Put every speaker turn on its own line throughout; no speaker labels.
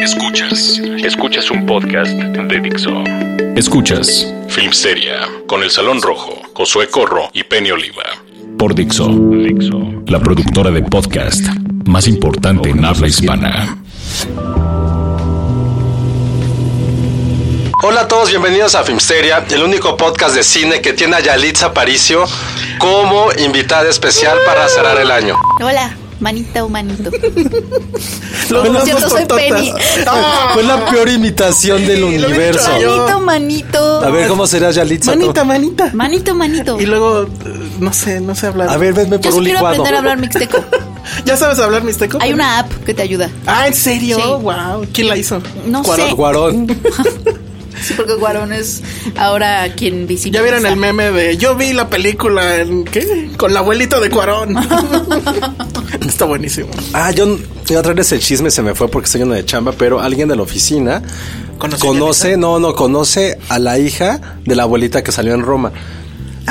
Escuchas, escuchas un podcast de Dixo. Escuchas Filmsteria con El Salón Rojo, Josué Corro y Penny Oliva. Por Dixo, la productora de podcast más importante en habla hispana.
Hola a todos, bienvenidos a Filmsteria, el único podcast de cine que tiene a Yalitza Aparicio como invitada especial para cerrar el año.
Hola, manita o manito.
Los
Lo
dos
siento, soy
bototas.
Penny. Ah,
Fue la peor imitación del universo.
manito, manito.
A ver, ¿cómo serás Yalitza? tú?
Manita, manita.
Manito, manito.
Y luego, eh, no sé, no sé hablar.
A ver, venme
Yo
por
sí
un
quiero
licuado.
aprender a hablar mixteco.
¿Ya sabes hablar mixteco?
Hay una app que te ayuda.
Ah, ¿en serio?
Sí.
Wow. ¿Quién la hizo?
No
Cuarón,
sé.
Cuarón.
Sí, porque Guarón es ahora quien
Ya
visibiliza.
vieron el meme de yo vi la película en qué? Con el abuelito de Cuarón. Está buenísimo.
Ah, yo iba a traerles el chisme, se me fue porque estoy lleno de chamba, pero alguien de la oficina
¿Conoce
conoce,
a
no, no, conoce a la hija de la abuelita que salió en Roma.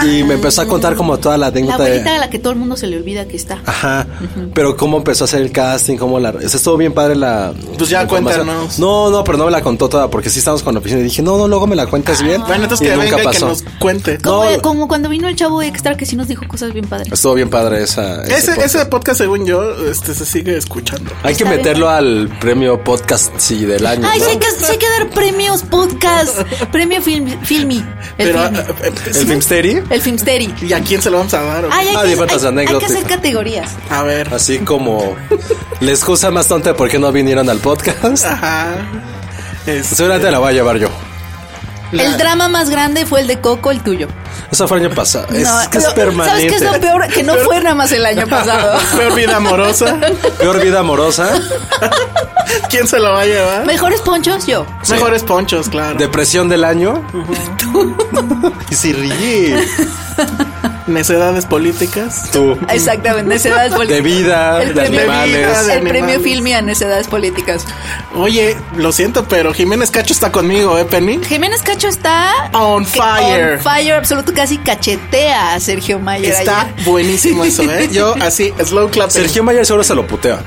Y me empezó a contar como toda la
Ah, La
anécdota de...
abuelita a la que todo el mundo se le olvida que está.
Ajá, pero cómo empezó a hacer el casting, cómo la... o sea, estuvo bien padre la...
Pues ya
la información.
cuéntanos.
No, no, pero no me la contó toda porque sí estábamos con la oficina y dije, no, no, luego me la cuentas
Ah.
bien.
Bueno, entonces
y
que
nunca
venga y que
pasó.
nos cuente.
Como,
No.
como cuando vino el chavo extra que sí nos dijo cosas bien padres.
Estuvo bien padre esa... ese
Ese,
podcast.
ese podcast, según yo, este se sigue escuchando.
Hay que
Está bien.
meterlo al premio podcast sí, del año.
Ay,
¿no?
sí hay, que, sí hay que dar premios, podcast, premio film, filmi. El,
Pero,
filmi.
eh, eh,
¿El Filmsteri?
el filmsteri.
¿y a quién se lo vamos a dar? o qué?
Ay, hay,
Ah,
que,
de cuentas
hay- hay que
anécdotas.
hacer categorías.
A ver.
Así como la excusa más tonta de por qué no vinieron al podcast.
Ajá. Es-
Seguramente la voy a llevar yo.
La-
El drama más grande fue el de Coco, el tuyo.
Eso fue el año pasado. es que es
lo- ¿Sabes
permanente.
qué es lo peor? Que no fue nada más el año pasado.
Peor vida amorosa.
Peor vida amorosa,
¿Quién se lo va a llevar?
Mejores ponchos, yo.
Mejores ponchos, claro.
depresión del año. y si ríe.
Necedades políticas.
Tú.
Exactamente, necesidades
De
políticas.
vida,
El
de
premio-
animales.
de
El premio
animales.
Filmi a necesidades políticas.
Oye, lo siento, pero Jiménez Cacho está conmigo, ¿eh, Penny?
Jiménez Cacho está.
On
que-
fire.
On fire absoluto, casi cachetea a Sergio Mayer.
Está
ayer.
buenísimo eso, ¿eh? Yo así, slow clap.
Sergio Mayer seguro se lo putea.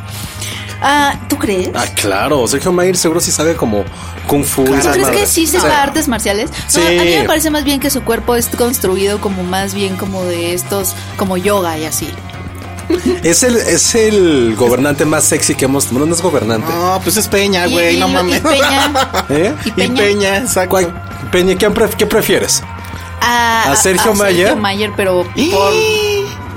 Ah, ¿tú crees?
Ah, claro. Sergio Mayer seguro sí sabe como Kung Fu. y
¿Tú
esas
crees que
madres.
sí se va a artes marciales? No,
Sí.
A mí me parece más bien que su cuerpo es construido como más bien como de estos, como yoga y así.
Es el, es el gobernante más sexy que hemos. Bueno, no es gobernante.
No, pues es Peña,
Y-
güey,
y-
no
y
mames.
Peña.
¿Eh?
Ah. Y
Y
Peña.
Peña, exacto.
¿Cuál- Peña, ¿qué pre- qué prefieres?
A,
¿A Sergio Mayer?
Mayer, pero
Y-
por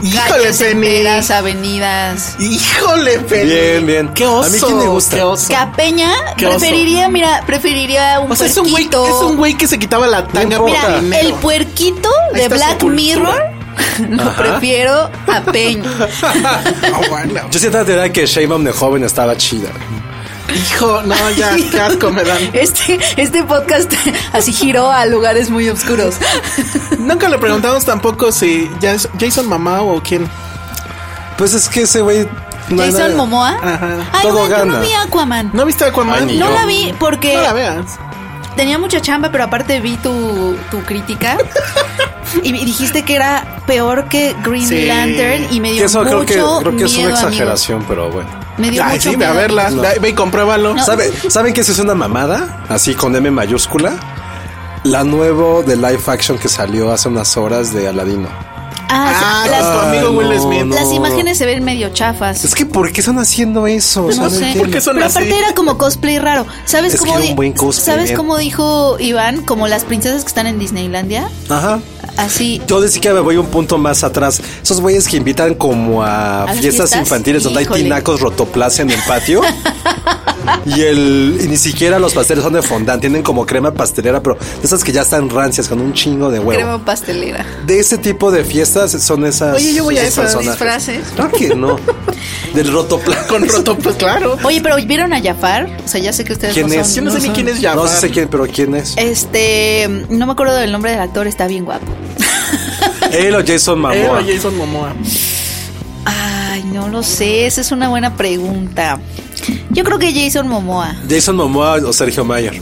Híjole,
calles
Penny.
enteras, avenidas.
Híjole, Penny.
Bien, bien.
Qué
A mí
oso.
quién me gusta.
Qué oso.
Que a Peña
Qué oso.
preferiría, mira, preferiría un
O sea, es un güey,
puerquito.
es un güey que se quitaba la tanga por
importa.
mira,
dinero.
el puerquito
Ahí
de
está su
Black
cultura.
Mirror lo prefiero a Peña.
No, bueno.
Yo siento la teoría que Sheinbaum de joven estaba chida.
Hijo, no, ya, qué asco me dan.
Este, este podcast así giró a lugares muy oscuros.
Nunca le preguntamos tampoco si ya es Jason Mamá o quién.
Pues es que ese güey... no hay
Jason
nada-
Momoa.
Ajá.
Ay,
Todo
güey, yo no
gana.
vi Aquaman.
¿No viste Aquaman?
Ay, ni
No
yo.
la vi porque
No la veas.
tenía mucha chamba, pero aparte vi tu, tu crítica. Y me dijiste que era peor que Green
Sí.
Lantern y me
Que
dio
eso
mucho
creo que, creo que es una
miedo, amigos.
exageración, pero bueno.
Me dio
Ay,
mucho
sí, ve
miedo.
a verla. Ve- Ve y compruébalo.
No.
¿Sabe- ¿Saben que eso es una mamada? Así con M mayúscula. La nuevo de live action que salió hace unas horas de Aladino.
Ah,
Ah,
las,
con tu amigo Will Smith.
las
no.
imágenes se ven medio chafas.
Es que ¿por qué están haciendo eso? O sea,
no sé.
entiendo.
qué son
Pero
así?
aparte era como cosplay raro. ¿Sabes
Es que
cómo
era un
di-
buen cosplay, eh.
¿Sabes
bien.
cómo dijo Iván? Como las princesas que están en Disneylandia.
Ajá.
Así.
Yo decía que me voy un punto más atrás. Esos güeyes que invitan como a,
¿A las
fiestas,
fiestas?
infantiles donde
Híjole.
hay tinacos rotoplaza en el patio. y el y ni siquiera los pasteles son de fondant, tienen como crema pastelera, pero de esas que ya están rancias con un chingo de huevo.
Crema pastelera.
De ese tipo de fiestas son esas
Oye, yo voy a
esos
esas
personajes.
disfraces.
Claro que no. Del rotoplaza.
Con roto, pues claro.
Oye, pero ¿vieron a Jafar? O sea, ya sé que ustedes
¿Quién
no
es?
son-
Yo no sé ni
son-
quién es
No
Jafar. Eh.
sé quién, pero quién es.
Este, no me acuerdo del nombre del actor, está bien guapo.
Él o Jason
Él o
Momoa.
Jason Momoa.
Ay, no lo sé, esa es una buena pregunta. Yo creo que Jason Momoa.
Jason Momoa o Sergio Mayer.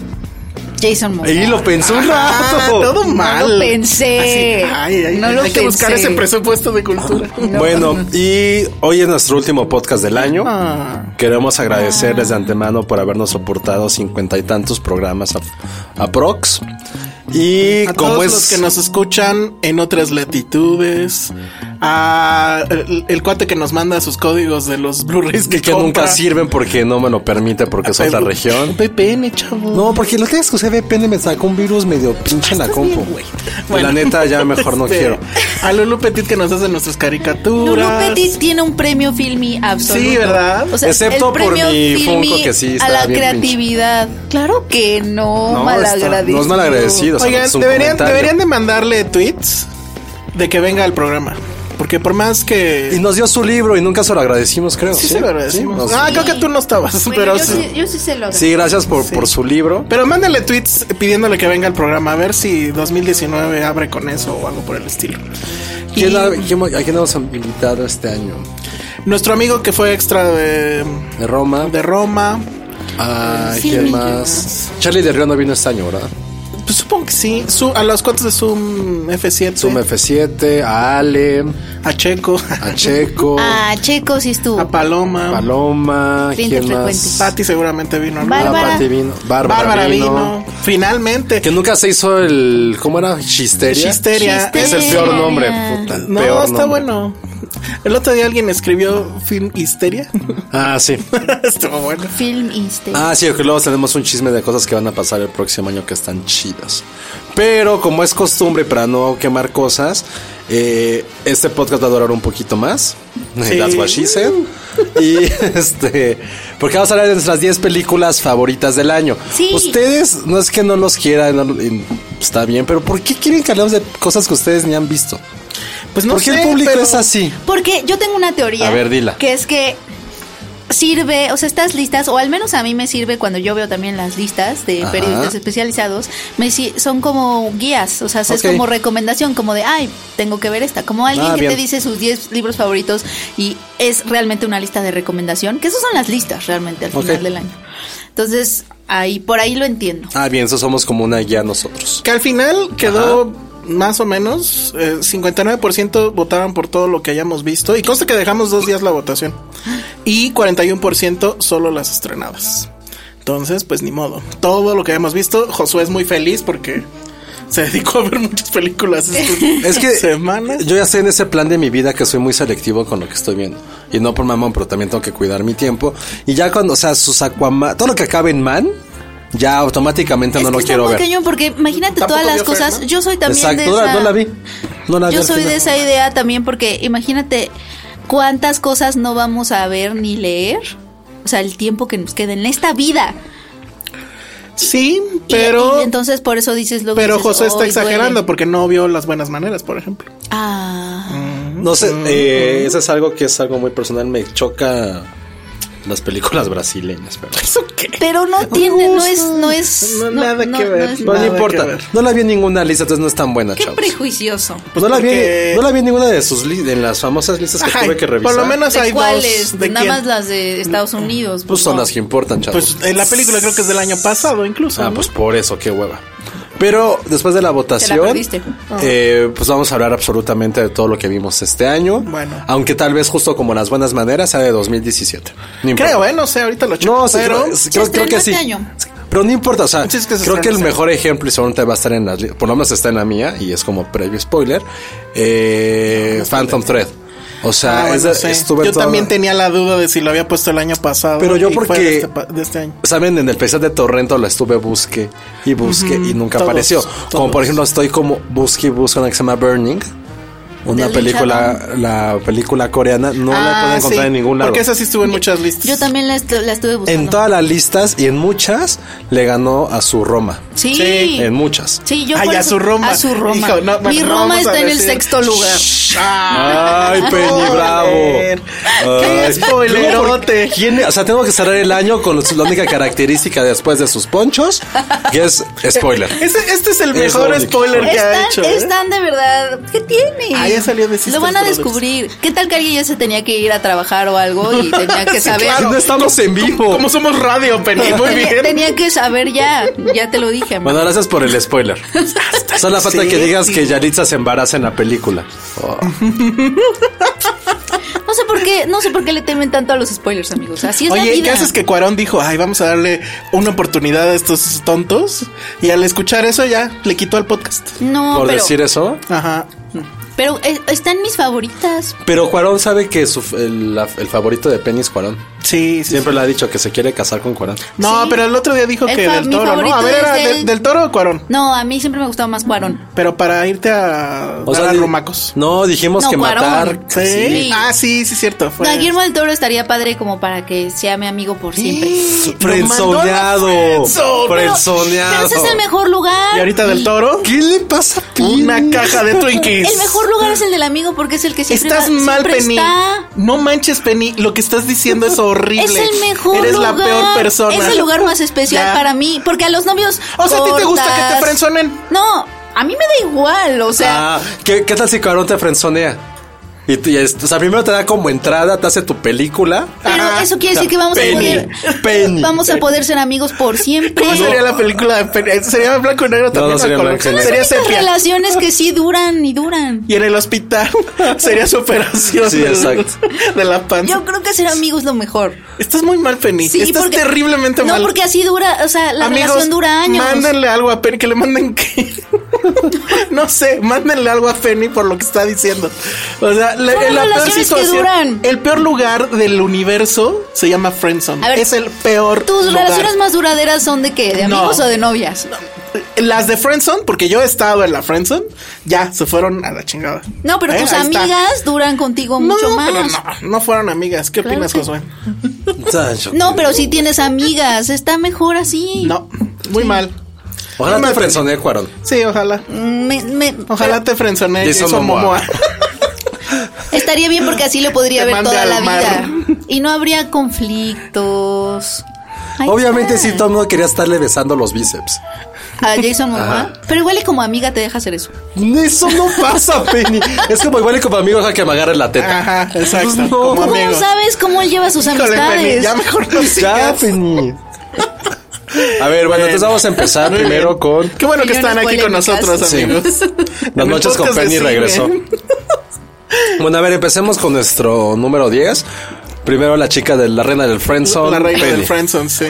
Jason Momoa.
Y lo pensó un
Ah,
rato.
todo
No
mal.
lo pensé.
Así, ay, ay,
No
hay
lo
que buscar
pensé.
ese presupuesto de cultura.
Bueno, y hoy es nuestro último podcast del año.
Ah.
Queremos agradecerles de antemano por habernos soportado cincuenta y tantos programas a, a Prox. Y
A
como
todos
es
los que nos escuchan en otras latitudes, a el, el cuate que nos manda sus códigos de los Blu-rays que,
que
compra.
nunca sirven porque no me lo permite porque es otra
El-
región.
VPN, chavo.
No, porque lo que es que usé VPN me sacó un virus medio pinche en la compu.
Bueno.
La neta ya mejor no
Este,
quiero.
A Lulu Petit que nos hace nuestras caricaturas.
Lulu Petit tiene un premio Filmy absoluto.
Sí, ¿verdad?
Excepto por mi
Filmy
Funko, que sí
a
está
la
bien pinche.
creatividad. Claro que no,
No, está-
malagradecido.
no es malagradecido. o sea,
Oigan,
es un
deberían,
comentario.
deberían de mandarle tweets de que venga al programa. Porque por más que.
Y nos dio su libro y nunca se lo agradecimos, creo.
sí, se lo agradecimos.
Sí, nos-
ah, creo que tú no estabas.
Bueno,
pero
yo,
sí.
sí, yo sí se lo
Sí, gracias por, por su libro.
Pero mándale tweets pidiéndole que venga al programa. A ver si 2019 abre con eso o algo por el estilo.
¿Quién
Y
ha- quién- ¿A quién hemos invitado este año?
nuestro amigo que fue extra de,
De Roma.
de Roma.
Ah,
Sí,
¿quién
¿quién
más? Charlie de Río no vino este año, ¿verdad?
Pues supongo que sí. Su- a los cuates de Zoom F7.
Zoom F7, a Ale,
A Checo.
a Checo,
Ah, Checo, sí estuvo.
A Paloma.
Paloma,
Cliente
¿quién más?
frecuente.
Patti seguramente vino. ¿no?
Ah,
Bárbara.
Pati vino. Bárbara,
Bárbara
vino.
vino. Finalmente.
Que nunca se hizo el. ¿Cómo era? Chisteria.
Chisteria.
Chisteria.
Es el peor nombre. puta, el
No,
peor
está
nombre.
bueno. El otro día alguien escribió Film Histeria.
Ah, sí.
Estuvo bueno.
Film Inste.
Ah, sí, que luego tenemos un chisme de cosas que van a pasar el próximo año que están chidas. Pero como es costumbre para no quemar cosas, eh, este podcast va a durar un poquito más.
Sí.
That's what she said. y este, porque vamos a hablar de nuestras 10 películas favoritas del año.
Sí.
Ustedes, no es que no los quieran, no- y está bien, pero ¿por qué quieren que hablemos de cosas que ustedes ni han visto?
Pues no
¿Por qué
sé,
el público
pero-
es así?
Porque yo tengo una teoría.
A ver, dila.
Que es que sirve, o sea, estas listas, o al menos a mí me sirve cuando yo veo también las listas de
Ajá.
periodistas especializados, me si- son como guías, o sea, es
Ok.
como recomendación, como de, ay, tengo que ver esta, como alguien
Ah,
que
bien.
te dice sus 10 libros favoritos y es realmente una lista de recomendación, que esas son las listas realmente al
Ok.
final del año. Entonces, ahí por ahí lo entiendo.
Ah, bien, eso somos como una guía nosotros.
Que al final quedó más o menos eh, 59% votaron por todo lo que hayamos visto. Y consta que dejamos dos días la votación. Y 41% solo las estrenadas. Entonces, pues ni modo. Todo lo que hayamos visto, Josué es muy feliz porque se dedicó a ver muchas películas estas
Es que
semanas.
yo ya estoy en ese plan de mi vida que soy muy selectivo con lo que estoy viendo. Y no por mamón, pero también tengo que cuidar mi tiempo. Y ya cuando, o sea, sus Aquaman, todo lo que acabe en man, ya automáticamente no
es
lo
que está
quiero
muy
ver.
cañón porque imagínate
Tampoco
todas las
vio Fer,
cosas.
¿no?
Yo soy también
Exacto,
de
no, la,
esa-
no la vi. No
Ah,
la vi
Yo
al
soy
final.
de esa idea también porque imagínate cuántas cosas no vamos a ver ni leer. O sea, el tiempo que nos queda en esta vida.
Sí,
Y-
pero.
y entonces por eso dices lo que
pero
dices,
Josué
"Ay,
está
duele".
exagerando porque no vio las buenas maneras, por ejemplo.
Ah,
No sé, eh, eso es algo que es algo muy personal. Me choca las películas brasileñas, pero.
¿Eso qué?
pero no tiene, no es, no es,
No, nada que ver. Pues
Pero
es nada.
no
Nada que
importa.
ver.
No la vi en ninguna lista, entonces no es tan buena,
Qué
chavos.
prejuicioso.
Pues no la, vi,
Porque-
no la vi en ninguna de sus li- en las famosas listas que
Ajá,
tuve que revisar.
Por lo menos
¿De
Pues hay
cuáles?
dos. ¿De
Nada
quién? Mm.
más las de Estados Unidos.
Pues son
no.
las que importan, chavos.
Pues eh, la película creo que es del año pasado incluso.
ah,
¿no?
pues por eso, qué hueva. Pero después de la votación,
perdiste.
eh, pues vamos a hablar absolutamente de todo lo que vimos este año.
Bueno.
Aunque tal vez justo como las buenas maneras sea de 2017. No importa.
Creo, eh, no sé, ahorita lo checo.
No, sí,
pero
creo, creo- creo
estrenó
que sí.
este año.
Pero no importa, o sea,
Sí, es que se
creo que el
estrena.
mejor ejemplo y seguramente va a estar en las... li- Por lo menos está en la mía y es como previo spoiler. eh, Phantom Thread. O sea,
Ah, bueno,
es de-
sí.
estuve
Yo
todo-
también tenía la duda de si lo había puesto el año pasado.
Pero yo
y fue
porque-
de este, pa- de este año.
Saben, en el PC de Torrento lo estuve busque y busque y nunca
todos,
apareció. Como por
todos.
ejemplo estoy como busque y busque una que se llama Burning. Una
Del
película, la película coreana, no la
Ah,
puedo encontrar
sí,
en ningún lado.
Porque esa sí estuvo en muchas listas.
Yo también la, estu- la estuve buscando.
En todas las listas y en muchas le ganó a su Roma.
Sí.
Sí,
En muchas.
Sí, yo
Ay,
por
a
eso-
su Roma.
A su Roma.
Hijo, no,
Mi
no
Roma
vamos a
está en el
decir- ah.
sexto lugar.
Ay, Peñi
Joder.
Bravo.
Qué
Ay.
spoilerote.
¿Quién- o sea, tengo que cerrar el año con los- la única característica después de sus ponchos, que es spoiler.
Ese- este es el
Es
mejor
Rolex.
spoiler que
Están,
ha hecho. ¿eh?
están de verdad. ¿Qué tiene?
Ah, ya salió
Lo
de Sisters
van a
Brothers.
descubrir. ¿Qué tal que alguien ya se tenía que ir a trabajar o algo y tenía que
Sí,
saber?
claro.
No estamos en vivo.
Como somos radio, Penny, muy
Tenía,
bien.
tenía que saber ya. Ya te lo dije. amigo.
Bueno, gracias por el spoiler. Solo falta que digas que Yaritza se embaraza en la película. Oh,
No sé por qué, no sé por qué le temen tanto a los spoilers, amigos. Así es la
Oye,
vida.
¿qué haces que Cuarón dijo? Ay, vamos a darle una oportunidad a estos tontos. Y al escuchar eso ya le quitó al podcast.
No,
por
pero,
decir eso.
Ajá.
pero eh, están mis favoritas.
Pero Cuarón sabe que su- el, la- el favorito de Penny es Cuarón.
Sí, sí.
Siempre le ha dicho que se quiere casar con Cuarón.
No,
Sí.
pero el otro día dijo
El
que
fa-
del
mi
toro, ¿no?
favorito
A ver,
es
era
del-
del... del toro o Cuarón.
No, a mí siempre me gustaba más Cuarón.
Pero para irte a
O sea,
dar a
di-
Romacos.
No, dijimos
No,
que
Cuarón.
matar.
¿Sí?
Sí.
Ah, sí, sí, cierto. fue-
No, Guillermo del Toro estaría padre como para que sea mi amigo por siempre.
Frenzoneado. Frenzoneado.
Pero ese es el mejor lugar.
Y ahorita del toro,
¿Qué le pasa a Penny?
una caja de Twinkies.
El mejor lugar es el del amigo porque es el que siempre
Estás
va-
mal,
siempre
Penny.
está.
No manches, Penny. Lo que estás diciendo es horrible.
Es el mejor
Eres
lugar.
la peor persona.
Es el lugar más especial
Ya.
para mí. Porque a los novios.
O sea, ¿a ti te gusta que te
cortas.
frenzonen?
No, a mí me da igual. O sea,
Ah, ¿qué, qué tal si Cuarón te frenzonea? Y, tú- y es- o sea, primero te da como entrada, te hace tu película.
pero
Ajá.
eso quiere decir que vamos
Penny,
a poder.
Penny.
Vamos a poder ser amigos por siempre.
¿Cómo sería la película de Penny? ¿Sería en blanco y negro también?
no
o
sería en
color?
blanco y negro.
Sería
Esas
sepia.
relaciones que sí duran y duran.
Y en el hospital sería su operación
Sí,
del-
exacto.
de la panza.
Yo creo que ser amigos es lo mejor.
Estás muy mal, Penny.
Sí,
Estás
porque-
terriblemente
No,
mal.
porque así dura, o sea, la
Amigos,
relación dura años.
Mándenle algo a Penny, que le manden qué. no sé, mándenle algo a Penny por lo que está diciendo. O sea, la,
Son las
la peor
relaciones que duran.
situación. El peor lugar del universo se llama
A
Friendzone.
ver,
Es el peor.
¿Tus
lugar.
relaciones más duraderas son de qué? ¿De
No.
amigos o de novias?
Las de Friendzone, porque yo he estado en la Friendzone, ya se fueron a la chingada.
No, pero
Eh,
tus
ahí está.
amigas duran contigo mucho
no,
más.
Pero no, no fueron amigas. ¿Qué
Claro
opinas,
que-
Josué?
No, pero si tienes amigas, está mejor así.
No, muy mal.
Ojalá me frenzonee Cuarón.
Sí, ojalá.
Me- me-
Ojalá te frenzone
Jason
Jason
Momoa.
Momoa.
estaría bien porque así lo podría
Te
ver
mande
toda
al
la
mar.
vida. Y no habría conflictos. Ahí
Obviamente
está.
sí, todo el mundo quería estarle besando los bíceps.
A Jason Momoa. Pero igual y como amiga te deja hacer eso.
Pues, Eso no pasa, Penny. Es como igual y como amigo ojalá que me agarre la teta.
Ajá, exacto.
No.
Como
Pues ¿Cómo
amigo.
sabes cómo él lleva sus
Híjole, Penny,
amistades?
ya mejor no
Ya,
sigas.
Penny. A ver, bueno, entonces vamos a empezar primero con
Qué bueno que
Opiniones
están aquí con
polémicas.
nosotros,
Sí.
amigos. En
Las
el
noches con
podcast
Penny
de Cine.
regresó. Bueno, a ver, empecemos con nuestro número 10. Primero la chica de la reina del friendzone,
La reina
Penny.
del Friendzone, sí.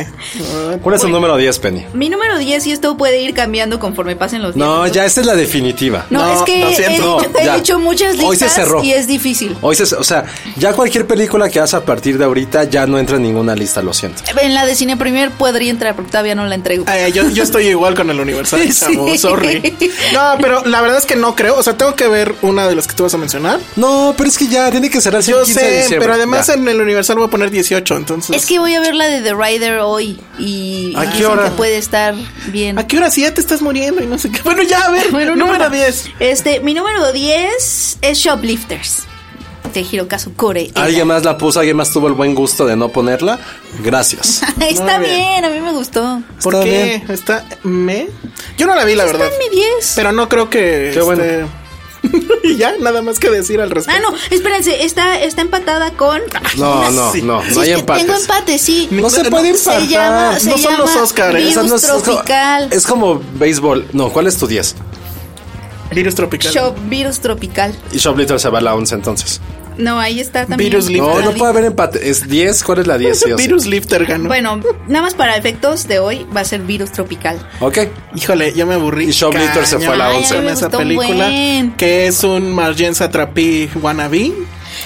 ¿Cuál es el número 10, Penny?
Mi número 10 y esto puede ir cambiando conforme pasen los días.
No, ya esa es la definitiva.
No,
No,
es que
lo
he,
siento.
dicho- he
Ya.
dicho muchas listas
Hoy se cerró.
y es difícil.
Hoy se, o sea, ya cualquier película que hagas a partir de ahorita ya no entra en ninguna lista, lo siento.
En la de Cine Premier podría entrar, porque todavía no la entrego.
Ay, yo, yo estoy igual con el Universal,
Sí.
chavo, sorry. No, pero la verdad es que no creo. O sea, tengo que ver una de las que tú vas a mencionar.
No, pero es que ya tiene que cerrarse el
Yo
15 de
sé,
diciembre.
pero además
Ya.
en el Universal voy a poner 18, entonces.
Es que voy a ver la de The Rider hoy y,
¿A
y
qué
dicen
hora?
que puede estar bien.
¿A qué hora sí ya te estás muriendo y no sé qué? Bueno, ya, a ver,
Bueno, no.
número 10.
Este, mi número 10 es Shoplifters. De Hirokazu Kore.
Alguien más la puso, alguien más tuvo el buen gusto de no ponerla. Gracias.
Está
Muy
bien.
bien.
a mí me gustó.
¿Por
Está
qué? Está me. Yo no la vi, la
Está
verdad.
en mi 10.
Pero no creo que.
Qué bueno.
este, y ya, nada más que decir al respecto.
Ah, no, espérense, está, está empatada con.
No, no,
Sí.
no,
Sí,
no hay
es que
empates.
Tengo empate, sí.
No se puede empatar.
Se llama, se
No son
llama
los Óscar, ¿eh?
Virus
Esa no es- es como-
tropical.
Es como béisbol. No, ¿cuál es tu 10?
Virus tropical.
Shop- virus tropical.
Y Shoplifter se va a la 11 entonces.
No, ahí está también.
Virus Live.
No,
Virus
no
Live.
puede haber empate. Es 10. ¿Cuál es la 10? Sí, o sí.
Virus Lifter ganó.
Bueno, nada más para efectos de hoy va a ser virus tropical.
Ok.
Híjole, ya me aburrí.
Y Shoplifter se fue a la
Cañón
Ay, once. a mí
con
me
esa
gustó un
película
buen.
que es un Margen Satrapi wannabe.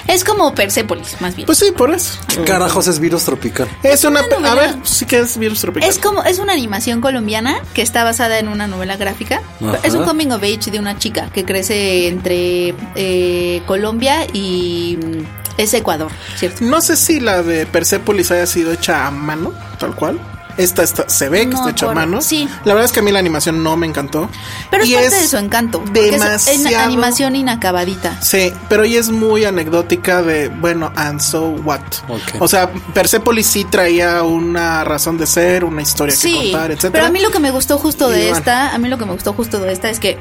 Es como Persepolis, más bien.
Pues sí, por eso.
¿Qué carajos es virus tropical?
Pues
Es una.
Una novela.
a ver, sí que es virus tropical.
es como es una animación colombiana que está basada en una novela gráfica.
Ajá.
Es un coming of age de una chica que crece entre eh, Colombia y mm, es Ecuador, ¿cierto?
No sé si la de Persepolis haya sido hecha a mano, tal cual. Esta, está- se ve que
No,
está hecha a
por-
mano.
sí.
La verdad es que a mí la animación no me encantó.
Pero es
Y
parte de su encanto. porque es en-
Demasiado.
animación inacabadita.
Sí, pero ella es muy anecdótica de, bueno, and so what.
Ok.
O sea, Persepolis sí traía una razón de ser, una historia que contar, este etcétera.
Pero a mí lo que me gustó justo
Y
de
bueno.
esta, a mí lo que me gustó justo de esta es que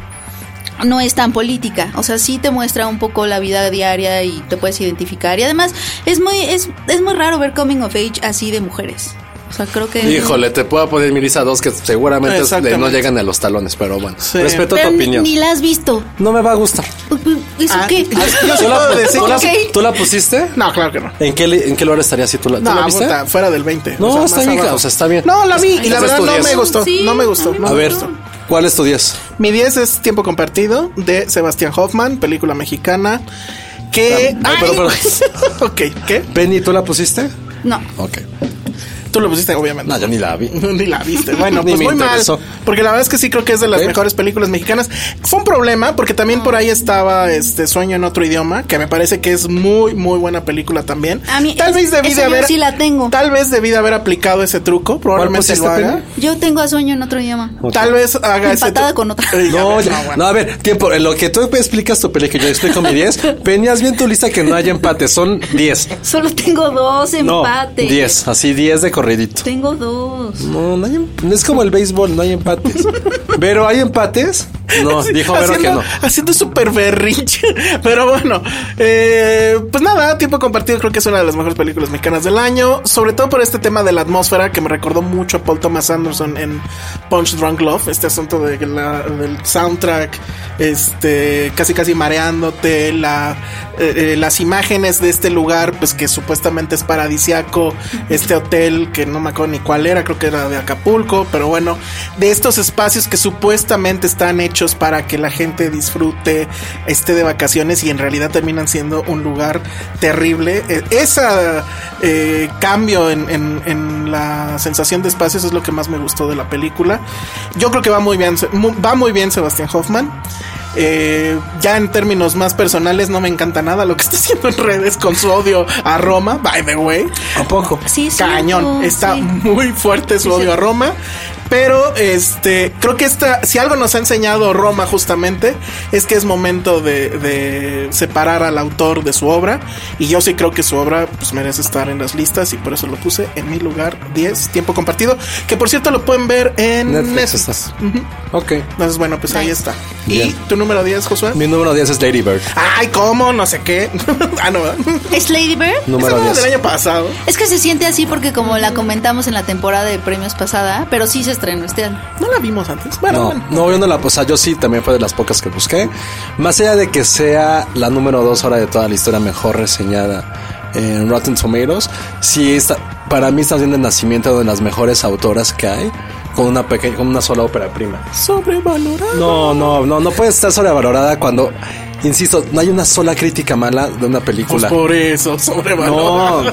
no es tan política, o sea, sí te muestra un poco la vida diaria y te puedes identificar y además es muy es, es muy raro ver coming of age así de mujeres. O sea, creo que
Híjole, te puedo poner Mirisa dos que seguramente
Exactamente.
le- no llegan a los talones, pero bueno.
Sí.
Respeto
Pero
tu
ni-
opinión.
Ni, la has visto.
No me va a gustar.
¿Eso
Ah,
qué?
Yo sí
¿Tú la,
puedo decir
tú la-
que-
tú la pusiste?
No, claro que no.
¿En qué, li- ¿En qué lugar estaría si tú la, tú
No,
la viste?
puta, fuera del 20.
No,
más
está bien,
abajo.
o sea, está bien.
No, la vi y la
Ese es
verdad
tu
no
diez.
me gustó.
Sí,
no me
a
gustó.
mí
no
A
me
ver,
gustó.
¿cuál es tu 10?
Mi 10 es Tiempo Compartido de Sebastián Hoffman, película mexicana. Que.
Ah, ay, pero-
ok, ¿qué?
Penny, ¿tú la pusiste?
No.
Ok.
Tú lo pusiste, obviamente.
No, yo ni la vi.
Ni la viste. Bueno,
Ni
pues
me
muy mal.
interesó.
Porque la verdad es que sí creo que es de las
Ok.
mejores películas mexicanas. Fue un problema porque también por ahí estaba este Sueño en otro idioma, que me parece que es muy, muy buena película también.
A mí
tal
es-
vez debí
esa
de
yo
haber.
sí la tengo.
Tal vez debí de haber aplicado ese truco. Probablemente lo
pusiste,
haga.
Penny?
Yo tengo a sueño en otro idioma.
Ok.
Tal vez haga ese
Empatada
tru-
con otra.
Ey, ya
No,
ves,
ya-
no, bueno.
no, a ver, tiempo, en lo que tú explicas tu película, yo explico mi 10. Peñas bien tu lista que no haya empate, son 10.
Solo tengo dos
No,
empates.
10, así 10 de corridito.
Tengo dos.
No, no hay em- es como el béisbol, no hay empates. Pero hay empates. No, dijo Vero que
haciendo,
no.
haciendo súper berrinche. Pero bueno, eh, pues nada, tiempo compartido creo que es una de las mejores películas mexicanas del año. Sobre todo por este tema de la atmósfera que me recordó mucho a Paul Thomas Anderson en Punch Drunk Love. Este asunto de la- del soundtrack, este, casi casi mareándote, la, eh, eh, las imágenes de este lugar, pues que supuestamente es paradisiaco. Este hotel que no me acuerdo ni cuál era, creo que era de Acapulco, pero bueno, de estos espacios que supuestamente están hechos para que la gente disfrute, esté de vacaciones y en realidad terminan siendo un lugar terrible. Eh, Ese eh, cambio en, en- en la sensación de espacios es lo que más me gustó de la película. Yo creo que va muy bien, Se- mu- va muy bien Sebastián Hoffman. Eh, ya en términos más personales no me encanta nada lo que está haciendo en redes con su odio a Roma, by the way.
¿A poco?
Sí, es
Cañón,
cierto,
está
sí.
muy fuerte su odio a Roma. Pero este, creo que esta, si algo nos ha enseñado Roma justamente, es que es momento de, de separar al autor de su obra. Y yo sí creo que su obra pues, merece estar en las listas y por eso lo puse en mi lugar 10, tiempo compartido. Que por cierto lo pueden ver en
Netflix
Netflix.
estás. Ok.
Entonces, bueno, pues ahí está. ¿Y
Bien.
tu número 10, Josué?
Mi número 10 es Lady Bird.
Ay, ¿cómo? No sé qué. ah, no.
¿Es Lady Bird?
Número
Esa fue
10.
del año pasado.
Es que se siente así porque como la comentamos en la temporada de premios pasada, pero sí se estrenó este año.
No la vimos antes. Bueno,
No,
bueno.
no, yo no la, o sea, yo sí también fue de las pocas que busqué. Más allá de que sea la número dos ahora de toda la historia mejor reseñada en Rotten Tomatoes, sí está, para mí está siendo el nacimiento de las mejores autoras que hay con una pequeña, con una sola ópera prima.
Sobrevalorado.
No, no, no, no puede estar sobrevalorada cuando, insisto, no hay una sola crítica mala de una película.
Pues por eso,
no,
sobrevalorado.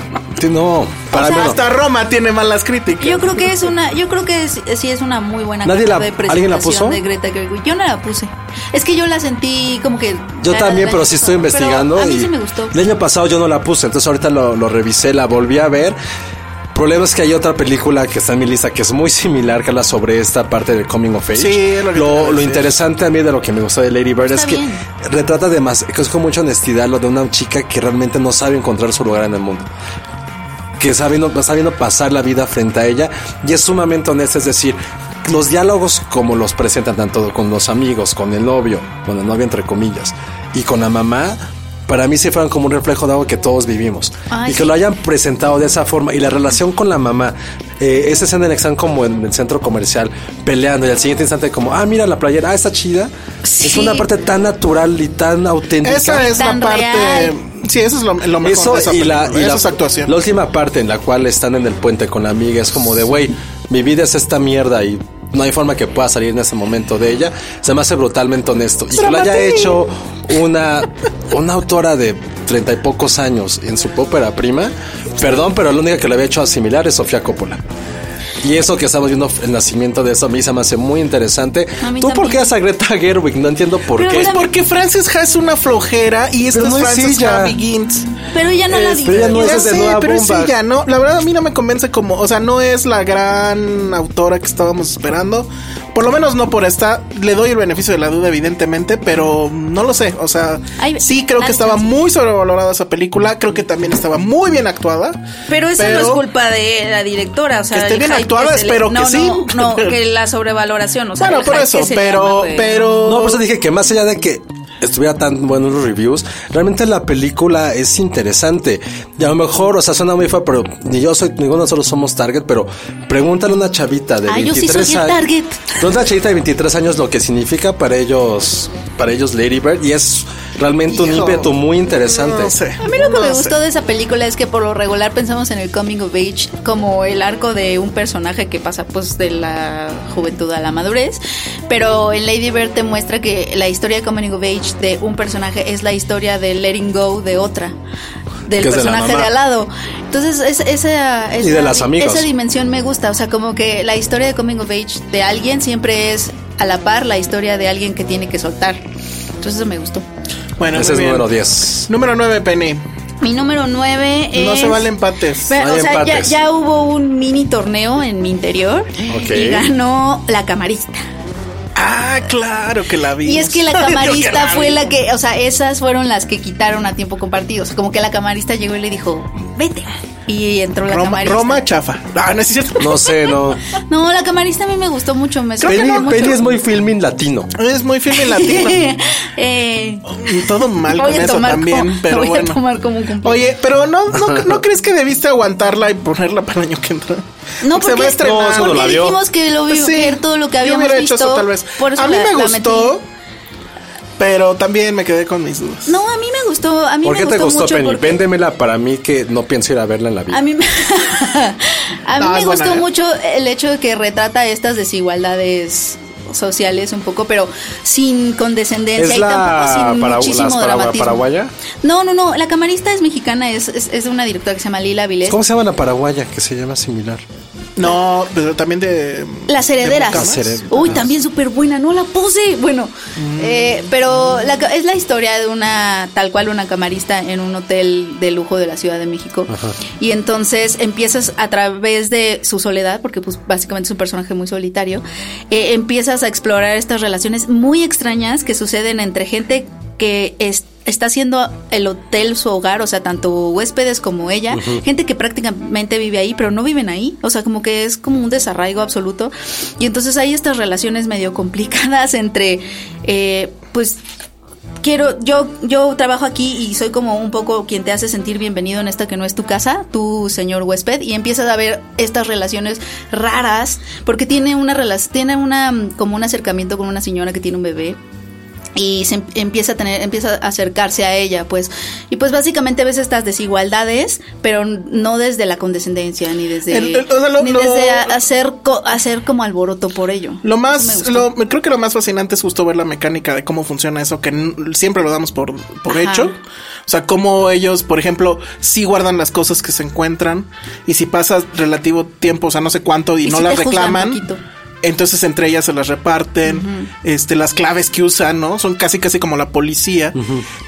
sí, no, para
O sea,
mí no.
Hasta Roma tiene malas críticas.
Yo creo que es una, yo creo que es- sí es una muy buena
Nadie
carta
la-
de
¿alguien la puso?
presentación de Greta Gerwig. Yo no la puse. Es que yo la sentí como que
Yo
la-
también,
la-
pero sí estoy investigando.
Pero a mí
y
sí me gustó.
El año pasado yo no la puse, entonces ahorita lo, lo revisé, la volví a ver. Problema es que hay otra película que está en mi lista que es muy similar, que habla sobre esta parte del coming of age.
Sí, es lo que te iba a
lo, lo
decir.
interesante a mí de lo que me gustó de Lady Bird es que
bien.
retrata además que es con mucha honestidad lo de una chica que realmente no sabe encontrar su lugar en el mundo que está viendo, está viendo pasar la vida frente a ella y es sumamente honesta, es decir, los diálogos como los presentan tanto con los amigos, con el novio, con la novia entre comillas, y con la mamá, para mí se fueron como un reflejo de algo que todos vivimos.
Ay,
y que
sí.
lo hayan presentado de esa forma y la relación con la mamá, eh, esa escena en la que están como en el centro comercial peleando y al siguiente instante como, ah, mira la playera, ah, está chida. Es
Sí.
una parte tan natural y tan auténtica.
Esa es la
Tan
parte
real.
Sí, eso es lo, lo mejor.
Eso
de esa
y la,
película,
y
esa
la-
es actuación.
la última parte en la cual están en el puente con la amiga es como de, güey, mi vida es esta mierda y no hay forma que pueda salir en ese momento de ella. Se me hace brutalmente honesto. Y que lo haya hecho una, una autora de treinta y pocos años en su ópera prima, perdón, pero la única que lo había hecho asimilar es Sofía Coppola. Y eso que estamos viendo, el nacimiento de eso, a mí se me hace muy interesante.
A mí
¿Tú por
también.
qué haces a Greta Gerwig? No entiendo por
Pero
qué.
Pues porque Frances Ha es una flojera y esta
Pero
es
no es
Frances
ella.
Ha Begins.
Pero ella no la
Este,
dijo.
ella no es
Ya
de
sé,
Noah
pero es
Baumbach.
ella, ¿no? La verdad a mí no me convence como, o sea, no es la gran autora que estábamos esperando. Por lo menos no por esta. Le doy el beneficio de la duda, evidentemente, pero no lo sé. O sea,
Ay,
sí creo
dale
que estaba
chance.
muy sobrevalorada esa película. Creo que también estaba muy bien actuada.
Pero esa
Pero-
no es culpa de la directora, o sea,
Que esté
el
bien
hype
actuada,
se le-
espero que
no,
sí.
No, no, que la sobrevaloración, o sea,
bueno,
el
por
hype
eso,
que se le llama, pues,
pero,
güey.
pero.
No, pues por eso dije que más allá de que estuviera tan buenos los reviews, realmente la película es interesante. Y a lo mejor, o sea, suena muy feo, pero ni yo soy, ninguno de nosotros somos target, pero pregúntale a una chavita de
Ah, yo sí
23
soy el
años.
target.
No, una chavita de 23 años lo que significa para ellos, para ellos Lady Bird, y es realmente un
Hijo,
ímpetu muy interesante.
No sé.
A mí lo que
no
me
sé.
gustó de esa película es que por lo regular pensamos en el coming of age como el arco de un personaje que pasa pues de la juventud a la madurez, pero en Lady Bird te muestra que la historia de coming of age de un personaje es la historia de letting go de otra, del
Que es de la
personaje de,
mamá.
al lado. Entonces es- esa,
Y de
esa-
las amigas.
esa dimensión me gusta, o sea, como que la historia de coming of age de alguien siempre es a la par la historia de alguien que tiene que soltar. Entonces eso me gustó.
Bueno,
Ese es
muy bien.
número 10.
Número 9, Penny.
Mi número 9 es...
No se vale empates.
Pero,
No hay
o sea, ya,
empates.
ya hubo un mini torneo en mi interior
Ok.
y ganó la camarista.
Ah, claro que la vi.
Y es que la
Digo que
camarista fue
vi.
la que, o sea, esas fueron las que quitaron a tiempo compartido. O sea, como que la camarista llegó y le dijo, vete. Y entró la
Roma,
camarista.
Roma chafa. Ah, no es cierto.
No sé, no.
No, la camarista a mí me gustó mucho. Me
Penny,
sorprendió mucho.
Penny es muy filming latino.
Es muy firme latino.
Eh,
Y todo mal
Voy
con
a
eso
tomar
también,
como-
pero
lo voy a
bueno.
tomar como un cumplido.
Oye, pero no, no, ¿no crees que debiste aguantarla y ponerla para el año que entra.
no,
Se
porque,
va a estrenar.
porque dijimos que lo vio
Sí,
ver todo lo que
yo
habíamos
hubiera
visto.
hecho eso tal vez.
Por eso
a mí
la-
me
la
gustó,
metí.
pero también me quedé con mis dudas.
No, a mí me gustó. A mí
¿Por
me
qué te gustó
mucho
Penny?
porque-
Véndemela para mí que no pienso ir a verla en la vida.
A mí, me- a mí
No,
me
es buena
gustó
idea.
mucho el hecho de que retrata estas desigualdades sociales un poco, pero sin condescendencia
¿Es
y tampoco
la,
sin
para,
muchísimo
las paragua-
dramatismo.
paraguaya?
No, no, no. La camarista es mexicana, es, es, es de una directora que se llama Lila Vilés.
¿Cómo se llama la paraguaya que se llama similar?
No, pero también de.
Las
de
herederas.
Las
Bucamas.
herederas.
Uy, también súper buena, no la puse. Bueno, eh, pero la ca- es la historia de una, tal cual, una camarista en un hotel de lujo de la Ciudad de México. Y entonces empiezas a través de su soledad, porque pues básicamente es un personaje muy solitario, eh, empiezas a explorar estas relaciones muy extrañas que suceden entre gente que es- está haciendo el hotel su hogar, o sea, tanto huéspedes como ella, gente que prácticamente vive ahí, pero no viven ahí, o sea, como que es como un desarraigo absoluto. Y entonces hay estas relaciones medio complicadas entre, eh, pues, quiero, yo, yo trabajo aquí y soy como un poco quien te hace sentir bienvenido en esta que no es tu casa, tu señor huésped, y empiezas a ver estas relaciones raras, porque tiene una relación, tiene una mm, como un acercamiento con una señora que tiene un bebé y se em- empieza a tener empieza a acercarse a ella pues y pues básicamente ves estas desigualdades pero n- no desde la condescendencia ni desde
El- el- o sea, lo-
ni
lo-
desde a- hacer co- hacer como alboroto por ello
Lo
Me
más,
gustó.
lo, creo que lo más fascinante es justo ver la mecánica de cómo funciona eso, que n- siempre lo damos por, por
Ajá.
hecho. O sea, cómo ellos, por ejemplo, sí guardan las cosas que se encuentran y si pasa relativo tiempo, o sea, no sé cuánto, y,
Y
no
sí
las
te juzgan
reclaman.
poquito.
Entonces entre ellas se las reparten, este, las claves que usan, ¿no? Son casi casi como la policía.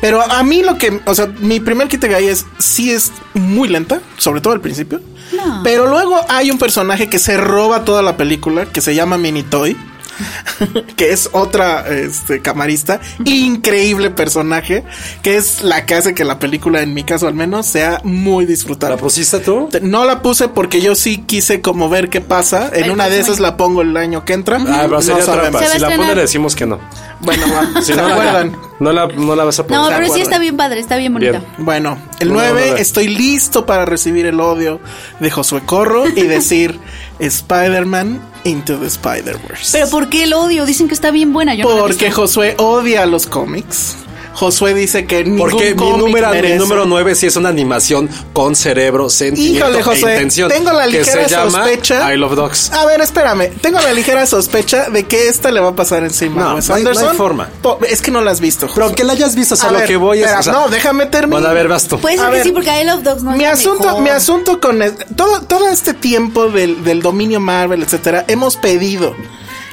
Pero a mí lo que, o sea, mi primer kit de ahí es, sí es muy lenta, sobre todo al principio.
No.
Pero luego hay un personaje que se roba toda la película, que se llama Minitoy, que es otra este, camarista, increíble personaje, que es la que hace que la película, en mi caso al menos, sea muy
¿La
disfrutable.
pusiste tú?
Te- No la puse porque yo sí quise como ver qué pasa. En
El
una de
próximo
esas
año.
la pongo el año que entra.
Ah, pero
No
sería
sabemos.
trampa.
Se va
Si
a
la pone
estrenar.
le decimos que no.
Bueno, va,
Si
se
no, la-
acuerdan.
No la, no la vas a poner.
no
de
pero sí
acuerdo.
está bien padre está bien bonita
Bien.
Bueno, el
Bueno,
9
bueno, bueno.
estoy listo para recibir el odio de Josué Corro y decir Spider-Man into the Spider-Verse.
pero por qué el odio dicen que está bien buena yo no la he
Porque
visto.
Josué odia los cómics. Josué dice que ningún
Porque mi
cómic
número, mi
merece.
número 9 sí es una animación con cerebro, sentimiento
Híjole,
e
José,
intención.
tengo la
que
ligera
se llama
sospecha. Ah,
I Love Dogs.
A ver, espérame. Tengo la ligera sospecha de que esta le va a pasar encima.
No,
a Wes
no hay- no hay
Anderson.
forma.
Po- Es que no la has visto. José.
Pero que la hayas visto, o sea,
A
lo
ver,
que voy es...
espera,
o sea,
no, déjame terminar.
bueno, a ver, vas tú.
Puede
A
ser que
ver.
sí, porque I Love Dogs Pues no es
mi
la
asunto,
mejor.
mi asunto con el- todo, todo este tiempo del, del dominio Marvel, etcétera, hemos pedido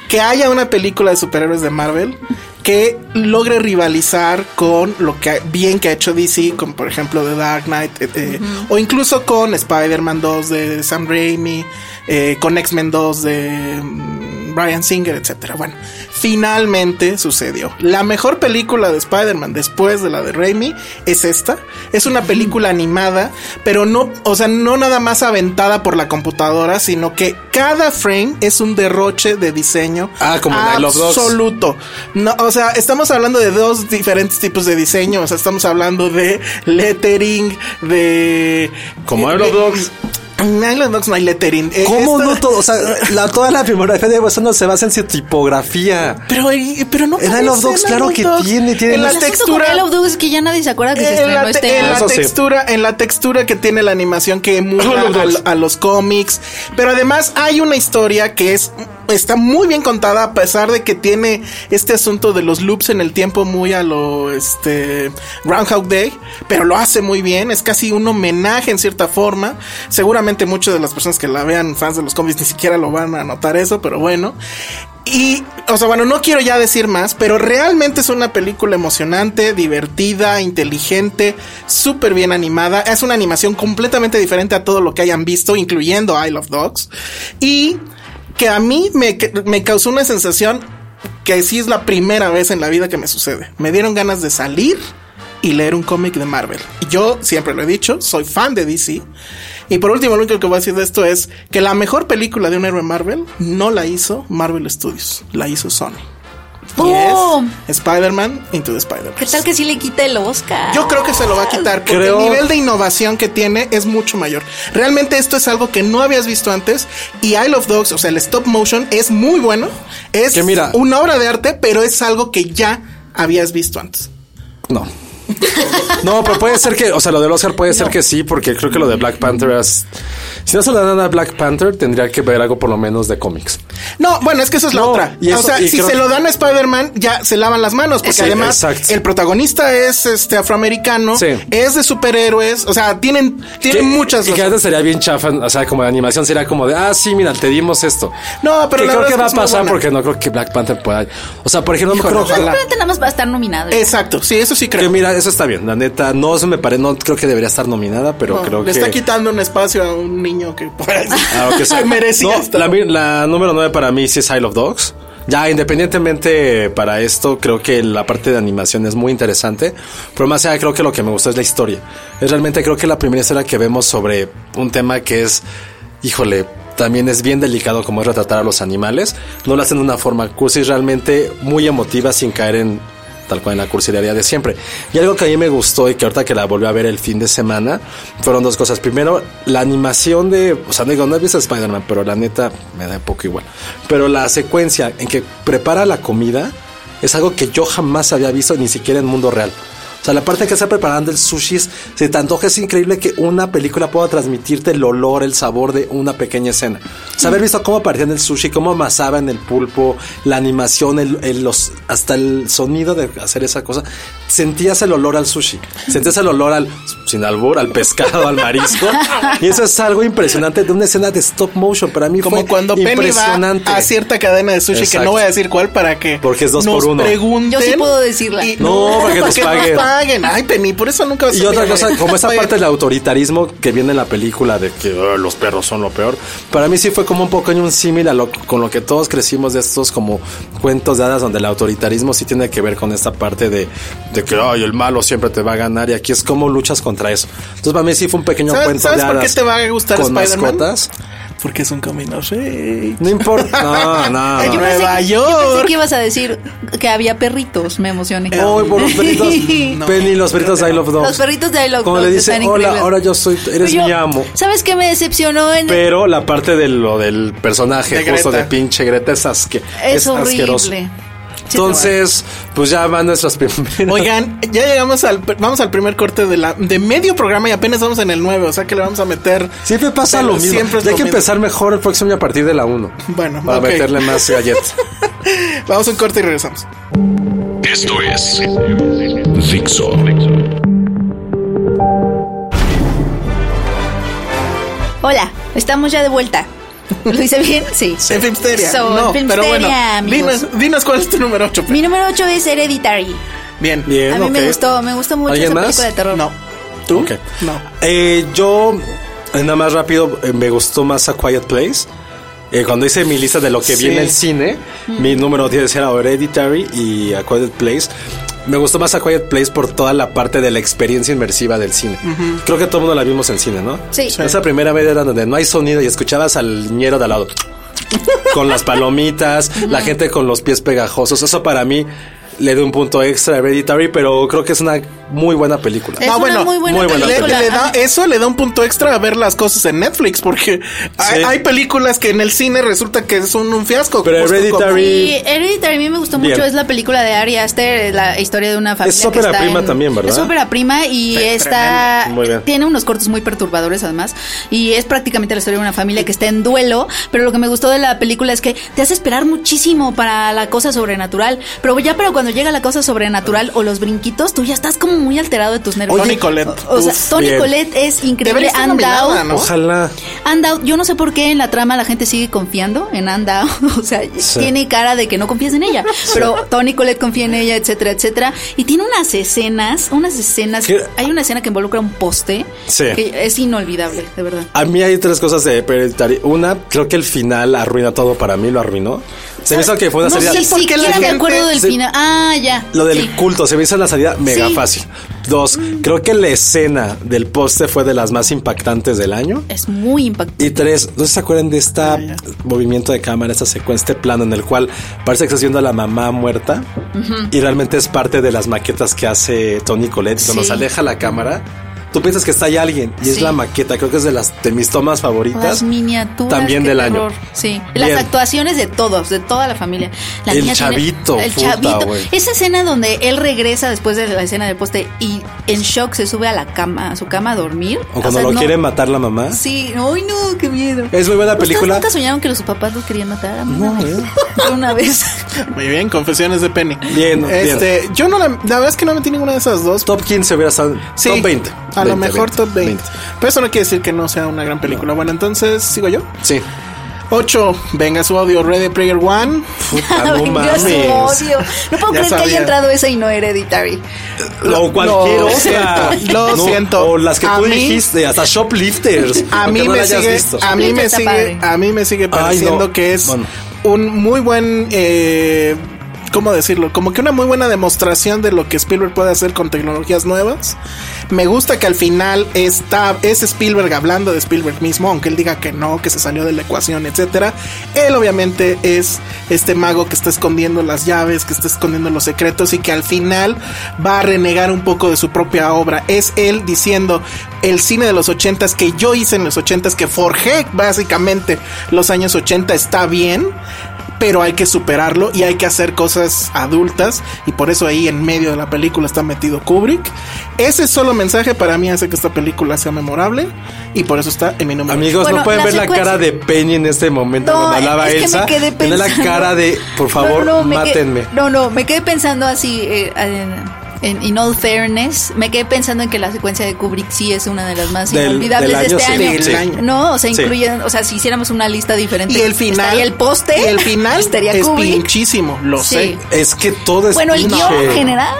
que haya una película de superhéroes de Marvel que logre rivalizar con lo que bien que ha hecho DC, con por ejemplo The Dark Knight, eh, eh, o incluso con Spider-Man 2 de Sam Raimi, eh, con X-Men 2 de mm, Bryan Singer, etcétera. Bueno, finalmente sucedió. La mejor película de Spider-Man después de la de Raimi es esta. Es una película animada, pero no, o sea, no nada más aventada por la computadora, sino que cada frame es un derroche de diseño.
Ah, como en I Love Dogs.
Absoluto. No, o sea, estamos hablando de dos diferentes tipos de diseño. O sea, estamos hablando de lettering, de.
Como I
de-
Love Dogs.
En I Love Dogs no hay lettering. Eh,
¿Cómo
esta-
no todo? O sea, la- toda la filmografía de Wes Anderson se basa en su tipografía.
Pero, eh, pero no.
En I Love Dogs, claro que tiene, tiene
En la
las-
El asunto con
textura.
I Love Dogs es que ya nadie se acuerda que se
en
estrenó
la, te-
este
en
año.
la
Eso sí.
textura, en la textura que tiene la animación que emula
Los
a,
dos.
a los cómics. Pero además hay una historia que es está muy bien contada a pesar de que tiene este asunto de los loops en el tiempo muy a lo este Groundhog Day, pero lo hace muy bien, es casi un homenaje en cierta forma. Seguramente muchas de las personas que la vean fans de los cómics ni siquiera lo van a notar eso, pero bueno. Y, o sea, bueno, no quiero ya decir más, pero realmente es una película emocionante, divertida, inteligente, súper bien animada. Es una animación completamente diferente a todo lo que hayan visto, incluyendo Isle of Dogs. Y que a mí me, me causó una sensación que sí es la primera vez en la vida que me sucede. Me dieron ganas de salir y leer un cómic de Marvel. Y Yo siempre lo he dicho, soy fan de DC. Y por último, lo único que voy a decir de esto es que la mejor película de un héroe Marvel no la hizo Marvel Studios, la hizo Sony. Y
¡Boom!
es Spider-Man Into the Spider-Man.
Pues, Oh. ¿Qué tal que sí le quita el Oscar?
Yo creo que se lo va a quitar porque
Creo-
el nivel de innovación que tiene es mucho mayor. Realmente esto es algo que no habías visto antes y I Love Dogs, o sea, el stop motion es muy bueno. Es
Que mira-
una obra de arte, pero es algo que ya habías visto antes.
No. No, pero puede ser que, o sea, lo del Oscar puede ser que sí, porque creo que lo de Black Panther es. Si no se le dan a Black Panther, tendría que ver algo por lo menos de cómics.
No, bueno, es que eso es la
No,
otra.
y eso-
o sea,
y
si
creo-
se lo dan a Spider-Man, ya se lavan las manos, porque
Sí,
además
exacto.
el protagonista es este afroamericano,
Sí.
es de superhéroes, o sea, tienen, tienen
Que-
muchas
Y que
razones.
antes sería bien chafa, o sea, como de animación sería como de, ah, sí, mira, te dimos esto.
No, pero
que creo
la verdad
que
es que
va a
es muy
pasar
buena.
porque no creo que Black Panther pueda. O sea, por ejemplo, no me
Híjole,
acuerdo-
ojalá.
Espérate, nada más va a estar nominado.
Exacto, sí, eso sí creo.
Que mira, eso está bien, la neta, no se me parece, no creo que debería estar nominada, pero
No,
creo
le
que...
está quitando un espacio a un niño que pues,
Ah, ok, sí.
merecía
No,
estar.
la, mi- la número 9 para mí sí es Isle of Dogs. Ya, independientemente eh, para esto, creo que la parte de animación es muy interesante. Pero más allá, creo que lo que me gusta es la historia. Es realmente, creo que la primera historia que vemos sobre un tema que es, híjole, también es bien delicado como es retratar a los animales. No lo hacen de una forma cursi, es realmente muy emotiva sin caer en tal cual en la cursilería de siempre. Y algo que a mí me gustó y que ahorita que la volví a ver el fin de semana, fueron dos cosas. Primero, la animación de, o sea, digo, no he visto Spider-Man, pero la neta me da un poco igual. Pero la secuencia en que prepara la comida es algo que yo jamás había visto ni siquiera en mundo real. O sea, la parte que está preparando el sushi, es- se te antoja, es increíble que una película pueda transmitirte el olor, el sabor de una pequeña escena. O sea, haber visto cómo aparecía en el sushi, cómo amasaba en el pulpo, la animación, el- el- los, hasta el sonido de hacer esa cosa. Sentías el olor al sushi, sentías el olor al, sin albur, al pescado, al marisco. Y eso es algo impresionante de una escena de stop motion. Para mí
Como
fue
cuando Penny va
impresionante.
a cierta cadena de sushi que
Exacto.
no voy a decir cuál para que
Porque es dos
nos
por uno.
pregunten.
Yo sí puedo decirla.
Y-
No, para que nos paguen.
paguen. Ay, Penny, por eso nunca vas a
Y otra
ser
cosa,
millonaria.
como esa
Oye,
parte del autoritarismo que viene en la película de que "Ah, los perros son lo peor, para mí sí fue como un poco en un símil a lo- con lo que todos crecimos de estos como cuentos de hadas donde el autoritarismo sí tiene que ver con esta parte de, de que ay, el malo siempre te va a ganar y aquí es como luchas contra eso. Entonces para mí sí fue un pequeño
¿Sabes-
cuento
sabes
de
por qué
hadas
te va a gustar
con
Spider-Man?
mascotas.
Porque es un camino rey.
No importa, no, no.
Yo pensé-
Nueva
Yo pensé
York.
que ibas a decir que había perritos. Me emocioné.
Ay, por los perritos, Penny, los perritos I Love Dogs.
Los perritos de I Love
Como le
Dogs
dice, hola,
están increíbles". Pues
ahora yo soy, eres
Yo-
mi amo.
¿Sabes qué me decepcionó? En
Pero la parte de lo del personaje
De
justo
Greta.
de pinche Greta es, asque-
es,
es
horrible.
asqueroso. Entonces, pues ya van nuestras primeras.
Oigan, ya llegamos al vamos al primer corte de la de medio programa y apenas vamos en el 9, o sea que le vamos a meter
Siempre pasa
Pero
lo mismo.
siempre es
Ya hay
lo
que
mismo.
empezar mejor el próximo año a partir de la 1.
Bueno,
Para
ok.
meterle más galletas.
Vamos a un corte y regresamos.
Esto es Dixo.
Hola, estamos ya de vuelta. ¿Lo hice bien? Sí.
En Filmsteria.
So,
no,
en
pero bueno,
Filmsteria, amigos.
dinos, dinos cuál es tu número 8.
Mi número 8 es Hereditary.
Bien.
Bien.
A mí
ok.
me gustó, me gustó mucho
¿Alguien
esa
más?
película de terror.
No.
¿Tú?
No.
Eh, yo, eh, nada más rápido, eh, me gustó más A Quiet Place. Eh, cuando hice mi lista de lo que
Sí.
vi en el cine, mi número 10 era Hereditary y A Quiet Place. Me gustó más A Quiet Place por toda la parte de la experiencia inmersiva del cine. Creo que todo el mundo la vimos en cine, ¿no?
Sí. Sí.
Esa primera vez era donde no hay sonido y escuchabas al ñero de al lado. con las palomitas, la gente con los pies pegajosos. Eso para mí le dio un punto extra a Hereditary, pero creo que es una muy buena película.
Es
Ah,
una
bueno,
muy buena
muy buena
película.
Le- le da-
Ajá.
eso le da un punto extra a ver las cosas en Netflix, porque hay,
Sí.
hay películas que en el cine resulta que son un fiasco.
Pero
justo
Hereditary-
Y Hereditary a mí me gustó
Bien.
mucho, es la película de Ari Aster, la historia de una familia
Es ópera
que está
prima
en-
también, ¿verdad?
Es ópera prima y está
Muy bien.
tiene unos cortos muy perturbadores además y es prácticamente la historia de una familia que está en duelo, pero lo que me gustó de la película es que te hace esperar muchísimo para la cosa sobrenatural, pero ya para cuando llega la cosa sobrenatural o los brinquitos, tú ya estás como muy alterado de tus nervios.
Oye, Toni Collette.
O, o sea,
Uf,
Tony
bien.
Colette es
Debería
increíble,
estar
Anne
nominada,
Dowd-
¿no?
Ojalá.
Andao, yo no sé por qué en la trama la gente sigue confiando en Andao. O sea,
Sí.
tiene cara de que no confías en ella. Pero Tony Colette confía en ella, etcétera, etcétera. Y tiene unas escenas, unas escenas.
¿Qué?
Hay una escena que involucra un poste.
Sí.
Que es inolvidable, de verdad.
A mí hay tres cosas de Hereditary. Una, creo que el final arruina todo para mí, lo arruinó. Se me hizo que fue una
no
salida.
sé
por
si
qué la
me
gente-
acuerdo del
Sí.
final. Ah, ya.
Lo del
Sí.
culto, se me hizo la salida mega
Sí.
fácil. Dos, creo que la escena del poste fue de las más impactantes del año.
Es muy impactante.
Y tres, no sé si se acuerdan de este
Ah,
movimiento de cámara, esta secuencia, este plano en el cual parece que estás viendo a la mamá muerta y realmente es parte de las maquetas que hace Tony Colette. Cuando
Sí.
se aleja la cámara, tú piensas que está ahí alguien y es
Sí.
la maqueta. Creo que es de las de mis tomas favoritas.
Las miniaturas.
También
qué
del
terror.
año.
Sí.
Bien.
Las actuaciones de todos, de toda la familia. La
El
niña tiene-
chavito,
el
puta,
chavito.
güey.
Esa escena donde él regresa después de la escena del poste y en shock se sube a la cama, a su cama a dormir.
O cuando
sea,
lo
no-
quiere matar la mamá.
Sí, ay no, qué miedo.
Es muy buena
¿Ustedes
película.
nunca soñaron que los papás los querían matar? A mí
No,
una vez.
¿eh?
Yo una vez.
Muy bien, confesiones de Penny.
Bien,
Este, yo no la, la verdad es que no metí ninguna de esas dos.
Top 15 hubiera estado.
Sí,
top 20.
A lo
20,
mejor top 20.
20.
Pero eso no quiere decir que no sea una gran película. Bueno, entonces sigo yo.
Sí.
8. Venga su audio, Ready Player One.
Puta, Ah, no
Venga,
mames.
su odio. No puedo
Ya
creer que
sabía.
haya entrado esa y no hereditary.
O cualquier
Lo
otra.
siento, lo siento.
O las que
A
tú
mí-
dijiste, hasta shoplifters.
A
aunque
mí,
no la
me
hayas
sigue,
visto.
a mí me
Está
sigue,
padre.
a mí me sigue pareciendo
no.
que es
Bueno.
un muy buen, eh, ¿cómo decirlo? Como que una muy buena demostración de lo que Spielberg puede hacer con tecnologías nuevas. Me gusta que al final está, es Spielberg hablando de Spielberg mismo, aunque él diga que no, que se salió de la ecuación, etcétera. Él obviamente es este mago que está escondiendo las llaves, que está escondiendo los secretos y que al final va a renegar un poco de su propia obra. Es él diciendo el cine de los ochentas que yo hice en los ochentas, que forjé básicamente los años 80 está bien. Pero hay que superarlo y hay que hacer cosas adultas. Y por eso ahí en medio de la película está metido Kubrick. Ese solo mensaje para mí hace que esta película sea memorable. Y por eso está en mi número.
Amigos,
Bueno,
no pueden
la
ver
secuencia-
la cara de Penny en este momento
No,
cuando hablaba
es que me
Elsa.
quedé
Tiene la
pensando.
cara de, por favor,
No, no, me quedé-
mátenme.
no, no, me quedé pensando así, eh, en, en- in all fairness, me quedé pensando en que la secuencia de Kubrick sí es una de las más
Del-
inolvidables
del
de este
año,
año.
sí,
sí.
No, o sea,
Sí.
incluyen, o sea, si hiciéramos una lista diferente.
Y el final.
estaría el poste.
Y el final
Estaría
es
Kubrick.
pinchísimo, lo
Sí.
sé.
Es que todo es
Bueno, el
pinche.
guión en general.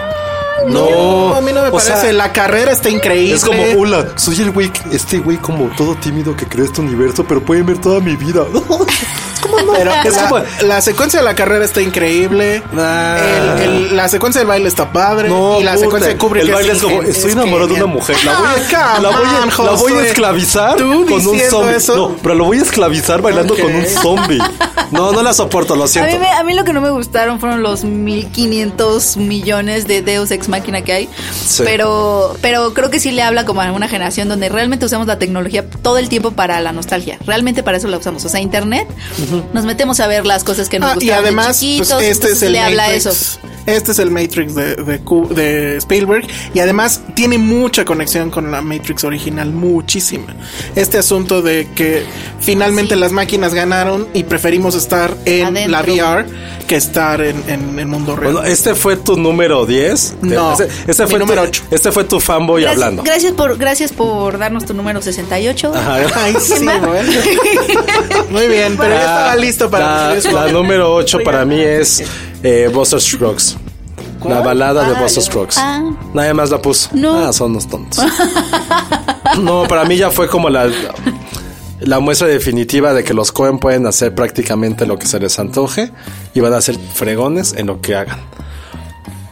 No,
a mí no me
o sea,
parece. la carrera está increíble.
Es como, hola, soy el güey, que- este güey como todo tímido que creó este universo, pero pueden ver toda mi vida. es como, no,
Pero
es
la,
como,
la secuencia de la carrera está increíble.
Ah.
El- el- la secuencia del baile está padre.
no,
y la
puta,
secuencia de Kubrick
el baile
es,
es como,
ingen-
estoy
es
enamorado de una
genial.
mujer, la voy,
Ah,
a- la voy, a-
come on,
la voy a
Josué.
esclavizar
Tú
con un
diciendo
zombie.
eso.
No, pero lo voy a esclavizar bailando
Ok.
con un zombie. No, no la soporto, lo
A
siento.
mí, me- a mí lo que no me gustaron fueron los 1500 millones de Deus Ex Máquina que hay.
Sí.
Pero, pero creo que sí le habla como a una generación donde realmente usamos la tecnología todo el tiempo para la nostalgia. Realmente para eso la usamos. O sea, Internet, nos metemos a ver las cosas que nos
Ah, y
gustaban de
además, pues,
chiquitos,
este es
entonces
el
le habla a
Matrix.
eso.
Este es el Matrix de, de Cu- de Spielberg. Y además tiene mucha conexión con la Matrix original, muchísima. Este asunto de que finalmente las máquinas ganaron y preferimos estar en la
Adentro.
VR que estar en, en el mundo real.
Bueno, este fue tu número 10.
No,
este, este
mi
fue
número
tu,
ocho.
Este fue tu fanboy
Gracias,
hablando.
gracias por, gracias por darnos tu número 68.
Ajá.
Ay, sí, bueno. Muy bien, pero ya estaba listo para
La,
recibir su-
la número 8 para mí es eh, Buster Scruggs. La balada de
Ah,
Buster
ya.
Scruggs.
Ah.
Nadie más la puso.
No.
Ah, son los tontos. no, para mí ya fue como la, la muestra definitiva de que los Cohen pueden hacer prácticamente lo que se les antoje y van a ser fregones en lo que hagan.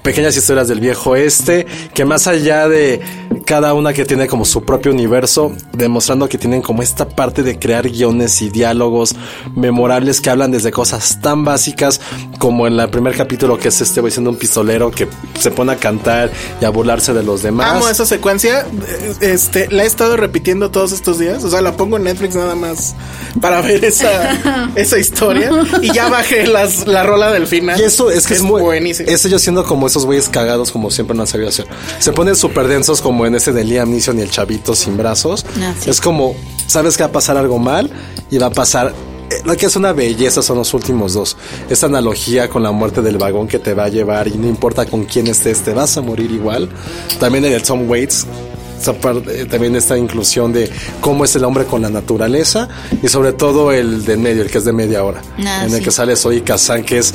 Pequeñas historias del viejo este, que más allá de cada una que tiene como su propio universo, demostrando que tienen como esta parte de crear guiones y diálogos memorables que hablan desde cosas tan básicas como en el primer capítulo que es este güey siendo un pistolero que se pone a cantar y a burlarse de los demás.
Amo esa secuencia. Este, la he estado repitiendo todos estos días. O sea, la pongo en Netflix nada más para ver esa, esa historia. Y ya bajé las, la rola del final.
Y eso es que es, muy
buenísimo.
Es ellos siendo como esos güeyes cagados, como siempre no han sabido hacer. Se ponen súper densos, como en ese de Liam Neeson y el chavito sin brazos.
Ah, sí.
Es como, sabes que va a pasar algo mal y va a pasar. eh, Lo que es una belleza son los últimos dos. Esta analogía con la muerte del vagón que te va a llevar y no importa con quién estés, te vas a morir igual. También en el Tom Waits. esa parte, eh, También esta inclusión de cómo es el hombre con la naturaleza y sobre todo el de en medio, el que es de media hora,
Ah,
en el
sí.
que sale Soy Kazan, que es,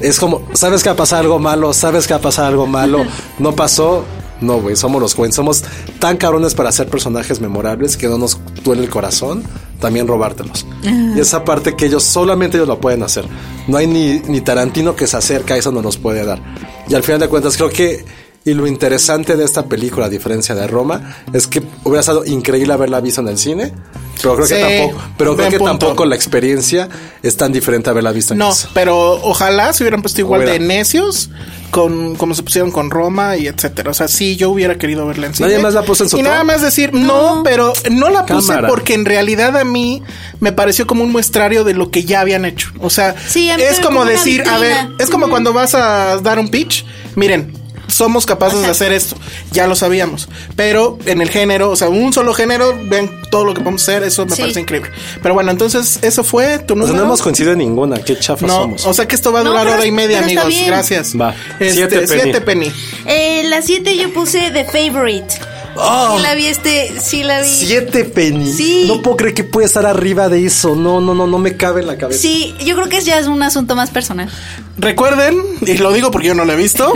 es como, sabes que va a pasar algo malo, sabes que va a pasar algo malo, no pasó. No, güey, somos los Coen, somos tan cabrones para hacer personajes memorables que no nos duele el corazón, también robártelos. Y esa parte que ellos, solamente ellos lo pueden hacer. No hay ni, ni Tarantino que se acerca, eso no nos puede dar. Y al final de cuentas, creo que, y lo interesante de esta película, a diferencia de Roma, es que hubiera estado increíble haberla visto en el cine, pero creo que
Sí,
tampoco, pero creo
buen
que
punto.
tampoco la experiencia es tan diferente a haberla visto en
No,
casa.
pero ojalá se hubieran puesto igual
Hubiera.
de necios con como se pusieron con Roma y etcétera. O sea, sí, yo hubiera querido verla en cine.
Nadie más la puso en su
Y nada
top.
más decir, no, pero no la puse
Cámara.
porque en realidad a mí me pareció como un muestrario de lo que ya habían hecho. O sea,
Sí, a mí fue
es como
como una
decir, a ver,
vitrina.
es como cuando vas a dar un pitch, miren. Somos capaces de hacer esto, ya lo sabíamos. Pero en el género, o sea, un solo género, vean todo lo que podemos hacer, eso me
Sí.
parece increíble. Pero bueno, entonces, eso fue tu
O sea,
número.
no hemos coincidido en ninguna, qué chafa
No,
Pues somos.
o sea que esto va a
No,
durar
pero-
hora y media,
pero está
amigos.
bien.
Gracias.
Va.
Este,
Siete
siete,
penny.
penny.
Eh, la 7 yo puse The Favorite.
Oh.
Sí la vi este, sí la vi.
Siete penny.
Sí.
No puedo creer que puede estar arriba de eso. No, no, no, no me cabe en la cabeza.
Sí, yo creo que ya es un asunto más personal.
Recuerden, y lo digo porque yo no lo he visto,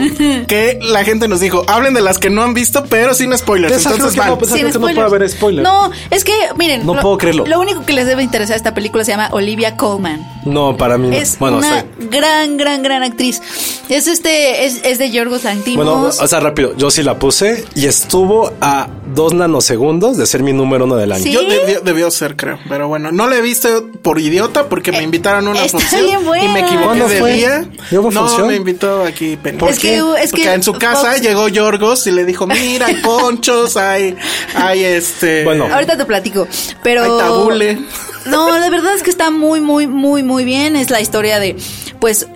que la gente nos dijo, hablen de las que no han visto, pero sin spoilers.
Esa creo
Entonces
que
van.
no, pues,
Sin
Exactamente, no puede
spoilers.
haber spoiler.
No, es que, miren.
No puedo creerlo.
Lo único que les debe interesar a esta película se llama Olivia Colman.
No, para mí no.
Es
Mm, bueno,
una
está bien.
gran, gran, gran actriz. Es este, es, es de Yorgos Lantimos.
Bueno, o sea, rápido, yo sí la puse y estuvo a dos nanosegundos de ser mi número uno del año.
Sí.
Yo debió, debió ser, creo. Pero bueno, no la he visto por idiota porque me invitaron a una
Eh, está
función
bien buena.
y me equivoqué
¿Cuándo
de
fue?
día.
¿Ya hubo
no,
función?
me invitó aquí Penny.
¿Por Es qué? que hubo- es
porque
que
en su casa
Fox-
llegó Yorgos y le dijo, mira, hay ponchos, hay, hay este...
Bueno.
Ahorita te platico, pero...
Ay, tabule.
No, la verdad es que está muy, muy, muy, muy bien. Es la historia de, pues,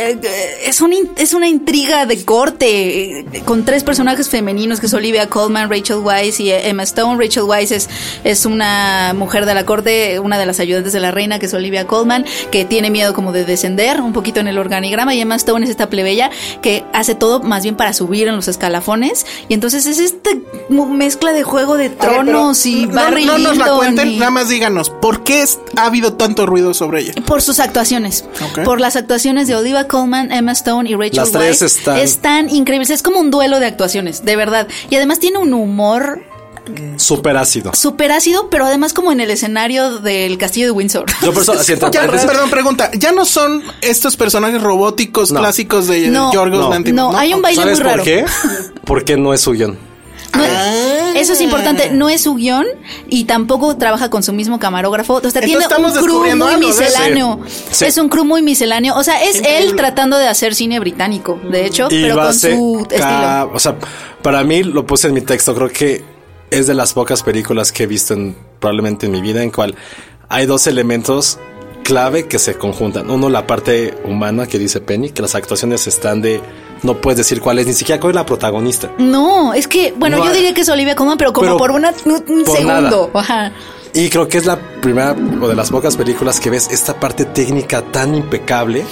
eh, es, un in- es una intriga de corte eh, con tres personajes femeninos que es Olivia Colman, Rachel Weisz y Emma Stone. Rachel Weisz es, es una mujer de la corte, una de las ayudantes de la reina que es Olivia Colman, que tiene miedo como de descender un poquito en el organigrama y Emma Stone es esta plebeya que hace todo más bien para subir en los escalafones y entonces es esta mu- mezcla de juego de
A ver, pero
tronos y
no-
Barry
No, nos la
Lyndon
cuenten,
y-
nada más díganos, ¿por qué es- ha habido tanto ruido sobre ella?
por sus actuaciones,
Ok.
por las actuaciones de Olivia Colman, Emma Stone y Rachel
Las tres
Weisz.
están-
están increíbles, es como un duelo de actuaciones, de verdad. Y además tiene un humor
Súper ácido.
súper ácido, pero además como en el escenario del castillo de Windsor.
Yo por eso, así entre
Ya,
paréntesis,
perdón, pregunta, ¿ya no son estos personajes robóticos
No.
clásicos de
No,
Yorgos
no,
Lanthimos?
no, hay un baile
¿Sabes
muy raro.
por qué? Porque no es su guión.
No, Eso es importante. No es su guión y tampoco trabaja con su mismo camarógrafo. O sea, tiene
estamos
un crew
descubriendo
muy
algo, ¿ves?
misceláneo.
Sí.
Es un crew muy misceláneo. O sea, es él tratando de hacer cine británico, de hecho,
Y
pero
va a
con
ser
su
ca-
estilo.
O sea, para mí lo puse en mi texto. Creo que es de las pocas películas que he visto en, probablemente en mi vida en cual hay dos elementos clave que se conjuntan. Uno, la parte humana que dice Penny, que las actuaciones están de no puedes decir cuál es, ni siquiera cuál es la protagonista.
No, es que, bueno,
No,
yo diría que es Olivia Colman, pero como
pero
por una- un
por
segundo. Ajá.
Y creo que es la primera o de las pocas películas que ves esta parte técnica tan impecable.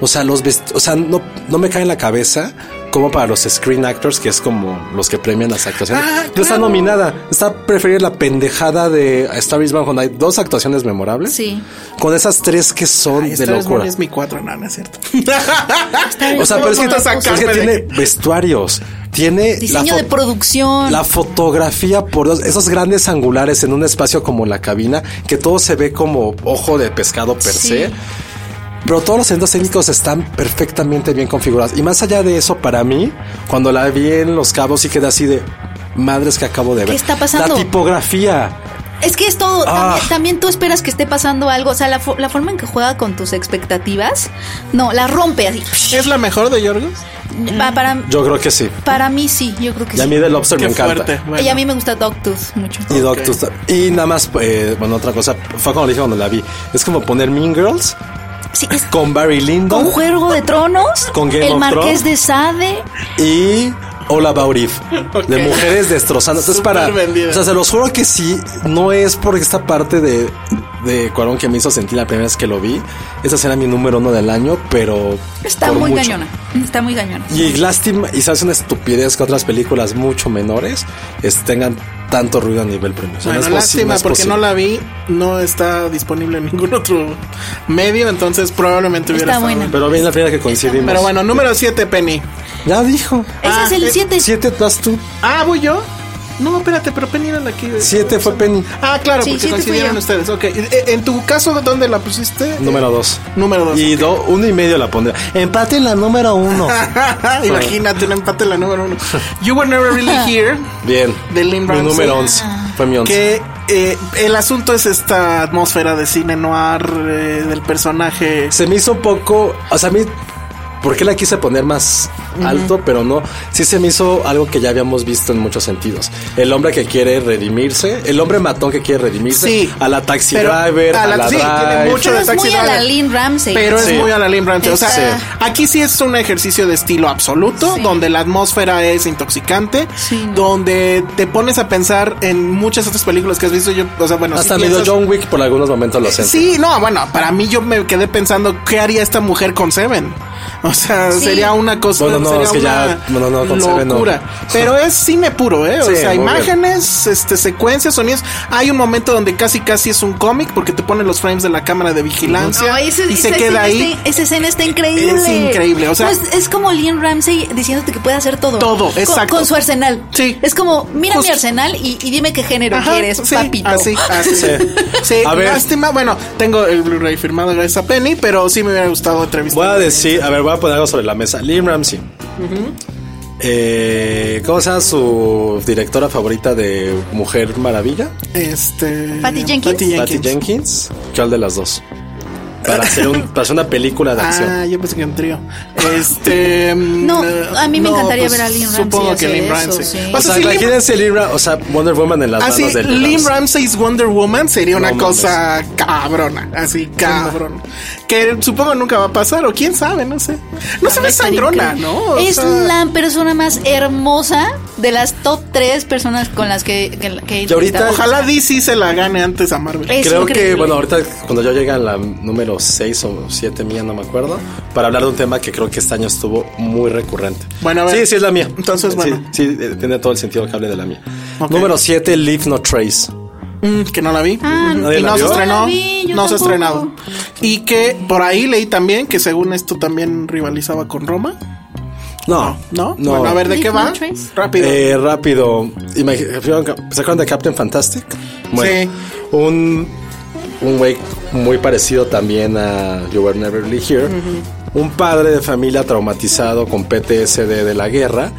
O sea, los vest- o sea, no, no me cae en la cabeza como para los screen actors, que es como los que premian las actuaciones.
Ah,
No está
claro.
nominada. Está preferir la pendejada de A Star is Born cuando hay dos actuaciones memorables.
Sí.
Con esas tres que son
Ay,
de
esta vez
locura.
es mi cuatro, no, no es cierto.
O sea, pero es que,
Vamos a
es que
sacarme de
tiene
aquí.
vestuarios, tiene la
Diseño de
fo-
producción.
la fotografía, por Dios, esos grandes angulares en un espacio como la cabina, que todo se ve como ojo de pescado per
Sí.
se. Pero todos los elementos técnicos están perfectamente bien configurados. Y más allá de eso, para mí, cuando la vi en Los Cabos, sí quedé así de madres que acabo de ver.
está pasando?
La tipografía.
Es que es todo.
Ah.
También, también tú esperas que esté pasando algo. O sea, la, fo- la forma en que juega con tus expectativas, no, la rompe así.
¿Es la mejor de Yorgos?
Pa- para,
Yo creo que sí.
para mí sí, yo creo que
Y a
sí.
mí The Lobster me encanta.
bueno.
Y a mí me gusta Dogtooth mucho.
Y Doctor Y nada más, eh, bueno, otra cosa, fue cuando le dije cuando la vi. Es como poner Mean Girls
Sí, es
con Barry Lyndon
con Juego de Tronos,
Con Game
el
of
Marqués
Thrones.
de Sade.
y Hola Baurif
Ok.
de mujeres destrozando. Entonces,
Súper
para.
vendida.
O sea, se los juro que sí, no es por esta parte de, de Cuarón que me hizo sentir la primera vez que lo vi. Esa será mi número uno del año, pero.
Está
por
muy
mucho.
cañona. Está muy cañona.
Y lástima, y se hace una estupidez que otras películas mucho menores es- tengan tanto ruido a nivel premio. O sea,
Bueno,
no es posi-
lástima,
no es
porque
posible.
no la vi, no está disponible en ningún otro medio, entonces probablemente hubiera
Está
estado
buena.
Pero bien, la primera que coincidimos.
Pero bueno, número 7, Penny.
Ya dijo.
Ese
Ah,
es el
eh,
7.
Siete vas tú.
Ah, ¿voy yo? No, espérate, pero Penny era la que...
Siete fue Penny.
Ah, claro,
Sí, siete
porque
fui
coincidieron
yo.
ustedes. Ok, Eh, en tu caso, ¿dónde la pusiste?
Número dos.
Número 2.
Y do, uno y medio la pondré. Empate en la número uno.
Imagínate un empate en la número 1. You Were Never Really Here.
Bien.
De Lin
Mi
Ramsey.
número 11.
Ah.
Fue mi 11.
Que eh, el asunto es esta atmósfera de cine noir, eh, del personaje.
Se me hizo un poco. O sea, a mí. ¿Por qué la quise poner más alto? Pero no. Sí se me hizo algo que ya habíamos visto en muchos sentidos. El hombre que quiere redimirse. El hombre matón que quiere redimirse.
Sí.
A la taxi
Pero
driver.
a
A
la-
la,
sí, tiene
Drive.
mucho-
Pero
de
es
Taxi
muy a la
Driver.
Lynn Ramsey.
Pero
Sí.
es muy a la Lynn Ramsey. O sea,
Está- Sí.
aquí sí es un ejercicio de estilo absoluto,
Sí.
donde la atmósfera es intoxicante,
Sí, no.
donde te pones a pensar en muchas otras películas que has visto. Yo, o sea, bueno, sí
Hasta medio
piensas-
John Wick por algunos momentos lo sentí.
Sí, no, bueno, para mí yo me quedé pensando qué haría esta mujer con Seven. O sea,
Sí.
sería una cosa.
Bueno, no,
sería
es que ya-
una
no, no, no, con Seven no.
locura. Pero es cine puro, ¿eh? O
Sí,
sea,
muy bien.
imágenes, este, secuencias, sonidos. Hay un momento donde casi, casi es un cómic porque te ponen los frames de la cámara de vigilancia
Ay, ese-
y se
esa
queda
escena
ahí.
está- esa escena está increíble.
Es increíble, o sea-
No, es, es como Liam Ramsey diciéndote que puede hacer todo.
Todo,
Con-
exacto.
Con, su arsenal.
Sí.
Es como, mira mi
Justo.
arsenal y, y dime qué género
Ajá,
quieres,
sí,
papito.
Así, así. Sí.
A ver.
lástima. Bueno, tengo el Blu-ray firmado gracias a Penny, pero sí me hubiera gustado entrevistar.
Voy a decir, a ver, voy a poner algo sobre la mesa. Lim Ramsey. Eh, ¿Cómo se llama su directora favorita de Mujer Maravilla?
Este.
Patty Jenkins.
Patty Jenkins.
Patty Jenkins. ¿Cuál de las dos? Para hacer, un- para hacer una película de acción.
Ah, yo pensé que un trío. Este.
No,
mm,
a mí me
no,
encantaría
pues,
ver a Lynn Ramsey
Supongo que
hacer
Lynn
eso,
Ramsey.
sí. Ah,
O
o
sea,
sea,
si Lynn-
imagínense Lynn Ra- o sea, Wonder Woman en las
así,
manos del
Lynn Ramsey's Wonder Woman sería una
mames.
cosa cabrona, así cabrón. Que supongo nunca va a pasar, o quién sabe, no sé. No se ve sangrona, ¿no? O
es
sea,
la persona más hermosa de las top tres personas con las que, que, que he
Y ahorita-
intentado.
Ojalá DC se la gane antes a Marvel.
Es
Creo
increíble.
que, bueno, ahorita cuando yo llegue a la número 6 o 7 mía, no me acuerdo, para hablar de un tema que creo que este año estuvo muy recurrente.
Bueno, a ver.
Sí, sí, es la mía.
Entonces,
Sí,
bueno.
Sí, eh, tiene todo el sentido que hable de la mía.
Ok.
Número 7, Leave No Trace.
Mm, que no la vi.
Ah,
Ujú.
¿nadie
y
la
no se
vio?
No
estrenó.
la vi, yo
no se ha
tampoco.
estrenado. Y que por ahí leí también que según esto también rivalizaba con Roma.
No,
¿No?
no.
Bueno, a ver, ¿de
Leave
qué
no
va?
trace.
Rápido.
Eh, rápido. Imag- ¿Se acuerdan de Captain Fantastic? Bueno, Un un güey muy parecido también a You Were Never Really Here. Un padre de familia traumatizado con PTSD de la guerra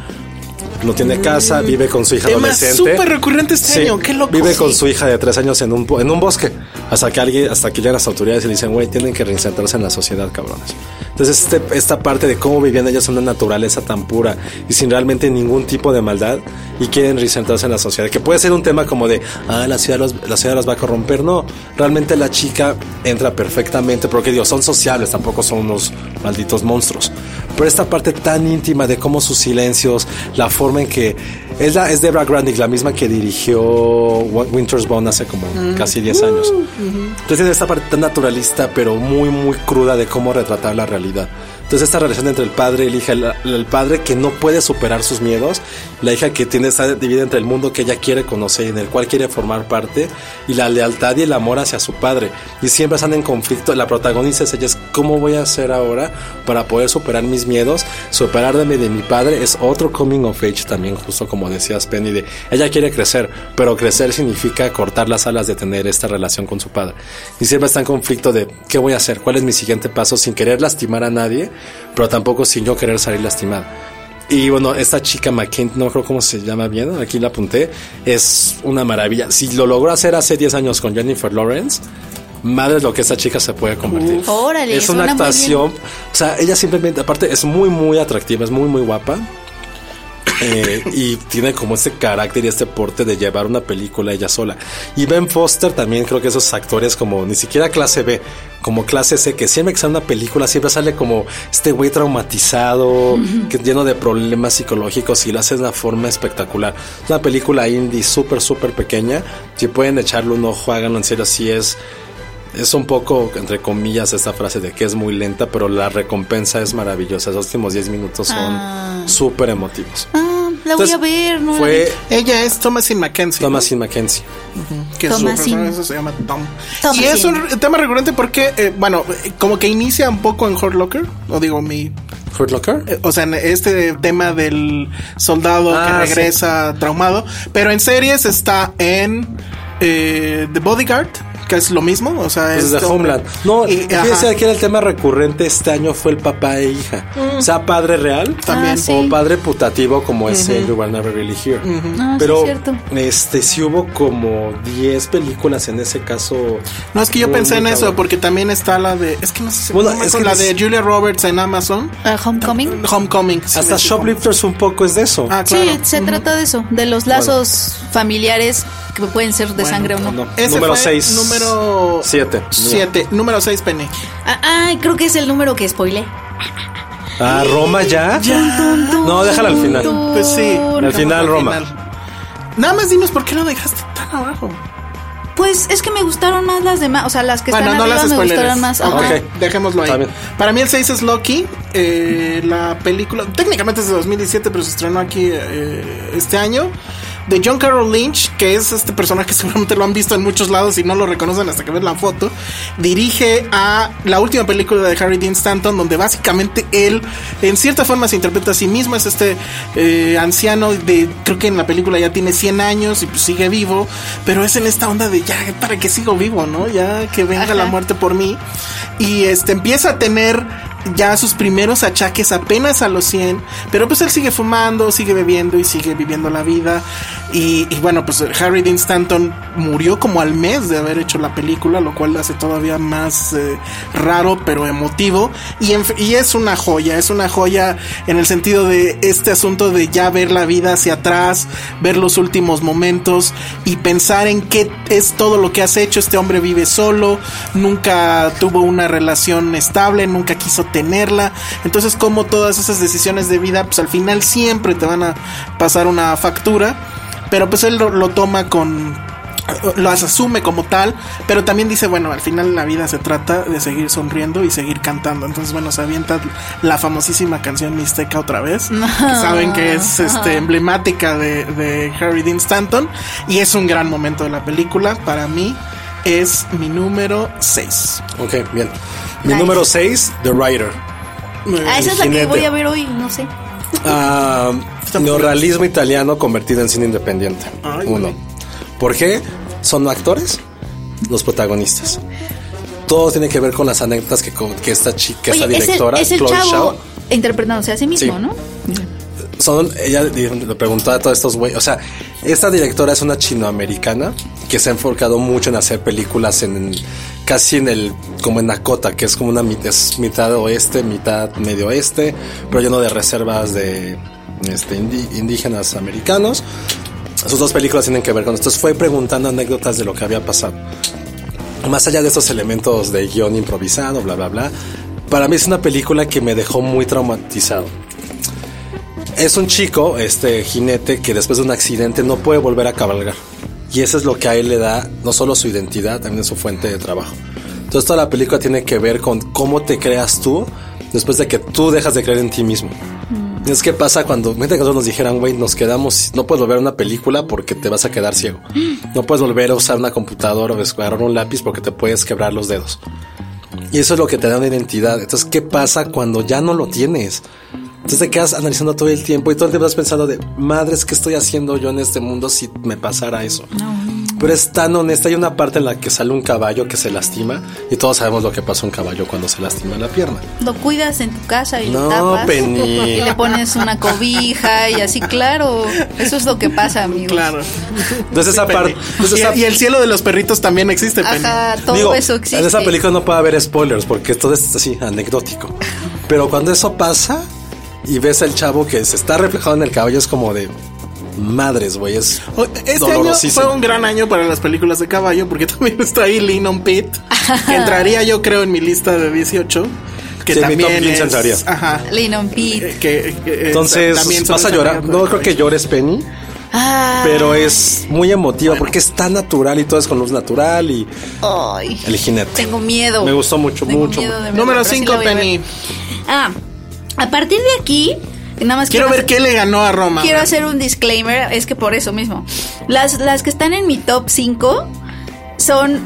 no tiene casa, vive con su hija
Mm. Tema
adolescente.
súper recurrente este
Sí,
año, qué loco.
Vive con su hija de tres años en un, bo- en un bosque. Hasta que alguien, hasta que llegan las autoridades y le dicen, güey, tienen que reinsertarse en la sociedad, cabrones. Entonces, este- esta parte de cómo vivían ellas en una naturaleza tan pura y sin realmente ningún tipo de maldad y quieren reinsertarse en la sociedad. Que puede ser un tema como de, ah, la ciudad los, la ciudad las va a corromper. No, realmente la chica entra perfectamente, porque digo, son sociables, tampoco son unos malditos monstruos. Pero esta parte tan íntima de cómo sus silencios, la forma en que. Es, la, es Debra Grandick, la misma que dirigió Wa- Winter's Bone hace como casi 10 años. Entonces tiene esta parte tan naturalista, pero muy, muy cruda de cómo retratar la realidad. Entonces esta relación entre el padre y la hija, el, el padre que no puede superar sus miedos, la hija que tiene esta dividida entre el mundo que ella quiere conocer y en el cual quiere formar parte, y la lealtad y el amor hacia su padre. Y siempre están en conflicto, la protagonista es ella, es cómo voy a hacer ahora para poder superar mis miedos, separarme de mi padre, es otro coming of age también, justo como decías Penny, de ella quiere crecer, pero crecer significa cortar las alas de tener esta relación con su padre. Y siempre está en conflicto de qué voy a hacer, cuál es mi siguiente paso, sin querer lastimar a nadie, pero tampoco sin yo querer salir lastimada. Y bueno, esta chica McKenna, no creo cómo se llama bien, aquí la apunté, es una maravilla. Si lo logró hacer hace 10 años con Jennifer Lawrence, madre lo que esta chica se puede convertir.
Órale,
es una
suena muy
actuación, o sea, ella simplemente, aparte, es muy, muy atractiva, es muy, muy guapa. Eh, y tiene como este carácter y este porte de llevar una película ella sola. Y Ben Foster también creo que esos actores como ni siquiera clase B, como clase C, que siempre que sale una película siempre sale como este güey traumatizado, que lleno de problemas psicológicos y lo hace de una forma espectacular. Es una película indie súper, súper pequeña. Si pueden echarle un ojo, háganlo en serio, así es. Es un poco, entre comillas, esta frase de que es muy lenta, pero la recompensa es maravillosa. Los últimos 10 minutos son
Ah.
súper emotivos.
Ah, la
Entonces,
voy a ver, no la he
Fue
visto.
Ella es Thomasin McKenzie.
Thomasin Mackenzie.
que su
Thomasin.
personaje se llama Tom.
Thomasin.
Y es un re- tema recurrente porque, eh, bueno, eh, como que inicia un poco en Hurt Locker, o digo, mi.
Hurt Locker.
eh, O sea, en este tema del soldado
Ah,
que regresa traumado. Pero en series está en eh, The Bodyguard, que es lo mismo. O sea,
Es Pues de
este hombre-
Homeland. No,
Y-
fíjense
ajá.
aquí el tema recurrente este año fue el papá e hija. O sea, padre real.
Mm. También. Ah,
sí.
O padre putativo como es el You Were Never Really Here.
Ah, sí,
Pero
es cierto.
este sí hubo como 10 películas en ese caso.
No, es que yo
Muy,
pensé
muy
en eso,
cabrón.
porque también está la de. Es que no sé si
Bueno,
no me
es
acuerdo,
que
la de
es-
Julia Roberts en Amazon.
Ah, Homecoming.
Homecoming. sí,
Hasta
sí,
Shoplifters un poco es de eso.
Ah,
Sí,
claro.
se trata de eso, de los lazos familiares que pueden ser de sangre o no.
pues No,
Ese
número
fue
6.
Número
7.
7. Número 6, Penny.
Ah, ay, creo que es el número que spoilé.
Ah, Roma ya. No, déjala al final.
Pues sí.
Al final, Roma.
Nada más dinos por qué lo dejaste tan abajo.
Pues es que me gustaron más las demás, o sea, las que están arriba me
spoileres.
gustaron más. Ajá.
Ok, dejémoslo ahí.
Está bien.
Para mí el 6 es Loki. eh, la película técnicamente es de 2017, pero se estrenó aquí eh, este año. De John Carroll Lynch, que es este personaje que seguramente lo han visto en muchos lados y no lo reconocen hasta que ven la foto. Dirige a la última película de Harry Dean Stanton, donde básicamente él, en cierta forma, se interpreta a sí mismo. Es este eh, anciano de, creo que en la película ya tiene 100 años y pues sigue vivo, pero es en esta onda de ya, ¿para que sigo vivo, no? Ya que venga
Ajá.
la muerte por mí. Y este empieza a tener ya sus primeros achaques apenas a los 100, pero pues él sigue fumando, sigue bebiendo y sigue viviendo la vida. Y, y bueno, pues Harry Dean Stanton murió como al mes de haber hecho la película, lo cual hace todavía más eh, raro, pero emotivo. Y, en- y es una joya, es una joya en el sentido de este asunto de ya ver la vida hacia atrás, ver los últimos momentos y pensar en qué es todo lo que has hecho. Este hombre vive solo, nunca tuvo una relación estable, nunca quiso tenerla. Entonces, como todas esas decisiones de vida, pues al final siempre te van a pasar una factura. Pero pues él lo, lo toma con lo asume como tal, pero también dice, bueno, al final la vida se trata de seguir sonriendo y seguir cantando. Entonces, bueno, se avienta la famosísima canción Mixteca otra vez, que saben que es este, emblemática de, de Harry Dean Stanton, y es un gran momento de la película. Para mí es mi número 6.
Ok, bien. Mi
Nice.
número 6, The Rider.
Ah, esa es la que
Jinete.
voy a ver hoy, no sé.
Ah, neorrealismo italiano convertido en cine independiente.
Ay,
Uno.
güey.
¿Por qué? Son actores los protagonistas. Todo tiene que ver con las anécdotas que, con- que esta chica, esta
Oye, es el,
directora,
es el
Chloe
chavo
Zhao,
interpretándose a sí mismo,
Sí.
¿no?
son, ella le preguntó a todos estos güeyes, o sea, esta directora es una chinoamericana que se ha enfocado mucho en hacer películas en casi en el, como en Dakota, que es como una mit- es mitad oeste, mitad medio oeste, pero lleno de reservas de este, indi- indígenas americanos. Sus dos películas tienen que ver con esto. Entonces fue preguntando anécdotas de lo que había pasado más allá de estos elementos de guión improvisado, bla, bla, bla, para mí es una película que me dejó muy traumatizado. Es un chico, este jinete, que después de un accidente no puede volver a cabalgar. Y eso es lo que a él le da no solo su identidad, también su fuente de trabajo. Entonces toda la película tiene que ver con cómo te creas tú después de que tú dejas de creer en ti mismo. Es que pasa cuando, imagínate que nosotros nos dijeran, güey, nos quedamos, no puedes volver a una película porque te vas a quedar ciego. No puedes volver a usar una computadora o agarrar un lápiz porque te puedes quebrar los dedos. Y eso es lo que te da una identidad. Entonces, ¿qué pasa cuando ya no lo tienes? Entonces te quedas analizando todo el tiempo y todo el tiempo estás pensando de, madres, ¿qué estoy haciendo yo en este mundo si me pasara eso? Pero es tan honesta. Hay una parte en la que sale un caballo que se lastima y todos sabemos lo que pasa a un caballo cuando se lastima la pierna.
Lo cuidas en tu casa y lo
No,
tapas.
Penny.
Y le pones una cobija y así, claro. Eso es lo que pasa, amigos.
Claro.
Entonces, esa
Penny.
parte... entonces
Y,
esa-
y el cielo de los perritos también existe, Penny.
Ajá, todo
Digo,
eso existe.
En esa película no puede haber spoilers porque todo es así, anecdótico. Pero cuando eso pasa y ves al chavo que se está reflejado en el caballo, es como de madres, güey. Es
O- Este año
dolorosísimo.
fue un gran año para las películas de caballo porque también está ahí Lean on Pete. que entraría yo creo en mi lista de 18. Que
Sí, en mi top
también
15
es-
entraría.
Ajá.
Linon
Eh,
Pete.
que- que- eh,
Entonces,
también son
vas a
las
llorar.
amigas de
No creo que llores, Penny,
Ah,
pero es muy emotiva porque es tan natural y todo es con luz natural y
ay.
el jinete.
Tengo miedo.
Me gustó mucho,
Tengo
mucho.
miedo de verla,
Número
pero sí
5,
la voy a ver.
Penny.
Ah, a partir de aquí, nada más
Quiero ver qué le ganó a Roma.
Quiero hacer un disclaimer, es que por eso mismo. Las, las que están en mi top 5 son.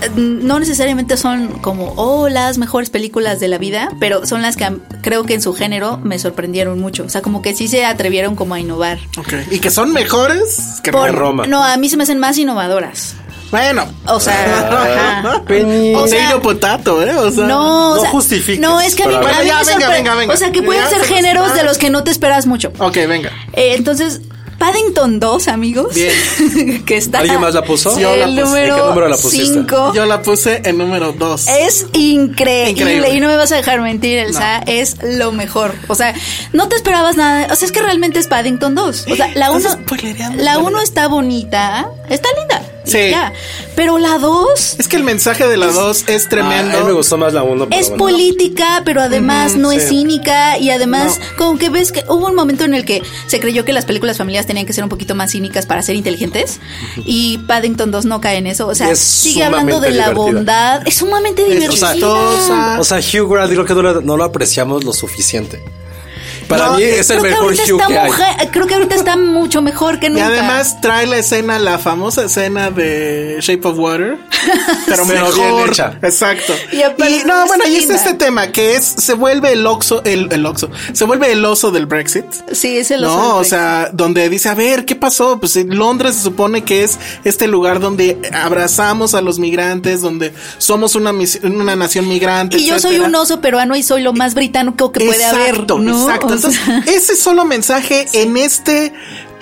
eh, No necesariamente son como, oh, las mejores películas de la vida, pero son las que am- creo que en su género me sorprendieron mucho. O sea, como que sí se atrevieron como a innovar.
Ok. Y que son mejores que
Por-
de Roma.
No, a mí se me hacen más innovadoras.
Bueno.
O sea, ajá.
Penny.
O sea,
Potato, potato, ¿eh? O sea,
no, o
no
sea,
justifiques,
No, es que a mí,
pero
a
a
mí
ver.
me
Bueno, ya, venga,
sorpre-
venga, venga.
O sea, que
Ya
pueden ser
se nos
géneros
va.
de los que no te esperas mucho.
Ok, venga.
Eh, entonces, Paddington 2, amigos. que está.
¿Alguien más la puso?
El
Yo la puse. ¿De qué número
número
la pusiste?
5.
Yo la puse en número 2.
Es increíble.
Increíble.
Y no me vas a dejar mentir, Elsa. Es lo mejor. O sea, no te esperabas nada. O sea, es que realmente es Paddington 2. O sea, la 1.
Estás spoilereando.
La 1 está bonita. Está linda. y
Sí.
ya. Pero la 2.
Es que el mensaje de la 2
Ah,
es tremendo.
a mí me gustó más la 1.
Es política, pero además no es cínica y además como que ves que hubo un momento en el que se creyó que las películas familiares tenían que ser un poquito más cínicas para ser inteligentes y Paddington 2 no cae en eso, o sea,
Es
sigue hablando de la
sumamente divertida.
bondad, es sumamente
o
divertida.
sea, o sea, Hugh Grant, creo que no lo, no lo apreciamos lo suficiente. Para
No,
mí es el
creo, que
mejor
ahorita
Hugh
está
que hay.
mujer- creo que ahorita está mucho mejor que
Y
nunca.
además trae la escena, la famosa escena de Shape of Water,
Pero
pero mejor.
bien hecha.
Exacto.
Y aparte
Y no, bueno, y
linda.
está este tema que es se vuelve el oxo, el, el oxo, se vuelve el oso del Brexit.
sí, es el oso
no,
del
o sea, donde dice, a ver, ¿qué pasó? Pues en Londres se supone que es este lugar donde abrazamos a los migrantes, donde somos una, mis- una nación migrante.
y yo soy
etcétera.
un oso peruano y soy lo más británico que puede
Exacto,
haber. ¿no?
Exacto.
O
Entonces,
sea,
ese solo mensaje en este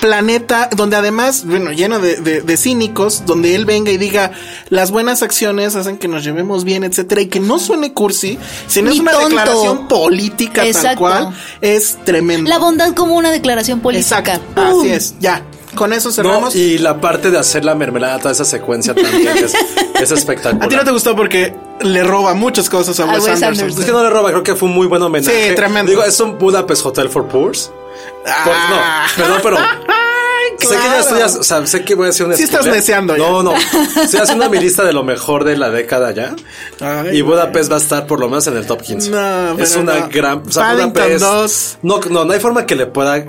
planeta, donde además, bueno, lleno de, de- de cínicos, donde él venga y diga las buenas acciones hacen que nos llevemos bien, etcétera, y que no suene cursi, sino
Ni
es una
tonto.
declaración política
Exacto.
tal cual, es tremendo.
la bondad como una declaración política.
Exacto,
¡Pum!
así es, ya. Con eso
No,
cerramos.
y la parte de hacer la mermelada, toda esa secuencia tan que es, es espectacular.
a ti no te gustó porque le roba muchas cosas a
A
Wes
Wes
Anderson.
Anderson.
Es que no le roba, creo que fue un muy buen homenaje.
Sí, tremendo.
Digo, es un Budapest Hotel for Poors. Por- pues no,
Ah.
perdón, pero.
Ay,
Sé que ya
claro.
estudias, o sea, sé que voy a hacer un
Sí estás deseando ya.
No, no. Estoy haciendo mi lista de lo mejor de la década ya.
Ay,
y Budapest va a estar por lo menos en el top 15.
No,
es
pero
una
no.
gran. O sea,
Paddington
Budapest.
dos.
No, no, no hay forma que le pueda.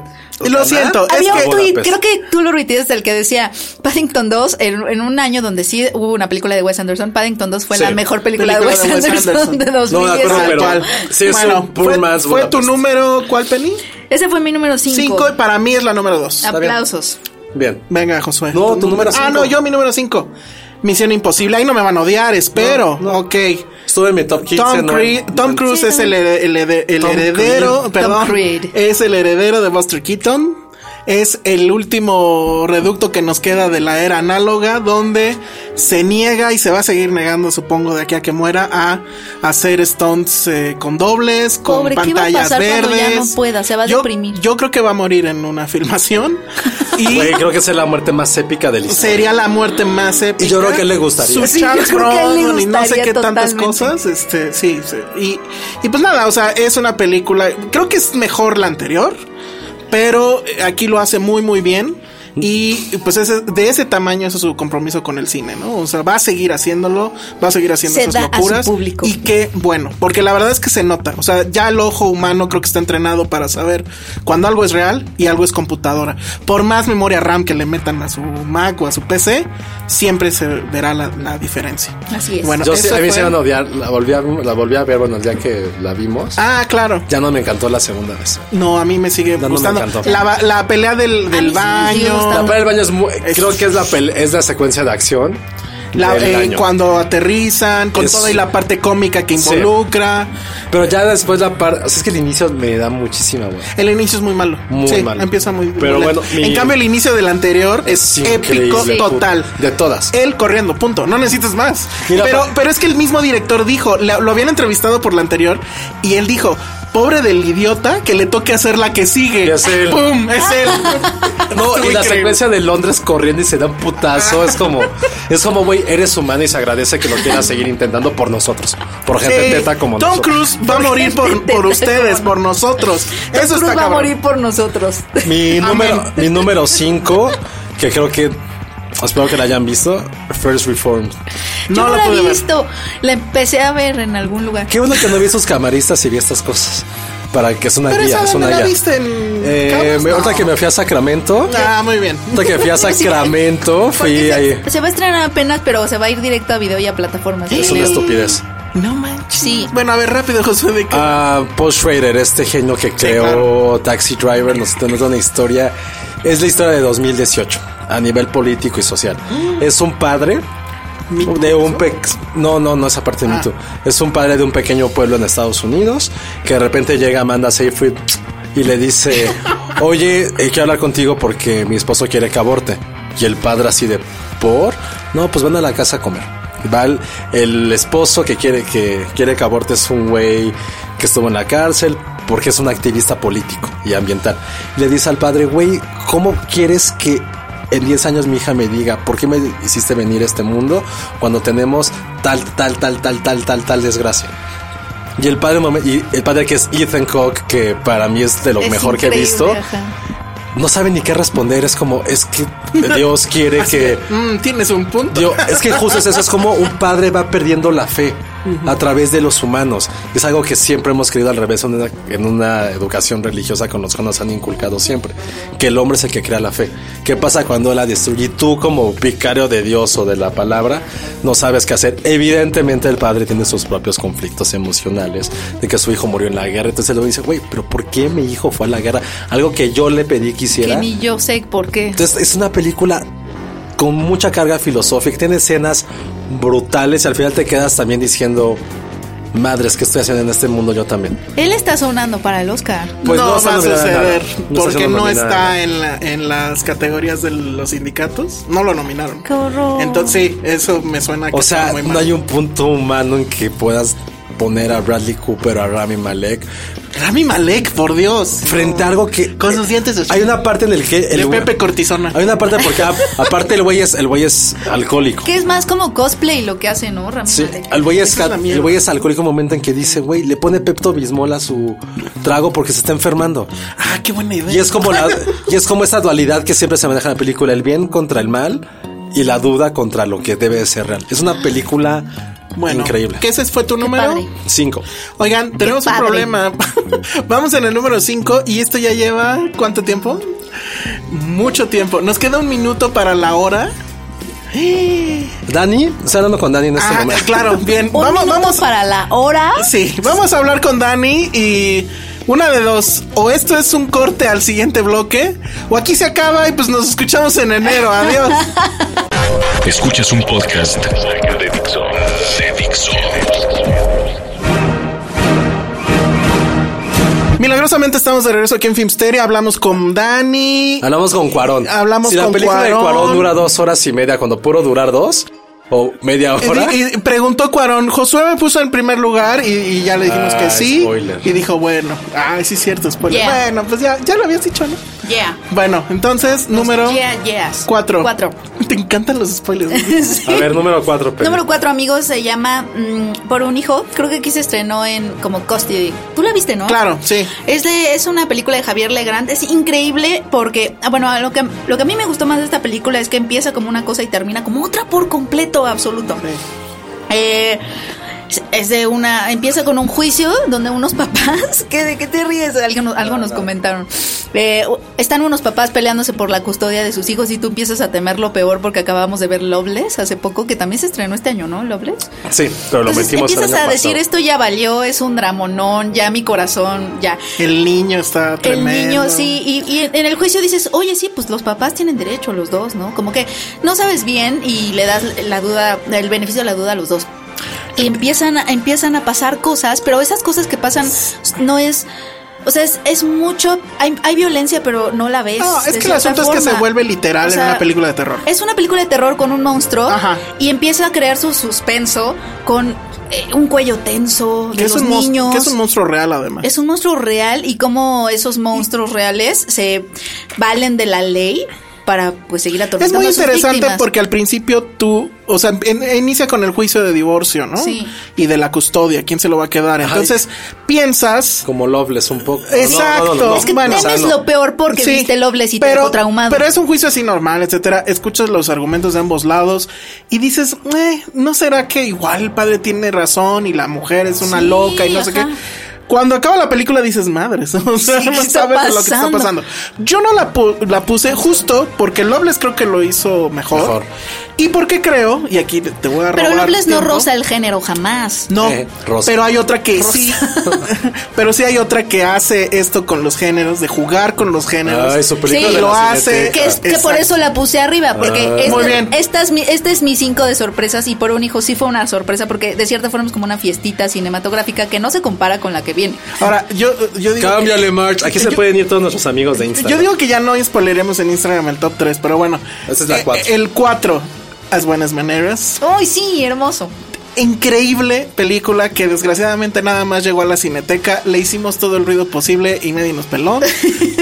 Y lo siento, es
Había
que-
un tweet,
Budapest.
creo que tú lo retuiteaste, el que decía Paddington 2, en, en un año donde sí hubo una película de Wes Anderson, Paddington 2 fue
Sí.
la mejor película, de, Wes Anderson, de
No, de acuerdo,
2018.
pero- sí, es un poor
fue,
man's
fue tu
Budapest.
número, ¿cuál Penny?
Ese fue mi número 5.
Cinco y para mí es la número dos.
bien.
Aplausos.
Bien.
Venga, Josué.
No, tu número
Ah,
cinco.
no, yo mi número cinco. Misión imposible. Ahí no me van a odiar, espero.
No, no.
Ok.
Estuve en mi top 15.
Tom,
¿no?
Cre- Tom Cruise es el, hered- el hered- el
Tom
heredero,
Creed.
perdón,
Tom Creed.
es el heredero de Buster Keaton. Es el último reducto que nos queda de la era análoga, donde se niega y se va a seguir negando, supongo, de aquí a que muera, a hacer stunts eh, con dobles, con
Pobre, ¿qué va a
pantallas
pasar cuando
verdes.
ya no pueda? Se va a
yo,
deprimir.
Yo creo que va a morir en una filmación y
Güey, creo que esa es la muerte más épica de la historia.
sería la muerte más épica.
Y yo creo que le gustaría.
Su
Sí, yo
Charles
creo que a él le
Bronson y no sé
gustaría
qué tantas
totalmente.
cosas. Este, sí, sí. Y, y pues nada, o sea, es una película. Creo que es mejor la anterior, pero aquí lo hace muy, muy bien. Y pues ese- de ese tamaño ese es su compromiso con el cine, ¿no? O sea, va a seguir haciéndolo, va a seguir haciendo
Se
esas
da a su
locuras.
público.
Y qué bueno, porque la verdad es que se nota. O sea, ya el ojo humano creo que está entrenado para saber cuando algo es real y algo es computadora. Por más memoria RAM que le metan a su Mac o a su PC, siempre se verá la, la diferencia.
Así es.
Bueno,
Yo sí,
eso
a mí me
fue-
hicieron odiar. La volví, a, la volví a ver, bueno, el día que la vimos.
Ah, claro.
Ya no me encantó la segunda vez.
No, a mí me
No,
sigue
no me
gustando.
encantó.
la, ba- la pelea del, del
mí sí me sigue
baño.
gustando.
La pelea del baño es muy-
Es-
creo que es la, pel- es la secuencia de acción.
La-
del
eh,
año.
cuando aterrizan, con
Es-
toda y la parte cómica que
Sí.
involucra.
Pero ya después la parte. O sea, es que el inicio me da muchísima, güey.
El inicio es muy malo.
Muy
sí,
malo.
empieza muy
Pero
muy
bueno,
lento.
mi-
En cambio, el inicio del anterior es,
increíble.
épico total.
De todas.
Él corriendo, punto. No necesitas más.
Mira,
pero,
pa-
pero es que el mismo director dijo, la- lo habían entrevistado por la anterior y él dijo, pobre del idiota que le toque hacer la que sigue.
Y es él.
¡Pum! Es él.
No, y la
Estuvo increíble.
secuencia de Londres corriendo y se da un putazo. Es como, es como, güey, eres humano y se agradece que lo quieras seguir intentando por nosotros. Por gente
Sí.
teta como
Tom
nosotros.
Cruise va a morir por, por ustedes, por nosotros. Eso
Cruz
está
va a
cabrón.
morir por nosotros.
Mi número,
Amén.
mi número 5, que creo que. Espero que la hayan visto. First Reformed.
No
Yo no
la
la
pude
he
ver.
visto. La empecé a ver en algún lugar.
Qué bueno que no vi sus camaristas y vi estas cosas. Para que es una
Pero
guía,
esa
es
¿dónde
una
la
guía.
viste en
Eh,
Cabos?
me- ahorita
No.
que me fui a Sacramento.
Ah, muy bien.
Ahorita que fui a Sacramento,
Porque
fui
se,
ahí.
se va a estrenar apenas, pero se va a ir directo a video y a plataformas.
Es una estupidez.
No manches.
Sí.
Bueno, a ver, rápido, José, de qué.
Ah, Paul Schrader, este genio que creó
claro.
Taxi Driver, nos tenemos una historia. Es la historia de 2018 a nivel político y social. Es un padre de un pe- no no no esa parte de mito. Es un padre de un pequeño pueblo en Estados Unidos que de repente llega Amanda Seyfried y le dice, oye, eh, quiero hablar contigo porque mi esposo quiere que aborte. Y el padre así de por, no, pues van a la casa a comer. Va el, el esposo que quiere que quiere que aborte es un güey que estuvo en la cárcel porque es un activista político y ambiental. Le dice al padre, güey, ¿cómo quieres que en 10 años mi hija me diga, ¿por qué me hiciste venir a este mundo cuando tenemos tal, tal, tal, tal, tal, tal, tal desgracia? Y el padre, momen- y el padre que es Ethan Cock, que para mí es de lo
Es
mejor que he
increíble,
visto,
ajá.
no sabe ni qué responder. Es como, es que Dios quiere que...
Mm, tienes un punto.
Digo, es que justo es eso, es como un padre va perdiendo la fe a través de los humanos. Es algo que siempre hemos creído al revés en una, en una educación religiosa con los que nos han inculcado siempre, que el hombre es el que crea la fe. ¿Qué pasa cuando la destruye? Y tú como vicario de Dios o de la palabra no sabes qué hacer. Evidentemente el padre tiene sus propios conflictos emocionales de que su hijo murió en la guerra. Entonces luego dice, güey, pero ¿por qué mi hijo fue a la guerra? Algo que yo le pedí que hiciera.
Que ni yo sé por qué.
Entonces es una película con mucha carga filosófica, tiene escenas brutales y al final te quedas también diciendo, madres, ¿qué estoy haciendo en este mundo yo también?
Él está sonando para el Oscar.
Pues
no,
no está
va a
nominada a nada.
suceder
No está
porque
siendo
no
nominada a
está
nada.
en, la- en las categorías de los sindicatos. No lo nominaron.
Qué horror.
Entonces, sí, eso me suena que
O sea,
está muy
no
mal.
hay un punto humano en que puedas poner a Bradley Cooper, a Rami Malek,
Rami Malek, por Dios.
frente a algo que...
Con sus dientes de
Hay una parte en el que... El
de
güey-
Pepe Cortisona.
Hay una parte porque a- aparte el güey es, el güey es alcohólico.
Que es más como cosplay lo que hace, ¿no, Ramírez?
Sí, el güey es,
Esa es la
cal-
mierda.
el güey es alcohólico un momento en que dice, güey, le pone Pepto Bismol a su trago porque se está enfermando.
Ah, qué buena idea.
Y es como la, y es como esa dualidad que siempre se maneja en la película, el bien contra el mal y la duda contra lo que debe de ser real. Es una película
bueno,
increíble.
¿Qué ese fue tu número?
padre.
Cinco.
Oigan, tenemos un
padre.
problema. Vamos en el número 5 y esto ya lleva ¿cuánto tiempo? Mucho tiempo. Nos queda un minuto para la hora.
Dani, estoy hablando con Dani en este
Ah,
momento.
claro, bien.
Un
vamos,
minuto
vamos.
para la hora.
Sí, vamos a hablar con Dani y una de dos. O esto es un corte al siguiente bloque, o aquí se acaba y pues nos escuchamos en enero. Adiós.
Escuchas un podcast de Dixo. De Dixo.
Curiosamente estamos de regreso aquí en Filmsteria. Hablamos con Dani.
Hablamos con Cuarón.
Hablamos
si la
con
película de Cuarón
Cuarón.
dura dos horas y media, cuando puro durar dos o media hora.
Y, y preguntó Cuarón, Josué me puso en primer lugar y, y ya le dijimos
Ah,
que sí.
spoiler.
Y dijo, bueno, ay, sí, cierto, spoiler.
Yeah.
Bueno, pues ya, ya lo habías dicho, ¿no?
Yeah.
Bueno, entonces, número
Yeah, yes.
cuatro.
Cuatro.
Te encantan los spoilers. güey.
Sí.
A ver, número cuatro. Pedro.
Número cuatro, amigos, se llama mm, Por un hijo. Creo que aquí se estrenó en como Custody. Tú la viste, ¿no?
Claro, sí.
Es, de- es una película de Javier Legrand. Es increíble porque, ah, bueno, lo que, lo que a mí me gustó más de esta película es que empieza como una cosa y termina como otra por completo, absoluto. Eh, es- es de una. Empieza con un juicio donde unos papás. ¿qué, ¿De qué te ríes? Algo, no- algo nos comentaron. Eh, u- están unos papás peleándose por la custodia de sus hijos y tú empiezas a temer lo peor porque acabamos de ver Loveless hace poco, que también se estrenó este año, ¿no? Loveless.
Sí, pero lo
Entonces
metimos el
empiezas
año
a decir:
pasado.
esto ya valió, es un dramonón, ya mi corazón, ya.
El niño está
El
tremendo.
niño, sí, y, y en el juicio dices, oye, sí, pues los papás tienen derecho, los dos, ¿no? Como que no sabes bien y le das la duda, el beneficio de la duda a los dos. Y empiezan, a- empiezan a pasar cosas, pero esas cosas que pasan no es... O sea, es, es mucho... Hay, hay violencia, pero no la ves.
No, es
de
que el
cierta
asunto es que se
forma.
vuelve literal
O sea,
en una película de terror.
es una película de terror con un monstruo
Ajá.
y empieza a crear su suspenso con eh, un cuello tenso de
Que es,
los
un monstruo-
niños.
que es un monstruo real, además.
Es un monstruo real y cómo esos monstruos reales se valen de la ley para pues seguir
Es
atormentando
muy
a sus
interesante
víctimas.
porque al principio tú, o sea, en- en- inicia con el juicio de divorcio, ¿no?
Sí.
Y de la custodia, ¿quién se lo va a quedar? Entonces piensas.
Como Loveless un poco.
Exacto.
Es que
bueno,
temes
o sea, no.
lo peor porque
Sí,
viste Loveless y te
pero,
dejó traumado.
Pero es un juicio así normal, etcétera. Escuchas los argumentos de ambos lados y dices, eh, ¿no será que igual el padre tiene razón y la mujer es una
Sí,
loca y no sé qué?
ajá.
Cuando acaba la película dices, madres, o sea,
Sí,
no
¿qué está
sabes de lo que está
pasando?
pasando. Yo no la, pu- la puse justo porque Loveless creo que lo hizo mejor.
Mejor.
Y porque creo, y aquí te te voy a robar
Pero Loveless no
tiempo.
rosa el género jamás.
No,
Eh, rosa.
pero hay otra que sí. pero sí hay otra que hace esto con los géneros, de jugar con los géneros.
Ay, su película
Sí.
de
Lo
la
hace,
Cineteca.
Que, es, que por
Exacto.
eso la puse arriba, porque
Ah.
esta-
Muy bien.
esta es mi, este es mi cinco de sorpresas y por un hijo sí fue una sorpresa porque de cierta forma es como una fiestita cinematográfica que no se compara con la que viene.
Ahora, yo, yo digo.
Cámbiale, March. Aquí se
Yo-
pueden ir todos nuestros amigos de Instagram.
Yo digo que ya no spoileremos en Instagram el top 3, pero bueno.
Esa es la
Eh,
cuatro.
El 4, As Buenas Maneras.
¡Ay, sí, hermoso!
Increíble película que desgraciadamente nada más llegó a la cineteca. Le hicimos todo el ruido posible y nadie nos peló.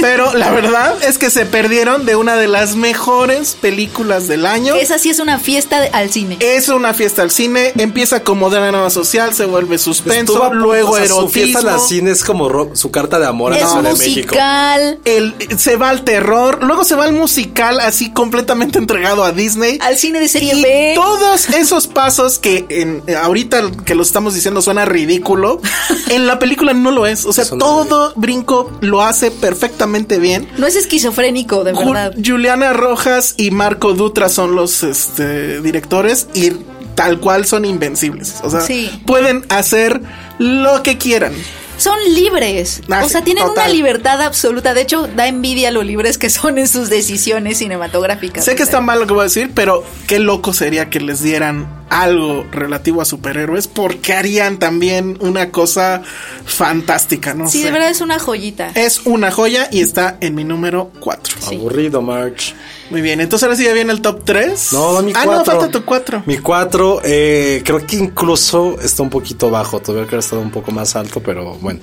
pero la verdad es que se perdieron de una de las mejores películas del año.
Esa sí es una fiesta de- al cine.
Es una fiesta al cine, empieza como drama social, se vuelve suspenso,
Estuvo a punto,
Pues luego
o sea, Su fiesta
erotismo.
en la cine es como ro- su carta de amor a la
es
Ciudad de México.
musical.
el, se va al terror, luego se va al musical así completamente entregado a Disney.
Al cine de serie
y
B.
todos esos pasos que en, ahorita que lo estamos diciendo suena ridículo, en la película no lo es. O sea,
Eso no
todo brinco lo hace perfectamente bien.
No es esquizofrénico, de
Ju-
verdad.
Juliana Rojas y Marco Dutra son los este, directores y tal cual son invencibles. O sea,
Sí.
pueden hacer lo que quieran.
Son libres.
Ah,
o sea,
sí,
tienen
total.
una libertad absoluta. De hecho, da envidia lo libres que son en sus decisiones cinematográficas.
Sé que
O sea,
está mal lo que voy a decir, pero qué loco sería que les dieran algo relativo a superhéroes porque harían también una cosa fantástica, ¿no?
Sí,
sé. Eh,
de verdad es una joyita.
Es una joya y está en mi número 4.
Sí.
Aburrido, March.
Muy bien, entonces ahora sí ya viene el top 3.
No, va mi
Ah,
cuatro.
no, falta tu 4.
Mi 4, creo que incluso está un poquito bajo. Todavía que ha estado un poco más alto, pero bueno.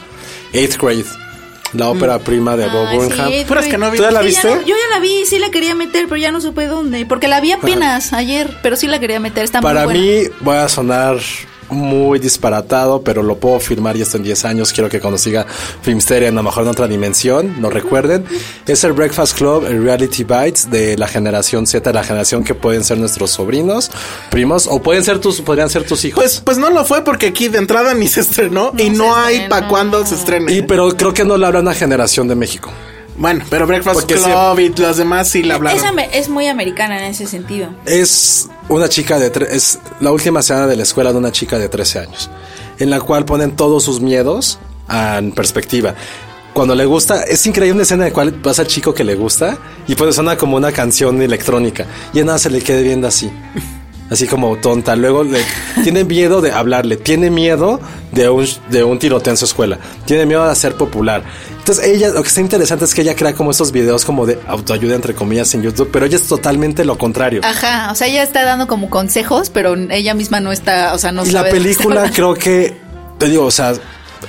Eighth grade, la ópera prima de Bob
Ay,
Burnham.
Mm. Ah, sí,
Puras que no
sí,
vi. ¿Tú ya la
ya
viste?
no- yo ya la vi, sí la quería meter, pero ya no supe dónde. Porque la vi apenas ayer, pero sí la quería meter. Está
Para
muy buena.
mí, voy a sonar muy disparatado, pero lo puedo firmar y esto en 10 años. Quiero que cuando siga Filmsteria, a lo mejor en otra dimensión, nos recuerden. Es el Breakfast Club, el Reality Bites de la generación Z, la generación que pueden ser nuestros sobrinos, primos, o pueden ser tus, podrían ser tus hijos.
Pues, pues no lo fue porque aquí de entrada ni se estrenó y
se
no hay
estrenó.
para cuándo se estrene.
y, pero creo que no la hablan a generación de México.
bueno, pero Breakfast
Porque
Club y las demás sí la hablaron.
Es, ame- es muy americana en ese sentido.
Es una chica de tre- es la última semana de la escuela de una chica de 13 años, en la cual ponen todos sus miedos ah, en perspectiva. Cuando le gusta, es increíble una escena en la cual vas al chico que le gusta y pues suena como una canción electrónica y a nada se le quede viendo así. así como tonta. Luego le tiene miedo de hablarle, tiene miedo de un, de un tiroteo en su escuela, tiene miedo de ser popular. Entonces ella, lo que está interesante es que ella crea como esos videos como de autoayuda entre comillas en YouTube, pero ella es totalmente lo contrario.
Ajá, o sea, ella está dando como consejos, pero ella misma no está, o sea, no
y la
sabe de qué está
película
hablando.
creo que, te digo, o sea,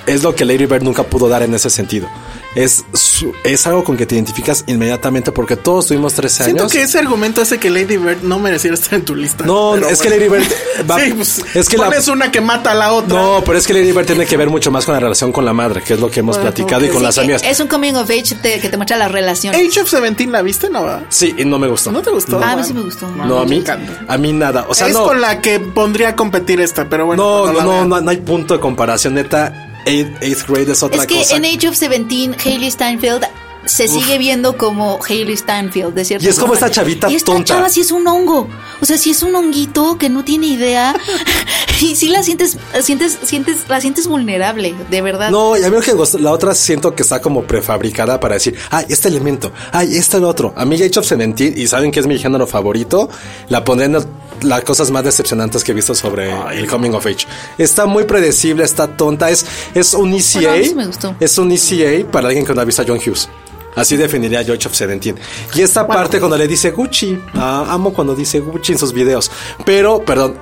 es lo que Lady Bird nunca pudo dar en ese sentido. Es, su- es algo con que te identificas inmediatamente porque todos tuvimos 13
Siento
años.
que ese argumento hace que Lady Bird no mereciera estar en tu lista.
No,
pero
es que
bueno.
Lady Bird va-
Sí, pues,
es que la-
pones una que mata a la otra.
No, pero es que Lady Bird tiene que ver mucho más con la relación con la madre, que es lo que hemos
Bueno,
platicado y
ok.
con
pues Sí,
las
que
amigas.
Es un coming of age te- que te muestra las relaciones.
Age of 17 la viste, ¿no? va?
Sí, y no me gustó.
¿No te gustó?
Ah, a mí
Bueno.
sí me gustó.
No, a
me
mí,
encanta.
a mí nada. O sea,
es
no.
con la que pondría a competir esta, pero bueno.
no,
cuando
no,
la
no,
vean.
no, no hay punto de comparación, neta. Eighth, eighth grade es otra
Es que
cosa.
en Age of 17, Hailey Steinfeld se sigue viendo como Hailey Steinfeld, de cierta
Y es como
forma.
esta chavita
y esta
tonta.
chava sí es un hongo. O sea, sí es un honguito que no tiene idea. y sí la sientes, sientes, sientes, la sientes vulnerable, de verdad.
No, y a mí lo que me gustó- la otra siento que está como prefabricada para decir, ay, este elemento, ay, este el otro. A mí Age of Seventeen, y saben que es mi género favorito, la pondré en el- las cosas más decepcionantes que he visto sobre el Coming of Age. Está muy predecible, está tonta, es, es un ECA.
Bueno, a mí sí me gustó.
Es un ECA para alguien que no ha visto a John Hughes. Así definiría yo Age of Seventeen. Y esta parte cuando le dice Gucci, ah, amo cuando dice Gucci en sus videos. Pero, perdón,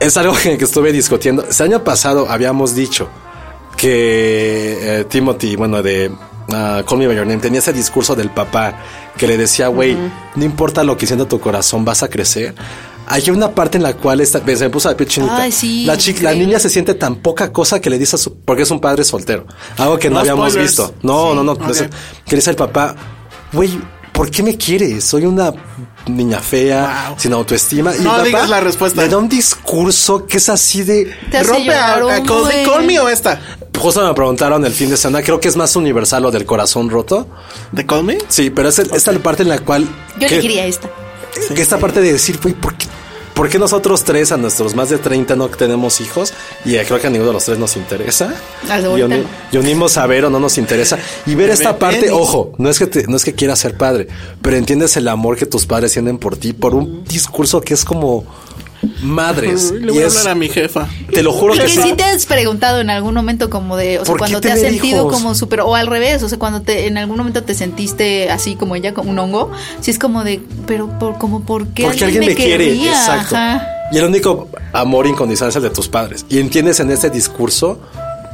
es algo que, que estuve discutiendo. El año pasado habíamos dicho que eh, Timothy, bueno, de ah, Call Me By Your Name, tenía ese discurso del papá que le decía, güey, no importa lo que sienta tu corazón, vas a crecer. Hay una parte en la cual está, se me puso la piel chinita.
Ay, sí,
la, chica, la
increíble.
niña se siente tan poca cosa que le dice a su... Porque es un padre soltero. Algo que no,
No
habíamos
spoilers.
visto. No,
Sí,
no, no.
ok.
no sé. Que le dice al papá, güey, ¿por qué me quieres? Soy una niña fea,
Wow.
sin autoestima. Y
No
el papá
digas la respuesta.
le da un discurso que es así de...
Te hace
Rompe a,
llorar oh,
a
un
Call,
buen.
Call Me o esta.
Justo me preguntaron el fin de semana, creo que es más universal lo del corazón roto.
¿De Call Me?
Sí, pero es, el- es la parte en la cual...
Yo
que-
le quería esta.
que esta parte de decir, güey, ¿por qué, por qué nosotros tres, a nuestros más de 30, no tenemos hijos? Y eh, creo que a ninguno de los tres nos interesa.
Al de
Y,
ahorita no.
y unimos a Vero, no nos interesa. Y ver esta parte, ojo, no es que te- no es que quieras ser padre, pero entiendes el amor que tus padres tienen por ti, por un discurso que es como madres.
Le
y
voy a
es-
hablar a mi jefa.
te lo juro
Y
que
que
sí.
sí te has preguntado en algún momento como de, o sea,
¿Por qué
cuando te has
tener
sentido
hijos?
como súper, o al revés, o sea, cuando te, en algún momento te sentiste así como ella, como un hongo, sí es como de, pero por, como, ¿por qué
Porque alguien me quiere,
querría?
exacto.
Ajá.
Y el único amor incondicional es el de tus padres. Y entiendes en este discurso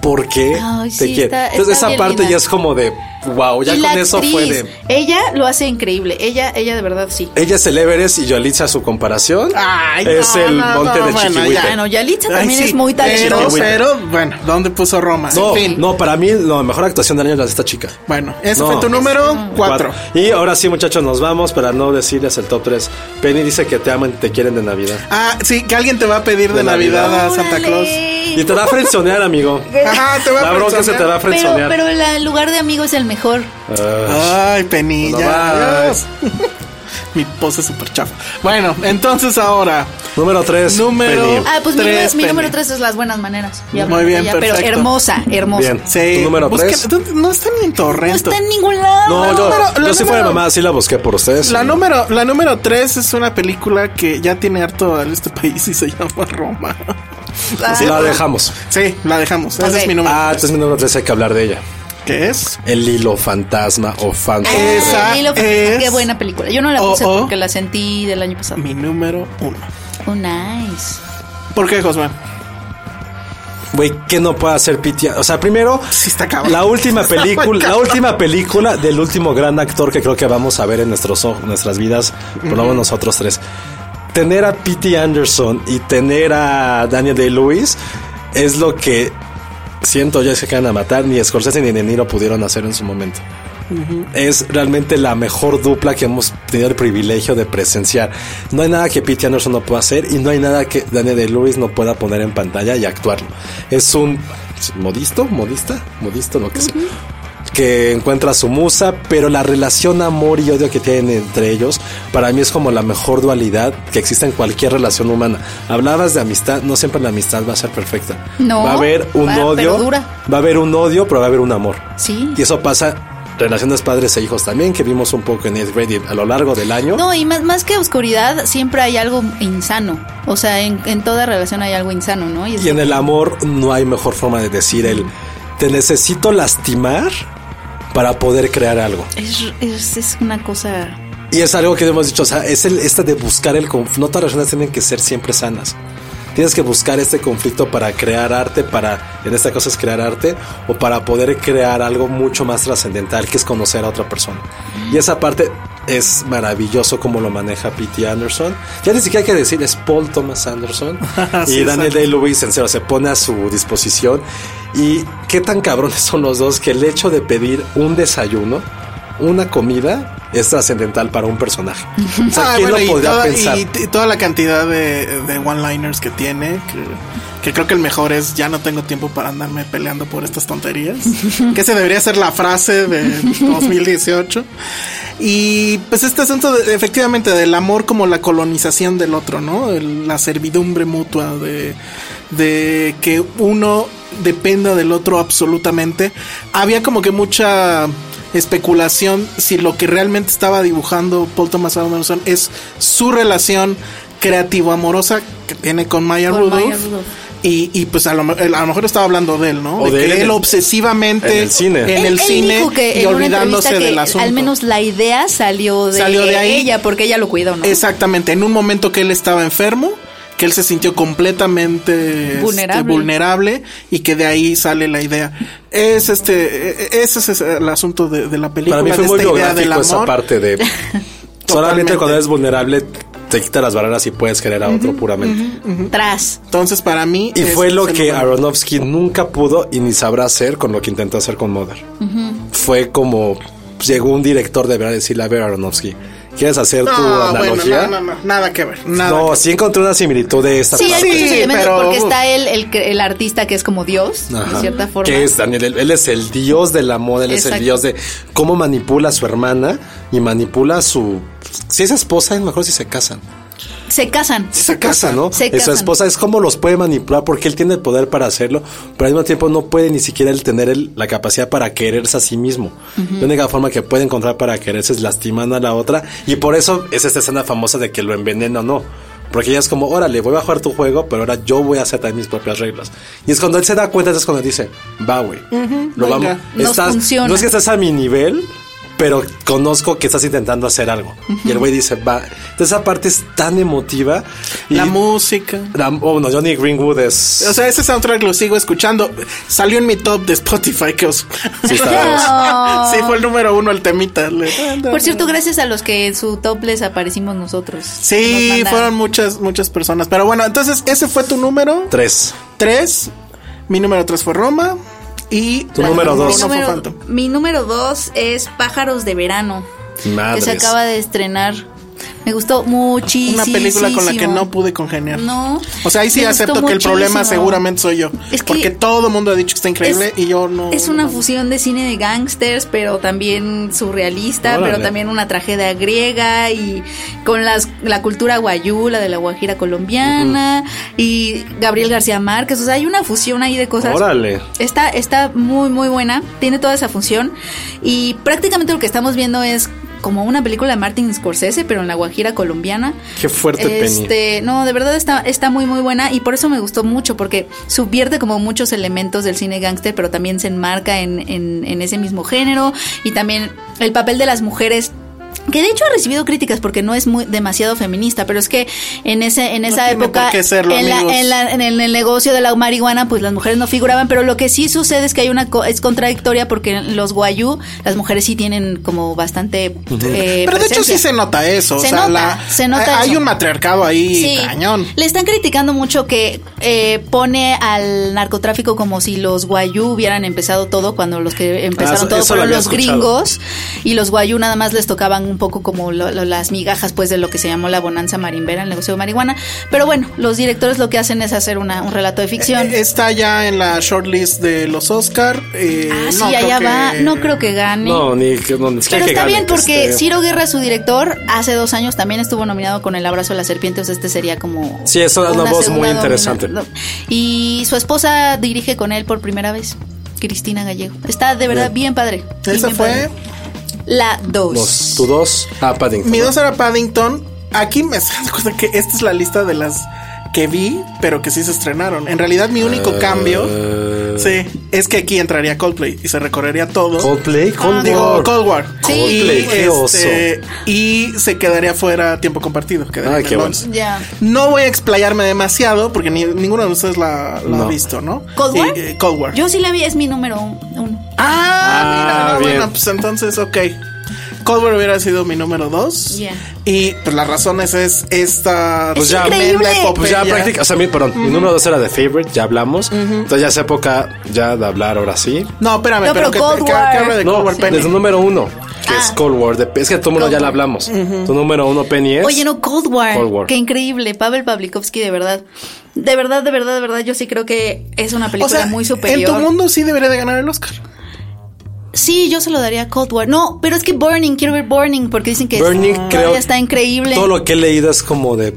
por qué
Ay,
te
sí,
quieren.
está-
Entonces
está
esa
bien
parte
linda.
ya es como de wow, ya
Y
con
la
eso fue
actriz,
de
Ella lo hace increíble, ella, ella de verdad sí.
ella es el Everest y Yolitza su comparación
Ay,
es
no,
el
no,
monte
no,
de
bueno,
Chiquihuite.
ya, Ah, no, Yalitza
Ay,
también
sí,
es muy
Pero,
talentosa.
Chiquihuite.
pero, bueno, ¿dónde puso Roma?
No,
En fin.
no, para mí la mejor actuación del año es la de esta chica.
Bueno, ese
No.
fue tu número 4.
Y ahora sí, muchachos, nos vamos para no decirles el top 3. Penny dice que te aman y te quieren de Navidad.
Ah, sí, que alguien te va a pedir de,
De
Navidad,
Navidad.
a Santa Claus.
Y te va a frenzonear, amigo.
Ajá, te va
La
a
bronca se te va a
presionar.
frenzonear.
Pero, pero la- el lugar de amigo es el mejor.
Ay, penilla.
Pues No
Dios. Mi pose es súper chafa. Bueno, entonces ahora.
Número 3.
Número-
Ah, pues mi
Tres
número- mi,
pene.
número tres es las buenas maneras. Ya
Muy
hablamos de
bien,
ella, Pero
perfecto.
hermosa, hermosa.
Bien.
Sí.
¿Tu número
busquen-
tres?
¿Dónde- No está ni en
No
Torrento.
está en ningún lado.
No, yo,
Ah, número-
yo
la
sí fue de
número-
mamá, sí la busqué por ustedes.
La número, la número 3 es una película que ya tiene harto en este país y se llama Roma.
Sí,
ah.
la dejamos.
Sí, la dejamos. Ese
Ok.
es mi número.
Ah, entonces mi número 3 hay que hablar de ella.
¿Qué es?
El hilo fantasma o
Ah,
fantasma.
Esa
Lilo-
es-
Qué buena película. Yo no la puse
Oh, oh.
porque la sentí del año pasado.
Mi número 1.
Oh, nice.
¿Por qué, Josué?
Güey, que no puede hacer Pitia. O sea, primero,
Sí está cabrón.
la última
Está muy
película, la
cabrón.
última película del último gran actor que creo que vamos a ver en nuestros ojos, nuestras vidas, por lo menos nosotros tres. Tener a P.T. Anderson y tener a Daniel Day-Lewis es lo que siento yo es que acaban a matar, ni Scorsese ni De Niro pudieron hacer en su momento. Es realmente la mejor dupla que hemos tenido el privilegio de presenciar. No hay nada que Pete Anderson no pueda hacer y no hay nada que Daniel de Lewis no pueda poner en pantalla y actuarlo. Es un modisto, modista, modisto, lo que sea que encuentra a su musa, pero la relación amor y odio que tienen entre ellos, para mí es como la mejor dualidad que existe en cualquier relación humana. Hablabas de amistad, no siempre la amistad va a ser perfecta.
No,
va a haber un
va- pero
odio,
dura.
va a haber un odio, pero va a haber un amor.
Sí.
Y eso pasa relaciones padres e hijos también, que vimos un poco en Eighth Grade a lo largo del año.
No, y más, más que oscuridad, siempre hay algo insano. O sea, en, en toda relación hay algo insano, ¿no? es
Y en el amor no hay mejor forma de decir el te necesito lastimar para poder crear algo.
Es, es- es una cosa.
Y es algo que hemos dicho, o sea, es el, esta de buscar el conflicto. No todas las relaciones tienen que ser siempre sanas. Tienes que buscar este conflicto para crear arte, para, en esta cosa es crear arte, o para poder crear algo mucho más trascendental, que es conocer a otra persona. Y esa parte es maravilloso como lo maneja P.T. Anderson. Ya ni siquiera hay que decir, es Paul Thomas Anderson.
Sí,
y Daniel
exacto.
Day-Lewis, en serio, se pone a su disposición. Y qué tan cabrones son los dos que el hecho de pedir un desayuno, una comida, es trascendental para un personaje. O sea,
Ah,
¿quién
bueno,
lo podría
toda,
pensar?
y t- toda la cantidad de, de one-liners que tiene, que, que creo que el mejor es ya no tengo tiempo para andarme peleando por estas tonterías, que se debería ser la frase de 2018. Y pues este asunto de- efectivamente del amor como la colonización del otro, ¿no? El- la servidumbre mutua de, de que uno dependa del otro absolutamente. Había como que mucha especulación si lo que realmente estaba dibujando Paul Thomas Anderson es su relación creativo amorosa que tiene con Maya
Con Maya
Rudolph.
Rudolph.
Y, y, pues a lo, me- a lo mejor estaba hablando de él, ¿no?
O de
que
él en el-
obsesivamente
en el cine.
en
Él-
el
él
cine
dijo que
y
en una
olvidándose
entrevista que
del asunto.
Al menos la idea salió de,
Salió de ahí.
ella, porque ella lo cuidó, ¿no?
Exactamente, en un momento que él estaba enfermo, que él se sintió completamente este,
Vulnerable.
vulnerable y que de ahí sale la idea. Es este, eh, ese es el asunto de, de la película,
Para mí fue
de
muy
esta idea del
biográfico esa
amor.
parte de... solamente
Totalmente.
cuando eres vulnerable te quita las barreras y puedes querer a otro puramente.
Tras.
Entonces para mí
Y
ese
fue
es
lo
el
que
momento.
Aronofsky nunca pudo y ni sabrá hacer con lo que intentó hacer con Mother. Fue como llegó un director de verdad a decirle a ver Aronofsky, ¿quieres hacer tu
No, Ah, bueno,
analogía?
no, no, no, nada que ver, nada.
No, sí encontré una similitud de esta
Sí, hay
parte.
Sí,
muchos elementos,
pero-
porque está el, el, que- el artista que es como Dios, de
Ajá.
cierta forma.
Que es Daniel, él, él es el dios de la moda, él es
Exacto.
el dios de cómo manipula a su hermana y manipula a su... Si es esposa, es mejor si se casan.
Se casan.
Sí se casa, ¿no?
Se
Y su
casan.
esposa es como los puede manipular porque él tiene el poder para hacerlo, pero al mismo tiempo no puede ni siquiera él tener el- la capacidad para quererse a sí mismo. La única forma que puede encontrar para quererse es lastimando a la otra y por eso es esta escena famosa de que lo envenena o no. Porque ella es como, órale, voy a jugar tu juego, pero ahora yo voy a hacer también mis propias reglas. Y es cuando él se da cuenta, es cuando dice, va, güey, lo vamos.
venga,
nos
estás-
funciona.
no es que estás a mi nivel, pero conozco que estás intentando hacer algo. Y el güey dice, va. Entonces, esa parte es tan emotiva. Y
La música.
la- oh, bueno, Johnny Greenwood es.
O sea, ese soundtrack lo sigo escuchando. Salió en mi top de Spotify, que os...
Sí,
Ah. está-
Sí, fue el número uno el temita. Le-
Por cierto, gracias a los que en su top les aparecimos nosotros. Nos
Sí,
mandaron.
fueron muchas, muchas personas. Pero bueno, entonces ese fue tu número
tres.
tres. Mi número tres fue Roma. Y
Tu número
uno
dos.
Mi
fue
número-
Phantom.
mi número dos es Pájaros de Verano, que
Madres.
se acaba de estrenar. Me gustó muchísimo.
Una película con la que no pude congeniar.
No.
O sea, ahí sí
Me
acepto
gustó
que el problema
muchísimo.
seguramente soy yo.
Es que-
porque todo el mundo ha dicho que está increíble
Es-
y yo no. Eh,
Es una
no.
fusión de cine de gangsters, pero también surrealista,
Órale.
pero también una tragedia griega y con las, la cultura guayú, la de la guajira colombiana y Gabriel García Márquez. O sea, hay una fusión ahí de cosas.
Órale.
Está, está muy, muy buena. Tiene toda esa función. Y prácticamente lo que estamos viendo es como una película de Martin Scorsese, pero en la Guajira colombiana.
Qué fuerte, Penny.
Este, no, de verdad está, está muy, muy buena. Y por eso me gustó mucho, porque subvierte como muchos elementos del cine gángster, pero también se enmarca en, en- en ese mismo género. Y también el papel de las mujeres. Que de hecho ha recibido críticas porque no es muy demasiado feminista, pero es que en ese en esa
tiene
época
por qué serlo,
en, la-
amigos.
en la- en el, en el negocio de la marihuana, pues las mujeres no figuraban, pero lo que sí sucede es que hay una co- es contradictoria porque los guayú, las mujeres sí tienen como bastante. eh,
Pero de hecho sí
presencia.
se nota eso.
Se
o sea,
nota,
la-
se nota
Hay
eso.
un matriarcado ahí
Sí.
cañón.
Le están criticando mucho que eh, pone al narcotráfico como si los guayú hubieran empezado todo cuando los que empezaron
Ah, eso-
todo
eso lo
fueron
había
los
escuchado.
gringos y los guayú nada más les tocaban un poco como lo- lo- las migajas pues de lo que se llamó la bonanza marimbera, el negocio de marihuana. Pero bueno, los directores lo que hacen es hacer una, un relato de ficción.
Eh, Está ya en la shortlist de los Oscar. eh,
ah, sí,
no creo
allá
que-
va. No creo que gane.
No, ni que no, ni siquiera
Pero
que
está
gane,
bien
que
porque
esté-
Ciro Guerra, su director, hace dos años también estuvo nominado con El Abrazo de la Serpiente. O sea, este sería como.
Sí, eso es una voz
segunda
muy interesante.
nomina- no. Y su esposa dirige con él por primera vez, Cristina Gallego. Está de verdad bien, padre. Bien,
Esa
bien
fue
padre. la 2.
Dos. Tu dos. Ah, Paddington.
Mi dos era Paddington. Aquí me das cuenta que esta es la lista de las que vi, pero que sí se estrenaron. En realidad, mi único
Ah.
cambio sí, es que aquí entraría Coldplay y se recorrería todo.
Coldplay, Cold
Ah, Digo,
War.
Cold War.
Sí.
Y,
Coldplay, qué
este, y se quedaría fuera tiempo compartido. quedaría
Ay,
en
qué
el
bueno.
once.
Ya.
No voy a explayarme demasiado porque ni- ninguno de ustedes la, la ha
No.
visto, ¿no?
¿Cold
Y,
War?
eh, Cold War.
Yo sí la vi, es mi número un- uno.
Ah, mira,
Ah,
no,
bien.
bueno, pues entonces, ok. Cold War hubiera sido mi número dos.
Yeah.
Y pues las razones es esta
Es
tremenda
increíble.
epopeya.
Pues ya práctica, o sea, mi, perdón, mi número dos era de favorite, ya hablamos. Entonces ya es época ya de hablar ahora sí.
No, espérame,
No,
pero,
pero Cold
que, que-
War.
que habla de
No,
Cold War Penny.
desde el número uno, que es
Ah.
Cold War. de- es que todo el mundo ya la hablamos. Tu número uno, Penny, es.
Oye, no, Cold War.
Cold War.
Qué increíble. Pavel Pavlikovsky, de verdad. De verdad, de verdad, de verdad. Yo sí creo que es una película
o sea,
muy superior.
en tu mundo sí debería de ganar el Oscar.
Sí, yo se lo daría a Cold War. No, pero es que Burning, quiero ver Burning, porque dicen que
Burning,
todavía
creo-
está increíble.
Todo lo que he leído es como de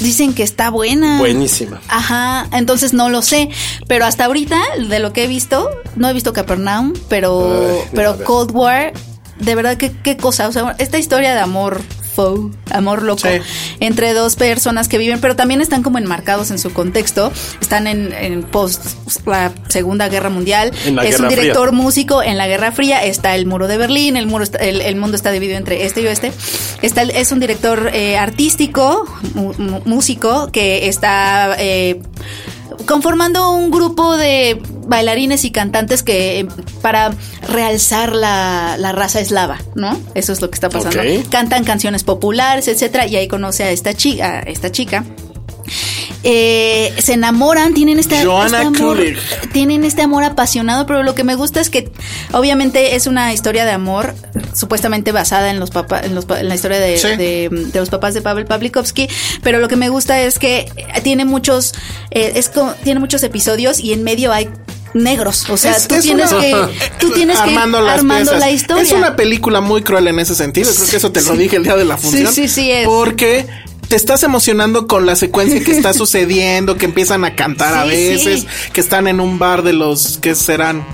Dicen que está buena.
buenísima.
Ajá, entonces no lo sé. Pero hasta ahorita, de lo que he visto, no he visto Capernaum, pero,
Ay,
pero
madre.
Cold War, de verdad, ¿qué, qué cosa. O sea, esta historia de amor faux, amor loco,
Sí.
entre dos personas que viven, pero también están como enmarcados en su contexto. Están en, en post la Segunda Guerra Mundial.
En la
es
Guerra
un
Fría.
director músico en la Guerra Fría. Está el muro de Berlín, el muro está- el, el mundo está dividido entre este y oeste. Está, el- es un director eh, artístico, mu- mu- músico, que está eh, conformando un grupo de bailarines y cantantes que eh, para realzar la, la raza eslava, ¿no? Eso es lo que está pasando.
Ok.
Cantan canciones populares, etcétera, y ahí conoce a esta chica, a esta chica. Eh, se enamoran, tienen este,
Joanna
este amor,
Kulig.
tienen este amor apasionado, pero lo que me gusta es que obviamente es una historia de amor supuestamente basada en los papá, en, los pa- en la historia de,
Sí.
de- de los papás de Pavel Pavlikovsky, pero lo que me gusta es que tiene muchos eh, es co- tiene muchos episodios y en medio hay negros, o sea,
Es-
tú,
es
tienes
una-
que, tú tienes que ir
armando las
armando
piezas.
la historia.
Es una película muy cruel en ese sentido. Creo que eso te lo dije el día de la
Sí,
función.
sí, sí es.
Porque te estás emocionando con la secuencia que está sucediendo, que empiezan a cantar a
Sí,
veces,
sí.
que están en un bar de los que serán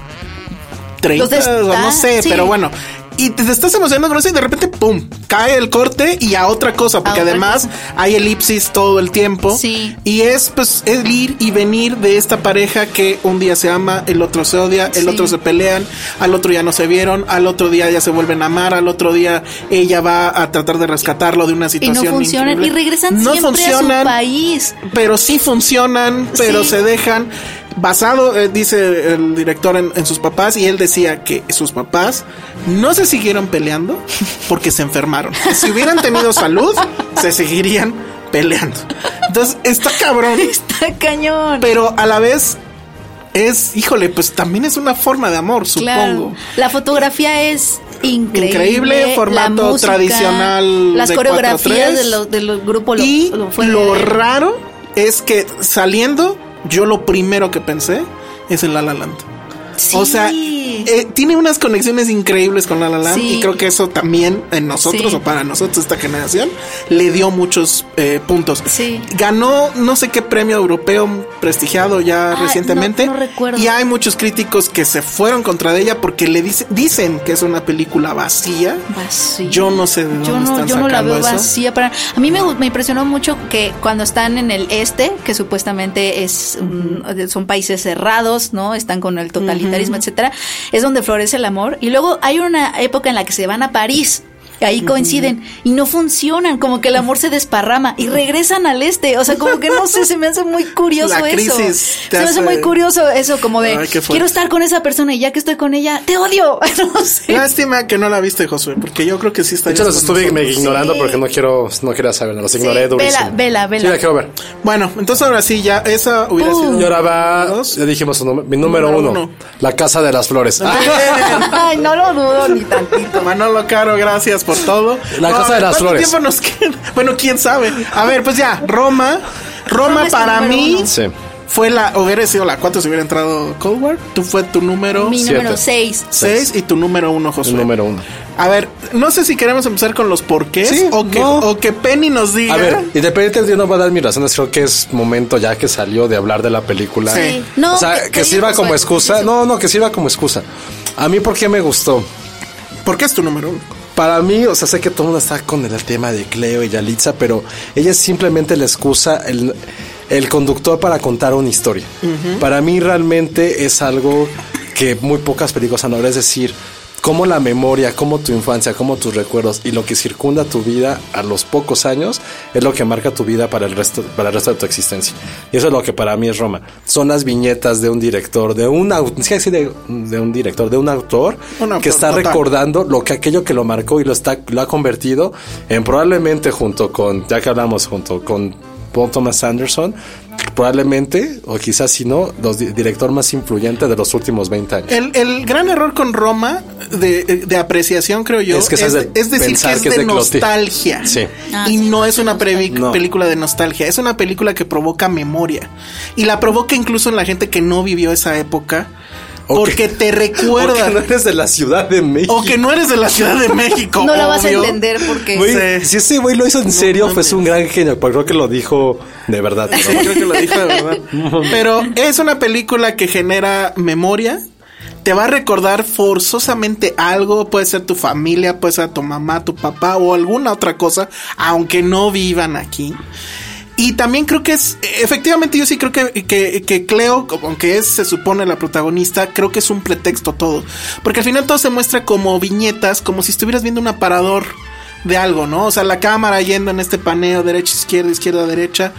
30
Los de
o no
esta-
sé,
sí.
pero bueno. Y te te estás emocionando con eso y de repente, ¡pum! Cae el corte y a otra cosa, porque
otra
además
cosa.
hay elipsis todo el tiempo.
Sí.
Y es pues el ir y venir de esta pareja que un día se ama, el otro se odia, el
Sí.
otro se pelean, al otro ya no se vieron, al otro día ya se vuelven a amar, al otro día ella va a tratar de rescatarlo de una
y
situación.
no funcionan
increíble.
y regresan
No
siempre a su
funcionan,
país.
pero sí funcionan, pero
Sí.
se dejan. Basado, eh, dice el director, en, en sus papás, y él decía que sus papás no se siguieron peleando porque se enfermaron. Si hubieran tenido salud, se seguirían peleando. Entonces, está cabrón,
Está cañón.
pero a la vez es, híjole, pues también es una forma de amor, supongo.
La fotografía es increíble.
Increíble, formato
la música,
tradicional
Las
de
coreografías
4-3.
de los de los grupos.
y
fue-
lo raro es que saliendo, yo lo primero que pensé es el La La Land.
Sí.
O sea, eh, tiene unas conexiones increíbles con La La Land
Sí.
y creo que eso también en nosotros
Sí.
o para nosotros esta generación le dio muchos eh, puntos.
Sí.
Ganó no sé qué premio europeo prestigiado ya
Ah,
recientemente
no- no recuerdo.
y hay muchos críticos que se fueron contra de ella porque le dice- dicen que es una película vacía.
Vacía.
Yo no sé de dónde
yo no,
están
yo no la
sacando
veo
eso.
vacía para a mí me, gu- me impresionó mucho que cuando están en el este que supuestamente es mm, son países cerrados no están con el totalitarismo etcétera es donde florece el amor y luego hay una época en la que se van a París y Ahí coinciden y no funcionan, como que el amor se desparrama y regresan al este. O sea, como que no sé, se me hace muy curioso
La
eso.
crisis
Se
te
me hace
hace-
muy curioso eso, como de
Ay, qué fuerte.
quiero estar con esa persona y ya que estoy con ella, te odio. No sé.
Lástima que no la viste, Josué, porque yo creo que sí está.
De hecho, los estuve me ignorando
Ah, Sí.
porque no quiero, no quería saberlo. Los ignoré
vela,
durísimo.
vela, vela.
Sí, la quiero ver.
Bueno, entonces ahora sí, ya esa hubiera
Uh.
sido.
Y ahora va,
Dos.
ya dijimos su número- mi número,
Número
uno,
uno.
La Casa de las Flores. Ah,
Ay, no lo dudo ni tantito.
Manolo Caro, gracias por todo.
La
No,
Casa de las
¿cuánto
Flores.
tiempo nos queda? Bueno, quién sabe. A ver, pues ya, Roma. Roma,
Roma es tu
para
número
mí
uno.
sí.
fue la. Hubiera sido la 4 si hubiera entrado Cold War. Tú fue tu número
Mi
Siete.
número 6.
6 y tu número 1, Josué.
El número uno.
A ver, no sé si queremos empezar con los porqués
Sí,
o, que,
no.
o que Penny nos diga.
A ver, independientemente yo no voy a dar mis razones, creo que es momento ya que salió de hablar de la película.
Sí. No,
o sea,
que-
que,
que
sirva
digas,
como
Juan,
excusa.
dices-
No, no, que sirva como excusa. A mí, ¿por qué me gustó?
¿por qué es tu número 1?
Para mí, o sea, sé que todo el mundo está con el tema de Cleo y Yalitza, pero ella es simplemente la excusa, el, el conductor para contar una historia. Para mí realmente es algo que muy pocas películas han logrado, es decir, cómo la memoria, cómo tu infancia, cómo tus recuerdos y lo que circunda tu vida a los pocos años es lo que marca tu vida para el resto, para el resto de tu existencia. Y eso es lo que para mí es Roma. Son las viñetas de un director, de un autor, de, de un director, de un autor,
Un autor
que está
total.
recordando lo que aquello que lo marcó y lo está, lo ha convertido en probablemente junto con, ya que hablamos junto con Paul Thomas Anderson, probablemente, o quizás si no, los di- director más influyente de los últimos 20 años.
El, el gran error con Roma de, de apreciación, creo yo,
Es
es,
que eso es de
es decir que
pensar
es
que es
de,
de Clotilde.
nostalgia.
Sí.
Ah, sí,
y no es una previ-
No.
película de nostalgia, es una película que provoca memoria. Y la provoca incluso en la gente que no vivió esa época,
O que-
porque te recuerda.
Porque no eres de la Ciudad de México.
O que no eres de la Ciudad de México.
No la vas a
obvio.
entender porque
Güey,
Sí.
Si ese güey lo hizo en serio, pues
mames.
es un gran genio. Pues creo que lo dijo de verdad. ¿no?
Creo que lo dijo de verdad. Pero es una película que genera memoria. Te va a recordar forzosamente algo. Puede ser tu familia, puede ser tu mamá, tu papá o alguna otra cosa, aunque no vivan aquí. Y también creo que es, efectivamente yo sí creo que, que, que Cleo, como- aunque es, se supone la protagonista, creo que es un pretexto todo. Porque al final todo se muestra como viñetas, como si estuvieras viendo un aparador de algo, ¿no? O sea, la cámara yendo en este paneo derecha, izquierda, izquierda, derecha.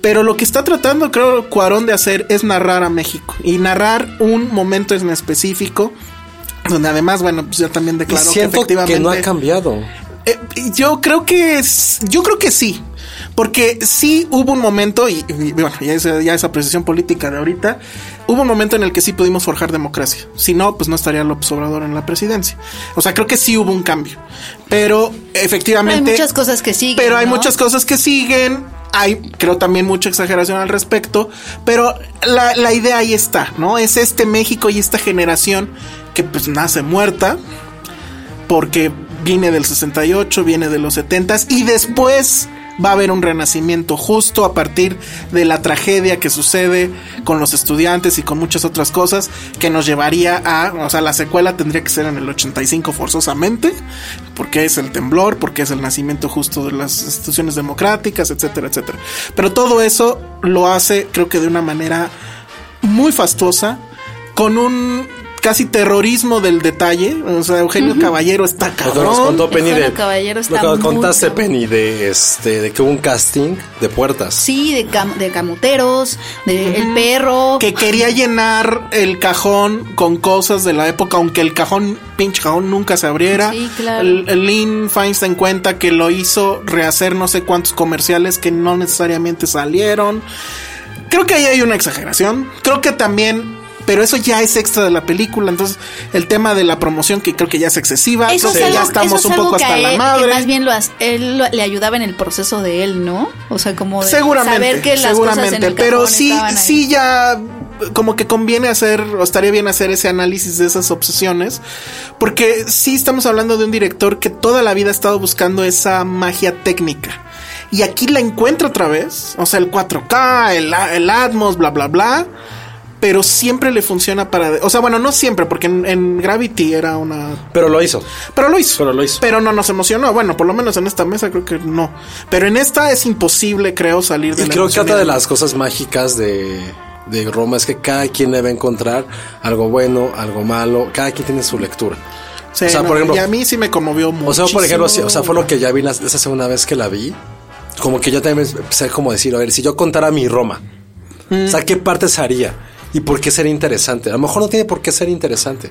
Pero lo que está tratando, creo, Cuarón de hacer es narrar a México. Y narrar un momento en específico, donde además, bueno, pues ya también
Y
declaró que
siento que,
efectivamente...
no ha cambiado.
Eh, yo creo que es, yo creo que sí. Porque sí hubo un momento, y, y bueno, ya esa, ya esa precisión política de ahorita, hubo un momento en el que sí pudimos forjar democracia. Si no, pues no estaría López Obrador en la presidencia. O sea, creo que sí hubo un cambio. Pero
hay
efectivamente.
muchas cosas que siguen.
Pero hay
¿no?
muchas cosas que siguen. Hay, creo, también mucha exageración al respecto. Pero la, la idea ahí está, ¿no? Es este México y esta generación que pues nace muerta. Porque viene del 68, viene de los 70s. Y después va a haber un renacimiento justo a partir de la tragedia que sucede con los estudiantes y con muchas otras cosas que nos llevaría a, o sea, la secuela tendría que ser en el 85 forzosamente, porque es el temblor, porque es el nacimiento justo de las instituciones democráticas, etcétera, etcétera. Pero todo eso lo hace, creo que de una manera muy fastuosa, con un casi terrorismo del detalle, o sea, Eugenio Caballero está
Lo que nos
cabrón.
contó Penny
Híjole,
de.
caballero, está
lo que nos
muy
contaste,
cabrón.
Penny, de, este, de que hubo un casting de puertas.
Sí, de, cam- de camuteros, de el perro.
que quería llenar el cajón con cosas de la época, aunque el cajón, pinche cajón, nunca se abriera.
Sí, claro.
El- el Lynn Feinstein cuenta que lo hizo rehacer no sé cuántos comerciales que no necesariamente salieron. Creo que ahí hay una exageración. Creo que también, pero eso ya es extra de la película. Entonces, el tema de la promoción, que creo que ya es excesiva.
Eso es
creo que ya
algo-
estamos
eso es
un
algo
poco
que
hasta
a
la
él-
madre.
Que más bien lo, as- él lo- le ayudaba en el proceso de él, ¿no? O sea, como de
seguramente,
saber que las
seguramente,
cosas en el
pero
cajón
sí,
estaban ahí.
sí ya como que conviene hacer o estaría bien hacer ese análisis de esas obsesiones, porque sí estamos hablando de un director que toda la vida ha estado buscando esa magia técnica. Y aquí la encuentra otra vez, o sea, el 4K, el, a- el Atmos, bla, bla, bla. Pero siempre le funciona para... O sea, bueno, no siempre, porque en- en Gravity era una
Pero lo hizo.
pero lo hizo.
Pero lo hizo.
Pero no nos emocionó. Bueno, por lo menos en esta mesa creo que no. Pero en esta es imposible, creo, salir de
Y
la
creo que
emoción
otra de
y-
las cosas mágicas de, de Roma es que cada quien le va a encontrar algo bueno, algo malo. Cada quien tiene su lectura.
Sí,
o sea,
no,
por ejemplo-
y a mí sí me conmovió mucho.
O sea, por ejemplo, sí, o sea, fue lo que ya vi la- esa segunda vez que la vi. Como que yo también empecé como decir, a ver, si yo contara mi Roma, o sea, ¿qué partes haría? ¿Y por qué sería interesante? A lo mejor no tiene por qué ser interesante,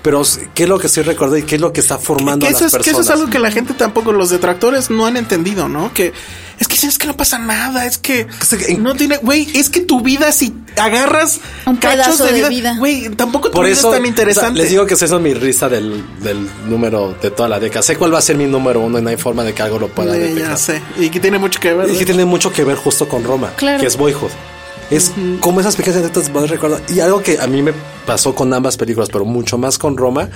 pero ¿qué es lo que estoy recordando y qué es lo que está formando a
que eso,
las
es, que eso
personas?
es algo que la gente tampoco, los detractores no han entendido, ¿no? Que es que es que no pasa nada, es que
sea, que-
no tiene, güey, es que tu vida si agarras
Un
cachos
pedazo
de
de
vida,
vida.
güey, tampoco tu
Por
vida
eso
es tan
o
interesante.
sea, les digo que esa es mi risa del, del número de toda la década. Sé cuál va a ser mi número uno y no hay forma de que algo lo pueda
Eh,
detectar.
ya sé, y que tiene mucho que ver.
Y que tiene mucho que ver justo con Roma,
Claro.
que es Boyhood. Es como esas pequeñas anécdotas van recuerdo. Y algo que a mí me pasó con ambas películas, pero mucho más con Roma,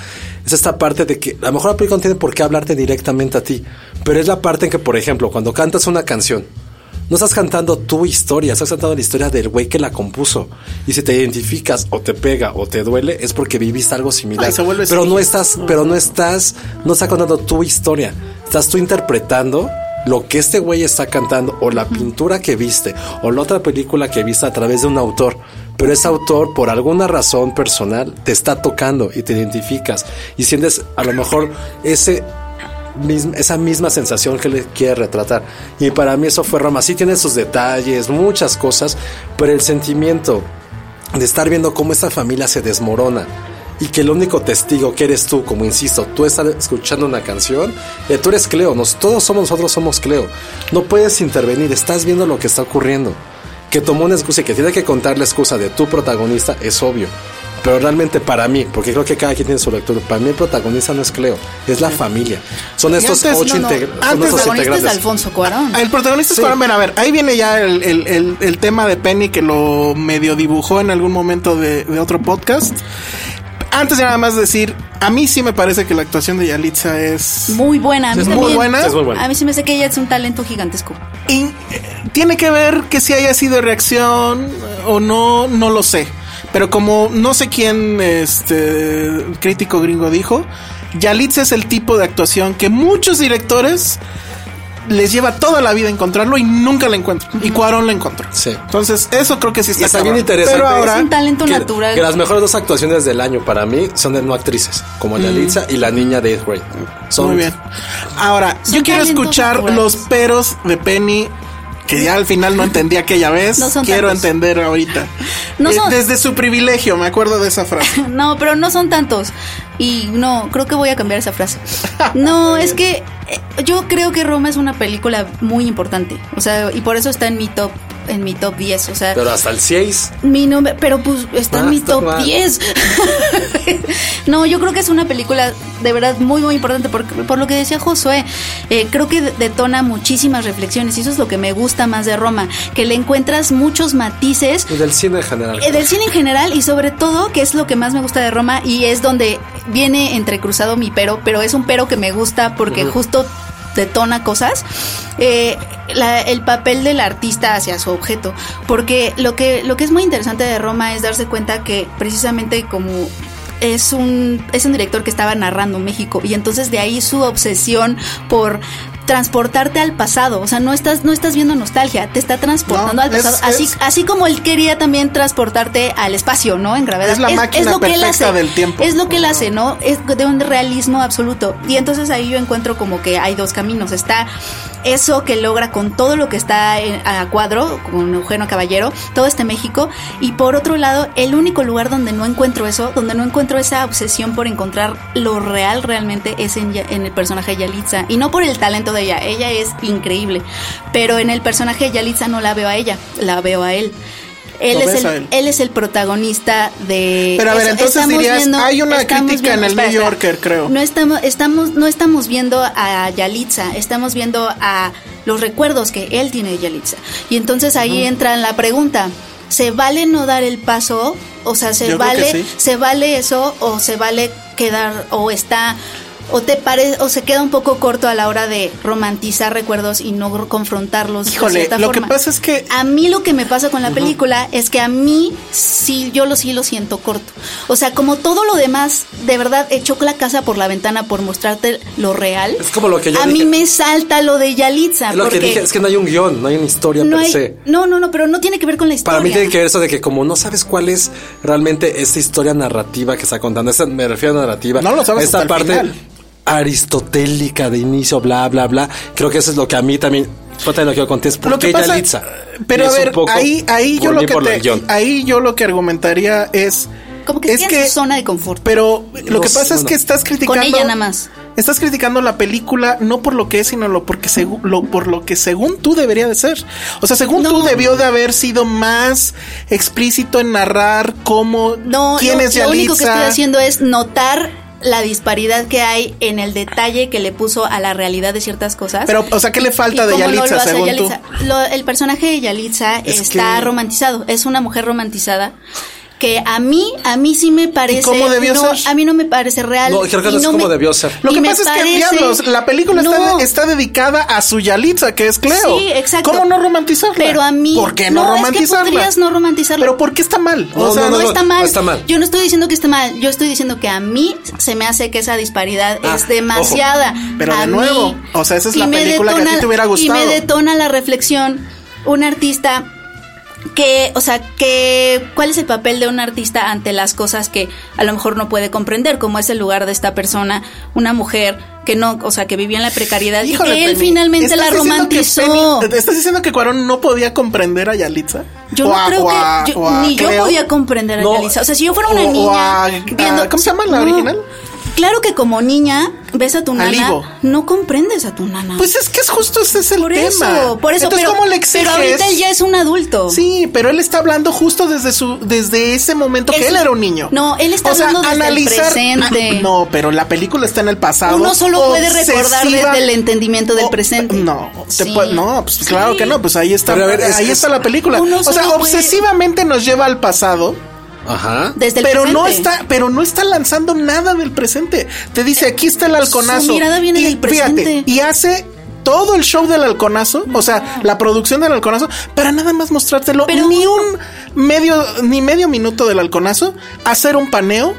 es esta parte de que a lo mejor la película no tiene por qué hablarte directamente a ti, pero es la parte en que, por ejemplo, cuando cantas una canción, no estás cantando tu historia, estás cantando la historia del güey que la compuso. Y si te identificas o te pega o te duele, es porque viviste algo similar.
Ay, se vuelve
pero no
psiqui.
estás, pero no estás, no estás contando tu historia. Estás tú interpretando lo que este güey está cantando o la pintura que viste o la otra película que viste a través de un autor. Pero ese autor, por alguna razón personal, te está tocando y te identificas y sientes a lo mejor ese mism- esa misma sensación que le quiere retratar. Y para mí eso fue Roma. Sí tiene sus detalles, muchas cosas, pero el sentimiento de estar viendo cómo esta familia se desmorona y que el único testigo que eres tú, como insisto, tú estás escuchando una canción, eh, tú eres Cleo, nos, todos somos nosotros somos Cleo. No puedes intervenir, estás viendo lo que está ocurriendo. Que tomó una excusa y que tiene que contar la excusa de tu protagonista es obvio. Pero realmente para mí, porque creo que cada quien tiene su lectura, para mí el protagonista no es Cleo, es la familia. Son estos
antes,
ocho
no, no,
integra- son
antes
El
estos
protagonista es
integrantes.
Alfonso Cuarón.
El protagonista es Cuarón, bueno, a ver, ahí viene ya el, el- el- el tema de Penny que lo medio dibujó en algún momento de, de otro podcast. Antes de nada más decir, a mí sí me parece que la actuación de Yalitza es...
Muy buena. A mí
Es muy
también.
buena.
Es muy buena.
A mí se me hace que ella es un talento gigantesco.
Y, eh, tiene que ver que si haya sido reacción eh, o no, no lo sé. Pero como no sé quién este crítico gringo dijo, Yalitza es el tipo de actuación que muchos directores les lleva toda la vida encontrarlo y nunca la encuentran. Y Cuarón la encontró.
Sí.
Entonces, eso creo que sí
Y
está,
está bien
cabrón.
interesante.
Pero ahora,
Es un talento
que,
natural.
que las mejores dos actuaciones del año para mí son de no actrices, como
Mm.
Yalitza y la niña de 8th grade. Son
muy bien. Ahora,
Son
yo quiero
talentos
escuchar
naturales.
los peros de Penny. Que ya al final no entendí aquella vez.
No son
Quiero
tantos.
entender ahorita.
No
Eh,
son-
Desde su privilegio, me acuerdo de esa frase.
No, pero no son tantos. Y no, creo que voy a cambiar esa frase. No, es que eh, yo creo que Roma es una película muy importante. O sea, y por eso está en mi top, en mi top 10. O sea,
Pero hasta el 6.
Mi nombre, pero pues está en
Ah,
mi
está
top
mal.
10. no, yo creo que es una película de verdad muy, muy importante por, por lo que decía Josué. Eh, creo que detona muchísimas reflexiones y eso es lo que me gusta más de Roma, que le encuentras muchos matices
pues, Del cine en general.
eh, del cine en general y sobre todo, que es lo que más me gusta de Roma y es donde viene entrecruzado mi pero, pero es un pero que me gusta porque justo detona cosas, eh, la- el papel del artista hacia su objeto, porque lo que, lo que es muy interesante de Roma es darse cuenta que precisamente como es un, es un director que estaba narrando México y entonces de ahí su obsesión por transportarte al pasado, o sea, no estás, no estás viendo nostalgia, te está transportando
No,
al
es-
pasado, así,
es-
Así como él quería también transportarte al espacio, ¿no? En gravedad.
Es la máquina perfecta del tiempo.
Es lo que él hace, ¿no? Es de un realismo absoluto. Y entonces ahí yo encuentro como que hay dos caminos. Está eso que logra con todo lo que está en- a cuadro, con Eugenio Caballero, todo este México. Y por otro lado, el único lugar donde no encuentro eso, donde no encuentro esa obsesión por encontrar lo real realmente es en, Ya- en el personaje de Yalitza. Y no por el talento de ella, ella es increíble. Pero en el personaje de Yalitza no la veo a ella, la veo a él. Él
Lo
es,
ves a
el,
él.
él. es el protagonista de.
Pero a ver,
eso,
entonces
estamos
dirías, hay una
estamos
crítica en el New Yorker, creo.
No estamos, estamos, no estamos viendo a Yalitza, estamos viendo a los recuerdos que él tiene de Yalitza. Y entonces ahí entra en la pregunta: ¿se vale no dar el paso? O sea, ¿se
Yo creo que
vale,
sí.
se vale eso o se vale quedar o está o te parece o se queda un poco corto a la hora de romantizar recuerdos y no confrontarlos? de
Híjole,
cierta
lo que
forma? Ah,
pasa es que
A mí lo que me pasa con la película es que a mí sí, yo lo sí lo siento corto. O sea, como todo lo demás, de verdad, echó la casa por la ventana por mostrarte lo real.
Es como lo que yo
A
dije.
mí me salta lo de Yalitza.
Es lo que
porque
dije, es que no hay un guión, no hay una historia
no,
per
hay-
se.
no, no, no, pero no tiene que ver con la historia.
Para mí tiene que ver eso de que como no sabes cuál es realmente esta historia narrativa que está contando, esa- me refiero a narrativa,
No lo sabes
esta
hasta el
parte
final.
aristotélica de inicio, bla, bla, bla, creo que eso es lo que a mí también, parte de lo que yo conté es por
lo
qué
que pasa,
Yalitza. Y
pero a
es un
ver,
poco
ahí, ahí yo
por
lo
mí,
que
por
te-
el guión.
ahí yo lo que argumentaría es
Como que
es
tiene su zona de confort.
Pero lo
No
que
sé,
pasa es
bueno.
que estás criticando
Con ella nada más.
Estás criticando la película no por lo que es, sino lo porque segu- lo- por lo que según tú debería de ser. O sea, según tú debió de haber sido más explícito en narrar cómo
No,
quién
no,
es
lo único que
Yalitza.
estoy haciendo es notar la disparidad que hay en el detalle que le puso a la realidad de ciertas cosas.
Pero, o sea, ¿qué le falta
¿Y
de
cómo no
Yalitza,
lo hace
según tú?
Yalitza? Lo- el personaje de Yalitza
Es
está
que-
romantizado, es una mujer romantizada. que a mí, a mí sí me parece.
cómo debió
no,
ser?
A mí no me parece real.
No, creo que
y
no es como
me-
debió ser.
Lo
y
que
me
pasa es que,
parece-
diablos, la película está,
No.
está dedicada a su Yalitza, que es Cleo.
Sí, exacto.
¿Cómo no romantizarla?
Pero a mí.
¿Por qué no, romantizarla?
Es que podrías no romantizarla.
Pero ¿por qué está mal?
No,
o sea,
no,
no,
está mal.
está mal.
Yo no estoy diciendo que esté mal. Yo estoy diciendo que a mí se me hace que esa disparidad
Ah,
es demasiada.
Pero de
A
nuevo,
mí-
o sea, esa es
y
la
me
película que a ti te hubiera
Y
gustado.
me detona la reflexión. Un artista que, o sea, que cuál es el papel de un artista ante las cosas que a lo mejor no puede comprender, como es el lugar de esta persona, una mujer que no, o sea, que vivía en la precariedad y
Híjole,
que él
Penny,
finalmente
¿estás
la
diciendo que
romantizó.
Penny- ¿Estás diciendo que Cuarón no podía comprender a Yalitza?
Yo
O
no
a-
creo
o a-
que yo-
o a
ni yo
Cleo.
podía comprender a
No,
Yalitza. O sea, si yo fuera una
o- o
niña
a-
viendo
a- ¿cómo se llama la original?
Claro que como niña ves a tu nana,
Livo.
no comprendes a tu nana.
Pues es que es justo ese es el
por
tema.
eso, por eso.
Entonces,
pero,
¿cómo le
pero
exiges?
ahorita él ya es un adulto.
Sí, pero él está hablando justo desde su desde ese momento que
Él-
él era un niño.
No, él está hablando desde el presente.
No, pero la película está en el pasado.
Uno solo puede recordar
obsesiva-
desde el entendimiento del
o-
presente.
No, te
Sí.
puede- no, pues
Sí.
claro que no, pues ahí está,
Pero a ver, es-
ahí
es-
está la película.
Uno
O sea,
solo puede-
obsesivamente nos lleva al pasado.
Ajá.
Desde el
pero no
presente.
está, pero no está lanzando nada del presente. Te dice aquí está el halconazo.
Su mirada viene
y,
del presente.
Fíjate, y hace todo el show del halconazo, o sea, la producción del halconazo, para nada más mostrártelo.
Pero-
ni un medio, ni medio minuto del halconazo, hacer un paneo.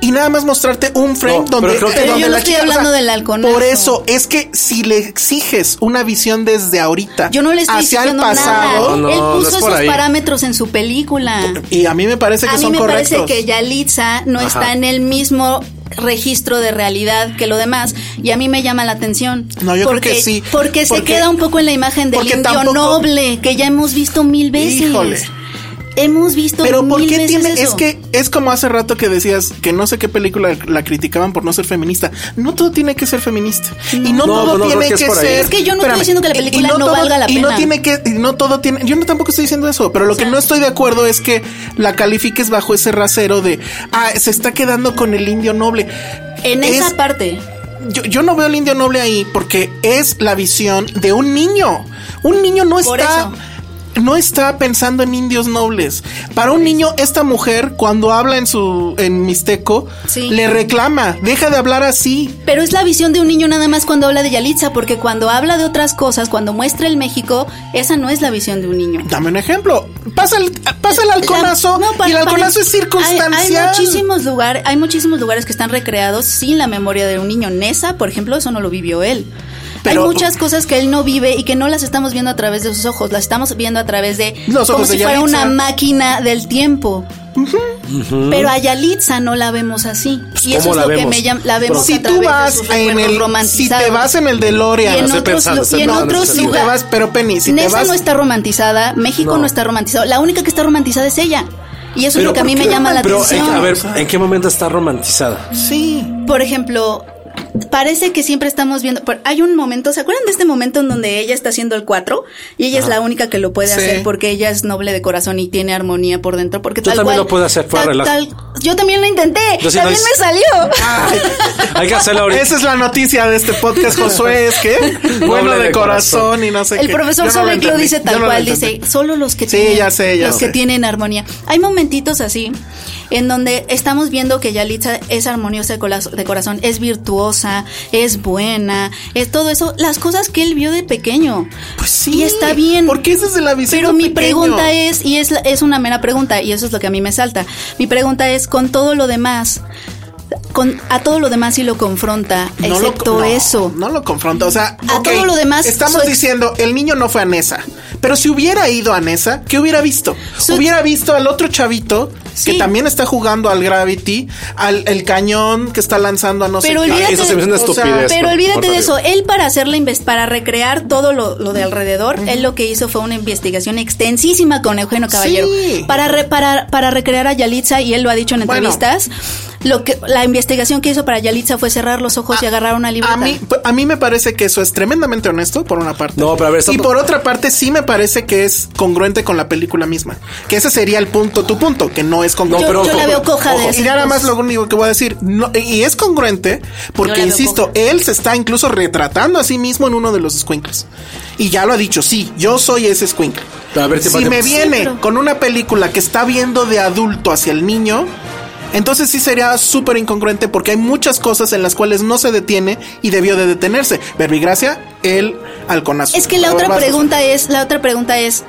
Y nada más mostrarte un frame
No, pero
donde,
creo que- Pero
donde
yo no estoy
chica-
hablando del halconazo.
Por eso es que si le exiges una visión desde ahorita
Yo no le estoy
hacia el
diciendo nada.
pasado,
No, no,
él
no
puso
es por
esos
ahí.
parámetros en su película.
y a mí me parece que
a mí
son
me
correctos.
parece que Yalitza no
Ajá.
está en el mismo registro de realidad que lo demás y a mí me llama la atención
No, yo creo
porque
que sí,
porque, se
porque-
queda un poco en la imagen del
porque
indio
tampoco-
noble que ya hemos visto mil veces
Híjole.
hemos visto
Pero ¿por
mil
qué
veces
tiene?
eso.
Es que es como hace rato que decías que no sé qué película la criticaban por no ser feminista. No todo tiene que ser feminista. Y
No,
no, todo
no, no,
tiene
creo
que,
que es por ahí.
ser.
Es
que yo no estoy diciendo que la
y- y
película no
todo-
valga la
Y no
pena.
tiene que. y no todo tiene. Yo no tampoco estoy diciendo eso. Pero lo que no estoy de acuerdo es que la califiques bajo ese rasero de. Ah, se está quedando con el indio noble.
en
es-
esa parte
Yo, yo no veo el indio noble ahí porque es la visión de un niño. Un niño no
Por
está.
eso.
No está pensando en indios nobles. Para un niño, esta mujer, cuando habla en su. en Mixteco,
Sí.
le reclama. Deja de hablar así.
Pero es la visión de un niño nada más cuando habla de Yalitza, porque cuando habla de otras cosas, cuando muestra el México, esa no es la visión de un niño.
Dame un ejemplo. Pasa el, pasa el halconazo.
La- no, para-
y el halconazo
para-
es circunstancial.
Hay, hay muchísimos lugares, hay muchísimos lugares que están recreados sin la memoria de un niño. Nesa, por ejemplo, eso no lo vivió él.
Pero-
hay muchas cosas que él no vive y que no las estamos viendo a través de sus ojos, las estamos viendo a través de
Los
como
ojos de
si fuera
Yalitza.
una máquina del tiempo. Pero a Yalitza no la vemos así.
Pues,
y eso
¿cómo
es
la
lo que
vemos?
me llama, la vemos
si
a
tú
través
vas
de sus
en
recuerdos
el. Si
romantizados.
te vas en el
y
DeLorean.
en
estoy
otros,
pensando, estoy
y en
pensando,
otros
estoy
si te
lugares.
vas, pero Penny, si te
Nesa
vas.
no está romantizada, México no.
No.
está romantizado. La única que está romantizada es ella. Y eso es lo que a mí me llama la
pero,
atención.
en- a ver, ¿en qué momento está romantizada?
Sí.
Por ejemplo, parece que siempre estamos viendo. por- Hay un momento, ¿se acuerdan de este momento en donde ella está haciendo el 4? Y ella es la única que lo puede
Sí.
hacer porque ella es noble de corazón y tiene armonía por dentro. Porque
Yo
tal
también
cual-
lo puedo hacer, fue
tal-
relajo.
tal- yo también lo intenté.
Yo sí lo
también
hice.
me salió.
Hay que hacerlo ahorita.
Esa es la noticia de este podcast, Josué, es que bueno
Doble
de
de
corazón,
corazón.
y no sé qué.
El profesor
Yo no lo
Sobek lo
entendí,
dice
yo
tal
no lo
cual,
entendí.
dice, solo los que
Sí,
tienen,
ya sé, ya
los
sé.
que tienen armonía. Hay momentitos así en donde estamos viendo que Yalitza es armoniosa de cola- de corazón, es virtuosa, es buena, es todo eso, las cosas que él vio de pequeño.
Pues sí,
Y está bien.
Porque esa es de la visión
Pero
de
mi
pequeño.
pregunta es, y es, la- es una mera pregunta, y eso es lo que a mí me salta. Mi pregunta es, con todo lo demás, con, a todo lo demás sí lo confronta,
No lo-
excepto
no,
eso.
No lo confronta. O sea,
A
ok,
todo lo demás,
Estamos
soy-
diciendo, el niño no fue a Nesa. Pero si hubiera ido a Nesa, ¿qué hubiera visto?
Soy-
Hubiera visto al otro chavito que
Sí.
también está jugando al Gravity, al el cañón que está lanzando a no
Pero
sé qué.
olvídate- Eso se me hace
una
O sea,
estupidez.
Pero
Por
olvídate de
Dios.
eso. Él para hacer la inves- para recrear todo lo, lo de alrededor, él lo que hizo fue una investigación extensísima con Eugenio Caballero
Sí.
para re- para para recrear a Yalitza y él lo ha dicho en
Bueno.
entrevistas. Lo que la investigación que hizo para Yalitza fue cerrar los ojos y agarrar una libreta.
Ah, A mí, a mí me parece que eso es tremendamente honesto, por una parte.
No, pero a ver,
y
estamos-
por otra parte, sí me parece que es congruente con la película misma. Que ese sería el punto, tu punto, que no es
yo,
congruente.
pero
yo
ojo,
la veo coja de
y
esas
nada
dos.
más lo único que voy a decir, no, y es congruente,
Yo
porque
la veo
insisto,
coja.
él se está incluso retratando a sí mismo en uno de los escuincles. Y ya lo ha dicho, sí, yo soy ese escuincle.
A ver,
Si
Pati-
me viene
pero-
con una película que está viendo de adulto hacia el niño, entonces sí sería súper incongruente porque hay muchas cosas en las cuales no se detiene y debió de detenerse. Verbigracia, el halconazo.
Es que la otra
Albazos.
pregunta es, la otra pregunta es,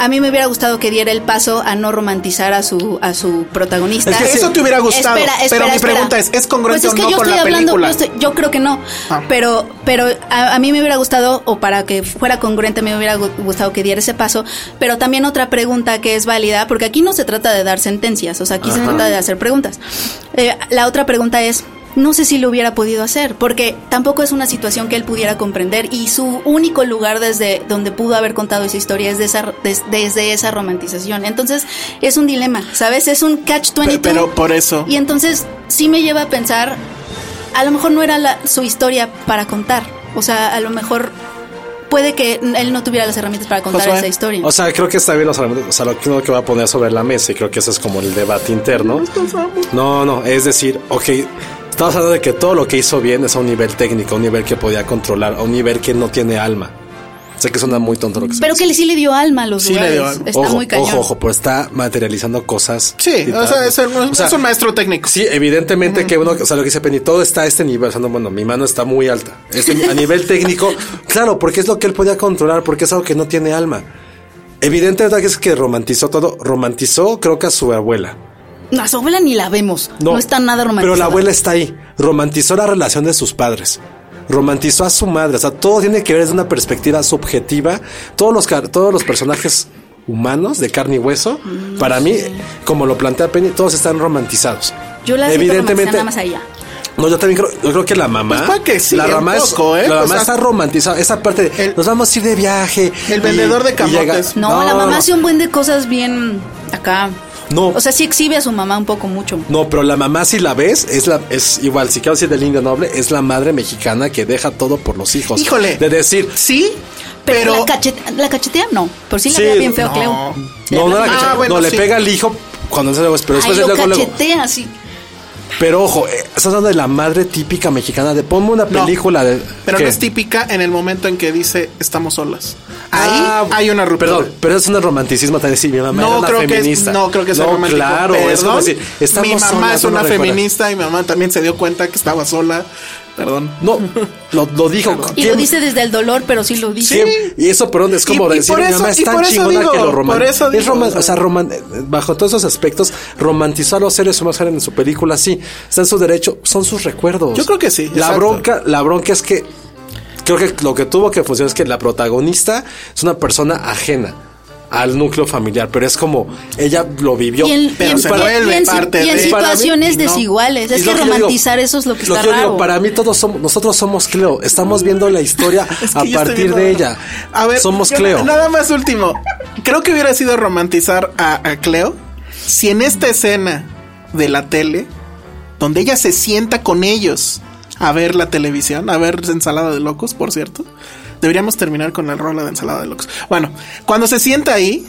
a mí me hubiera gustado que diera el paso a no romantizar a su a su protagonista.
Es que eso te hubiera gustado, pero mi pregunta es, ¿es congruente
Pues es
o
que
no
yo
con
estoy
la
hablando,
película?
yo, estoy- yo creo que no,
Ah.
pero pero a, a mí me hubiera gustado o para que fuera congruente me hubiera gu- gustado que diera ese paso, pero también otra pregunta que es válida, porque aquí no se trata de dar sentencias, o sea, aquí se trata de hacer preguntas. Eh, la otra pregunta es no sé si lo hubiera podido hacer, porque tampoco es una situación que él pudiera comprender y su único lugar desde donde pudo haber contado esa historia es de esa- des- desde esa romantización. Entonces es un dilema, ¿sabes? Es un catch-22.
Pe- pero por eso.
Y entonces sí me lleva a pensar, a lo mejor no era la- su historia para contar, o sea, a lo mejor puede que él no tuviera las herramientas para contar
Josué,
esa historia.
O sea, creo que está bien los argumentos, o sea, lo que uno que va a poner sobre la mesa y creo que ese es como el debate interno. No, no, es decir, ok, estamos hablando de que todo lo que hizo bien es a un nivel técnico, a un nivel que podía controlar, a un nivel que no tiene alma. Sé que suena muy tonto lo que
pero que le- sí le dio alma a los
Sí le
lugares.
dio alma.
Está
ojo,
muy cañón.
Ojo, ojo, pero está materializando cosas.
Sí, o sea, es, un-
O sea,
es un maestro técnico.
Sí, evidentemente que uno, o sea, lo que dice Penny, todo está a este nivel. O sea, no, bueno, mi mano está muy alta. Este- a nivel técnico, claro, porque es lo que él podía controlar, porque es algo que no tiene alma. Evidentemente que es que romantizó todo. Romantizó, creo que a su abuela.
No, a su abuela ni la vemos. No, está nada romántico.
Pero la abuela está ahí. Romantizó la relación de sus padres. Romantizó a su madre. O sea, todo tiene que ver desde una perspectiva subjetiva. Todos los, car- todos los personajes humanos de carne y hueso,
Mm,
para mí, como lo plantea Penny, todos están romantizados.
Yo la evidentemente nada más a ella.
No, yo también creo, yo creo que la mamá.
Pues puede que sí,
la
un
mamá, es-
poco, ¿eh?
la
O
mamá
sea,
está romantizada. Esa parte de
el-
nos vamos a ir de viaje.
el vendedor de
y llega-
camotes.
No, la
no,
mamá
no.
hace un buen de cosas bien acá.
No.
O sea, sí exhibe a su mamá un poco mucho.
No, pero la mamá, si la ves, es la es igual. Si quiero decir del indio noble, es la madre mexicana que deja todo por los hijos.
Híjole.
De decir,
Sí,
Pero,
pero.
la, cachete- la cachetea, no. Por sí la
Sí,
vea bien feo,
no.
Cleo.
no, no, la
Ah,
cacha-
bueno,
no, le
sí.
pega al hijo cuando se pero
Ay,
después
lo
luego, luego.
cachetea así.
Pero ojo, eh, estás hablando de la madre típica mexicana de ponme una
No.
película de.
Pero
¿qué?
no es típica en el momento en que dice estamos solas. Ahí
Ah,
hay una ruptura.
Perdón, pero es un romanticismo también decir mi mamá
No
era una
creo, que es,
feminista.
no creo que sea
No,
romántico.
Claro, es como
Perdón,
decir,
mi
estamos
mamá
solas,
es
¿no
una
recuerdas?
feminista y mi mamá también se dio cuenta que estaba sola. Perdón.
No, lo, lo dijo.
Y lo dice desde el dolor, pero sí lo dice.
¿Quién? Y eso, perdón, es como
Y- y
decir,
por
mi
eso-
mamá es
y
tan
por eso
chingona
digo,
que lo roman-
por eso
es
digo,
roman-
o sea-
o sea, roman- eh, bajo todos esos aspectos, romantizó a los seres humanos en su película, sí. Está en su derecho, son sus recuerdos.
Yo creo que sí,
La
exacto.
bronca, la bronca es que creo que lo que tuvo que funcionar es que la protagonista es una persona ajena al núcleo familiar, pero es como ella lo vivió.
Y en,
Pero
y en-
se
y en-
vuelve
y en si-
parte
y en
de-
situaciones
Para mí, no.
desiguales. Es
Y
que
lo yo
romantizar
digo-
eso es lo que está
yo digo,
raro.
para mí todos somos, nosotros somos Cleo. Estamos viendo la historia
Es que
a
yo estoy
partir
viendo-
de ella.
A ver,
somos
yo-
Cleo.
Nada más último. Creo que hubiera sido romantizar a, a Cleo si en esta escena de la tele, donde ella se sienta con ellos a ver la televisión, a ver ensalada de locos, por cierto. Deberíamos terminar con la rola de ensalada de locos. Bueno, cuando se sienta ahí,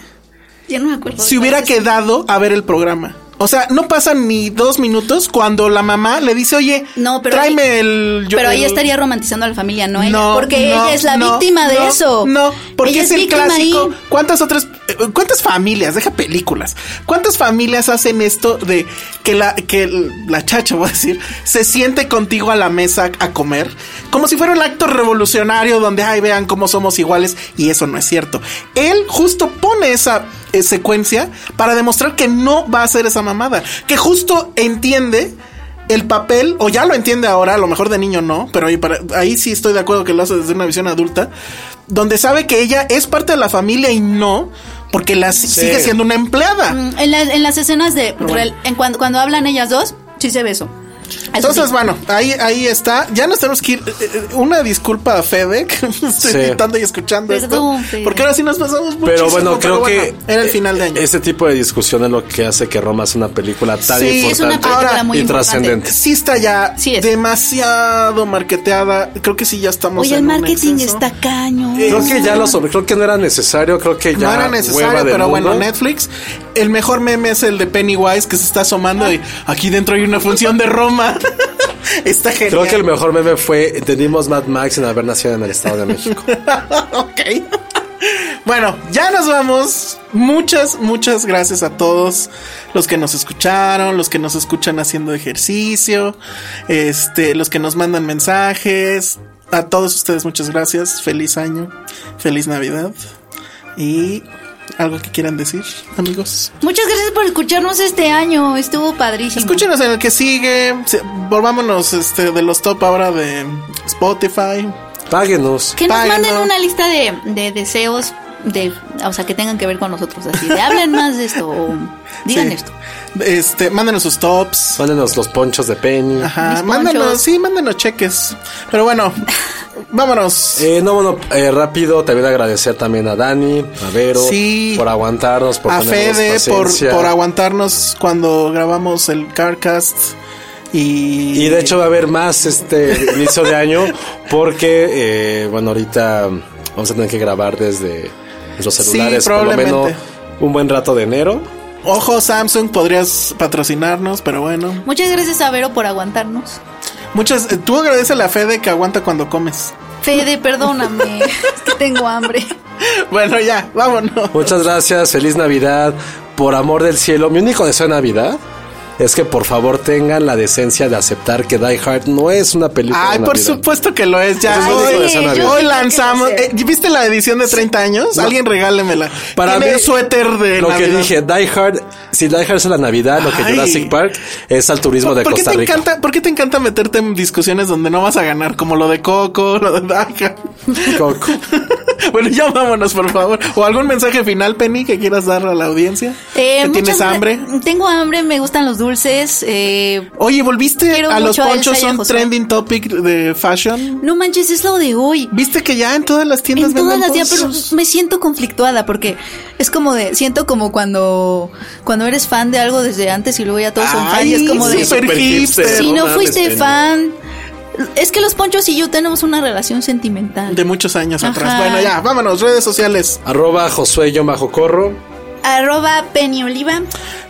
Ya no me acuerdo.
se hubiera quedado a ver el programa. O sea, no pasan ni dos minutos cuando la mamá le dice, oye,
No, pero
tráeme
ahí-
el... yo-
pero ahí
el-
estaría romantizando a la familia, no ella.
No,
porque
no,
ella es la
no,
víctima de
no,
eso.
No, porque
Ella
es el
víctima ahí.
clásico. ¿Cuántas otras, eh, cuántas familias, deja películas, cuántas familias hacen esto de que la, que el- la chacha, voy a decir, se siente contigo a la mesa a comer? Como si fuera un acto revolucionario donde, ay, vean cómo somos iguales, y eso no es cierto. Él justo pone esa eh, secuencia para demostrar que no va a hacer esa mamada, que justo entiende el papel, o ya lo entiende ahora, a lo mejor de niño no, pero ahí, para- ahí sí estoy de acuerdo que lo hace desde una visión adulta, donde sabe que ella es parte de la familia y no, porque la si- sigue siendo una empleada.
Mm, En, las- en las escenas de. rel- en cuando, cuando hablan ellas dos, sí se ve eso. Eso
Entonces,
sí.
bueno, ahí, ahí está. Ya nos tenemos que ir. Eh, eh, Una disculpa a Fede, que me estoy
Sí.
gritando y escuchando esto,
Perdón, Fede.
Porque ahora sí nos pasamos mucho.
Pero bueno, creo que e-,
Era el final de año.
Ese tipo de discusión es lo que hace que Roma sea una película tan
Sí,
importante
es una película
muy
y
importante.
trascendente.
Sí está ya
Sí es.
demasiado marketeada. Creo que sí ya estamos
Oye, el
en un
marketing
exceso.
está caño.
Creo que ya lo sobre, creo que no era necesario, creo que ya
no era
hueva
necesario,
del
pero bueno,
mundo.
Netflix. El mejor meme es el de Pennywise que se está asomando y aquí dentro hay una función de Roma. está genial.
Creo que el mejor meme fue entendimos Mad Max en haber nacido en el Estado de México.
ok. Bueno, ya nos vamos. Muchas, muchas gracias a todos los que nos escucharon, los que nos escuchan haciendo ejercicio, este, los que nos mandan mensajes. A todos ustedes muchas gracias. Feliz año, feliz Navidad y algo que quieran decir, amigos.
Muchas gracias por escucharnos este año. Estuvo padrísimo.
Escúchenos en el que sigue. Se- Volvámonos este, de los top ahora de Spotify.
Páguenos.
Que nos
Páguenos.
manden una lista de, de deseos, de, o sea, que tengan que ver con nosotros. Así de hablen más de esto o digan
Sí.
esto.
Este, mándenos sus tops.
Pónenos los ponchos de Penny.
Ajá,
Mis
mándanos,
ponchos.
sí, mándanos cheques. Pero bueno, vámonos.
Eh, no, bueno, eh, rápido, también agradecer también a Dani, a Vero,
Sí.
por aguantarnos, por
a
tenernos
Fede por,
paciencia.
por aguantarnos cuando grabamos el Carcast. Y,
Y de hecho va a haber más este inicio de año porque, eh, bueno, ahorita vamos a tener que grabar desde los
Sí,
celulares por lo menos
probablemente.
un buen rato de enero.
ojo Samsung, podrías patrocinarnos, pero bueno.
Muchas gracias a Vero por aguantarnos.
Muchas, eh, tú agradecele a Fede que aguanta cuando comes.
Fede, perdóname. es que tengo hambre.
Bueno, ya, vámonos.
Muchas gracias, feliz Navidad, por amor del cielo. Mi único deseo de Navidad es que por favor tengan la decencia de aceptar que Die Hard no es una película. de
Ay, por
Navidad.
supuesto que lo es. Ya
Eso es lo único
hoy,
de esa Navidad.
Yo
hoy
sí creo que lo
lanzamos.
sé.
eh, ¿Viste la edición de 30 años?
No.
Alguien regálemela. Para Tiene
mí,
suéter de
Lo que
Navidad.
dije, Die Hard, si Die Hard es a la Navidad, lo que
Ay.
Jurassic Park es al turismo de
¿Por qué
Costa
te
Rica.
encanta, ¿Por qué te encanta meterte en discusiones donde no vas a ganar? Como lo de Coco, lo de Daja.
Coco.
bueno, ya vámonos, por favor. O algún mensaje final, Penny, que quieras dar a la audiencia.
Eh,
¿Que ¿Tienes
muchas gra-
hambre?
Tengo hambre, me gustan los dulces. eh,
Oye, ¿volviste
Quiero
a los
mucho a
ponchos?
Elsa y a
son
Josué.
trending topic de fashion.
no manches, es lo de hoy.
¿Viste que ya en todas las tiendas
En todas
venden
las días, pero
ponchos?
me siento conflictuada porque es como de, siento como cuando, cuando eres fan de algo desde antes y luego ya todos son fan
Ay,
y es como de,
súper
Súper
hipster.
hipster.
si
no
no
mames,
fuiste
Penny.
fan, es que los ponchos y yo tenemos una relación sentimental.
De muchos años atrás.
Ajá.
Bueno, ya, vámonos, redes sociales.
Arroba Josué yo bajo corro.
Arroba Penny Oliva,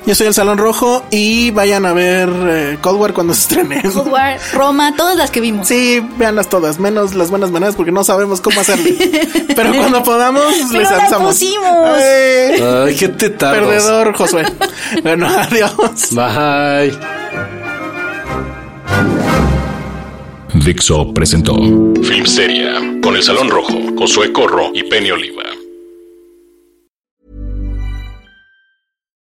Yo soy el Salón Rojo y vayan a ver eh, Cold War cuando se estrene.
Cold War, Roma, todas las que vimos.
Sí, véanlas todas, menos las buenas maneras porque no sabemos cómo hacerlo. Pero cuando podamos,
Pero
les
las
avisamos.
pusimos.
Eh,
Ay, qué te tardas.
perdedor, Josué. Bueno, adiós.
Bye.
Dixo presentó Film Seria con El Salón Rojo, Josué Corro y Penny Oliva.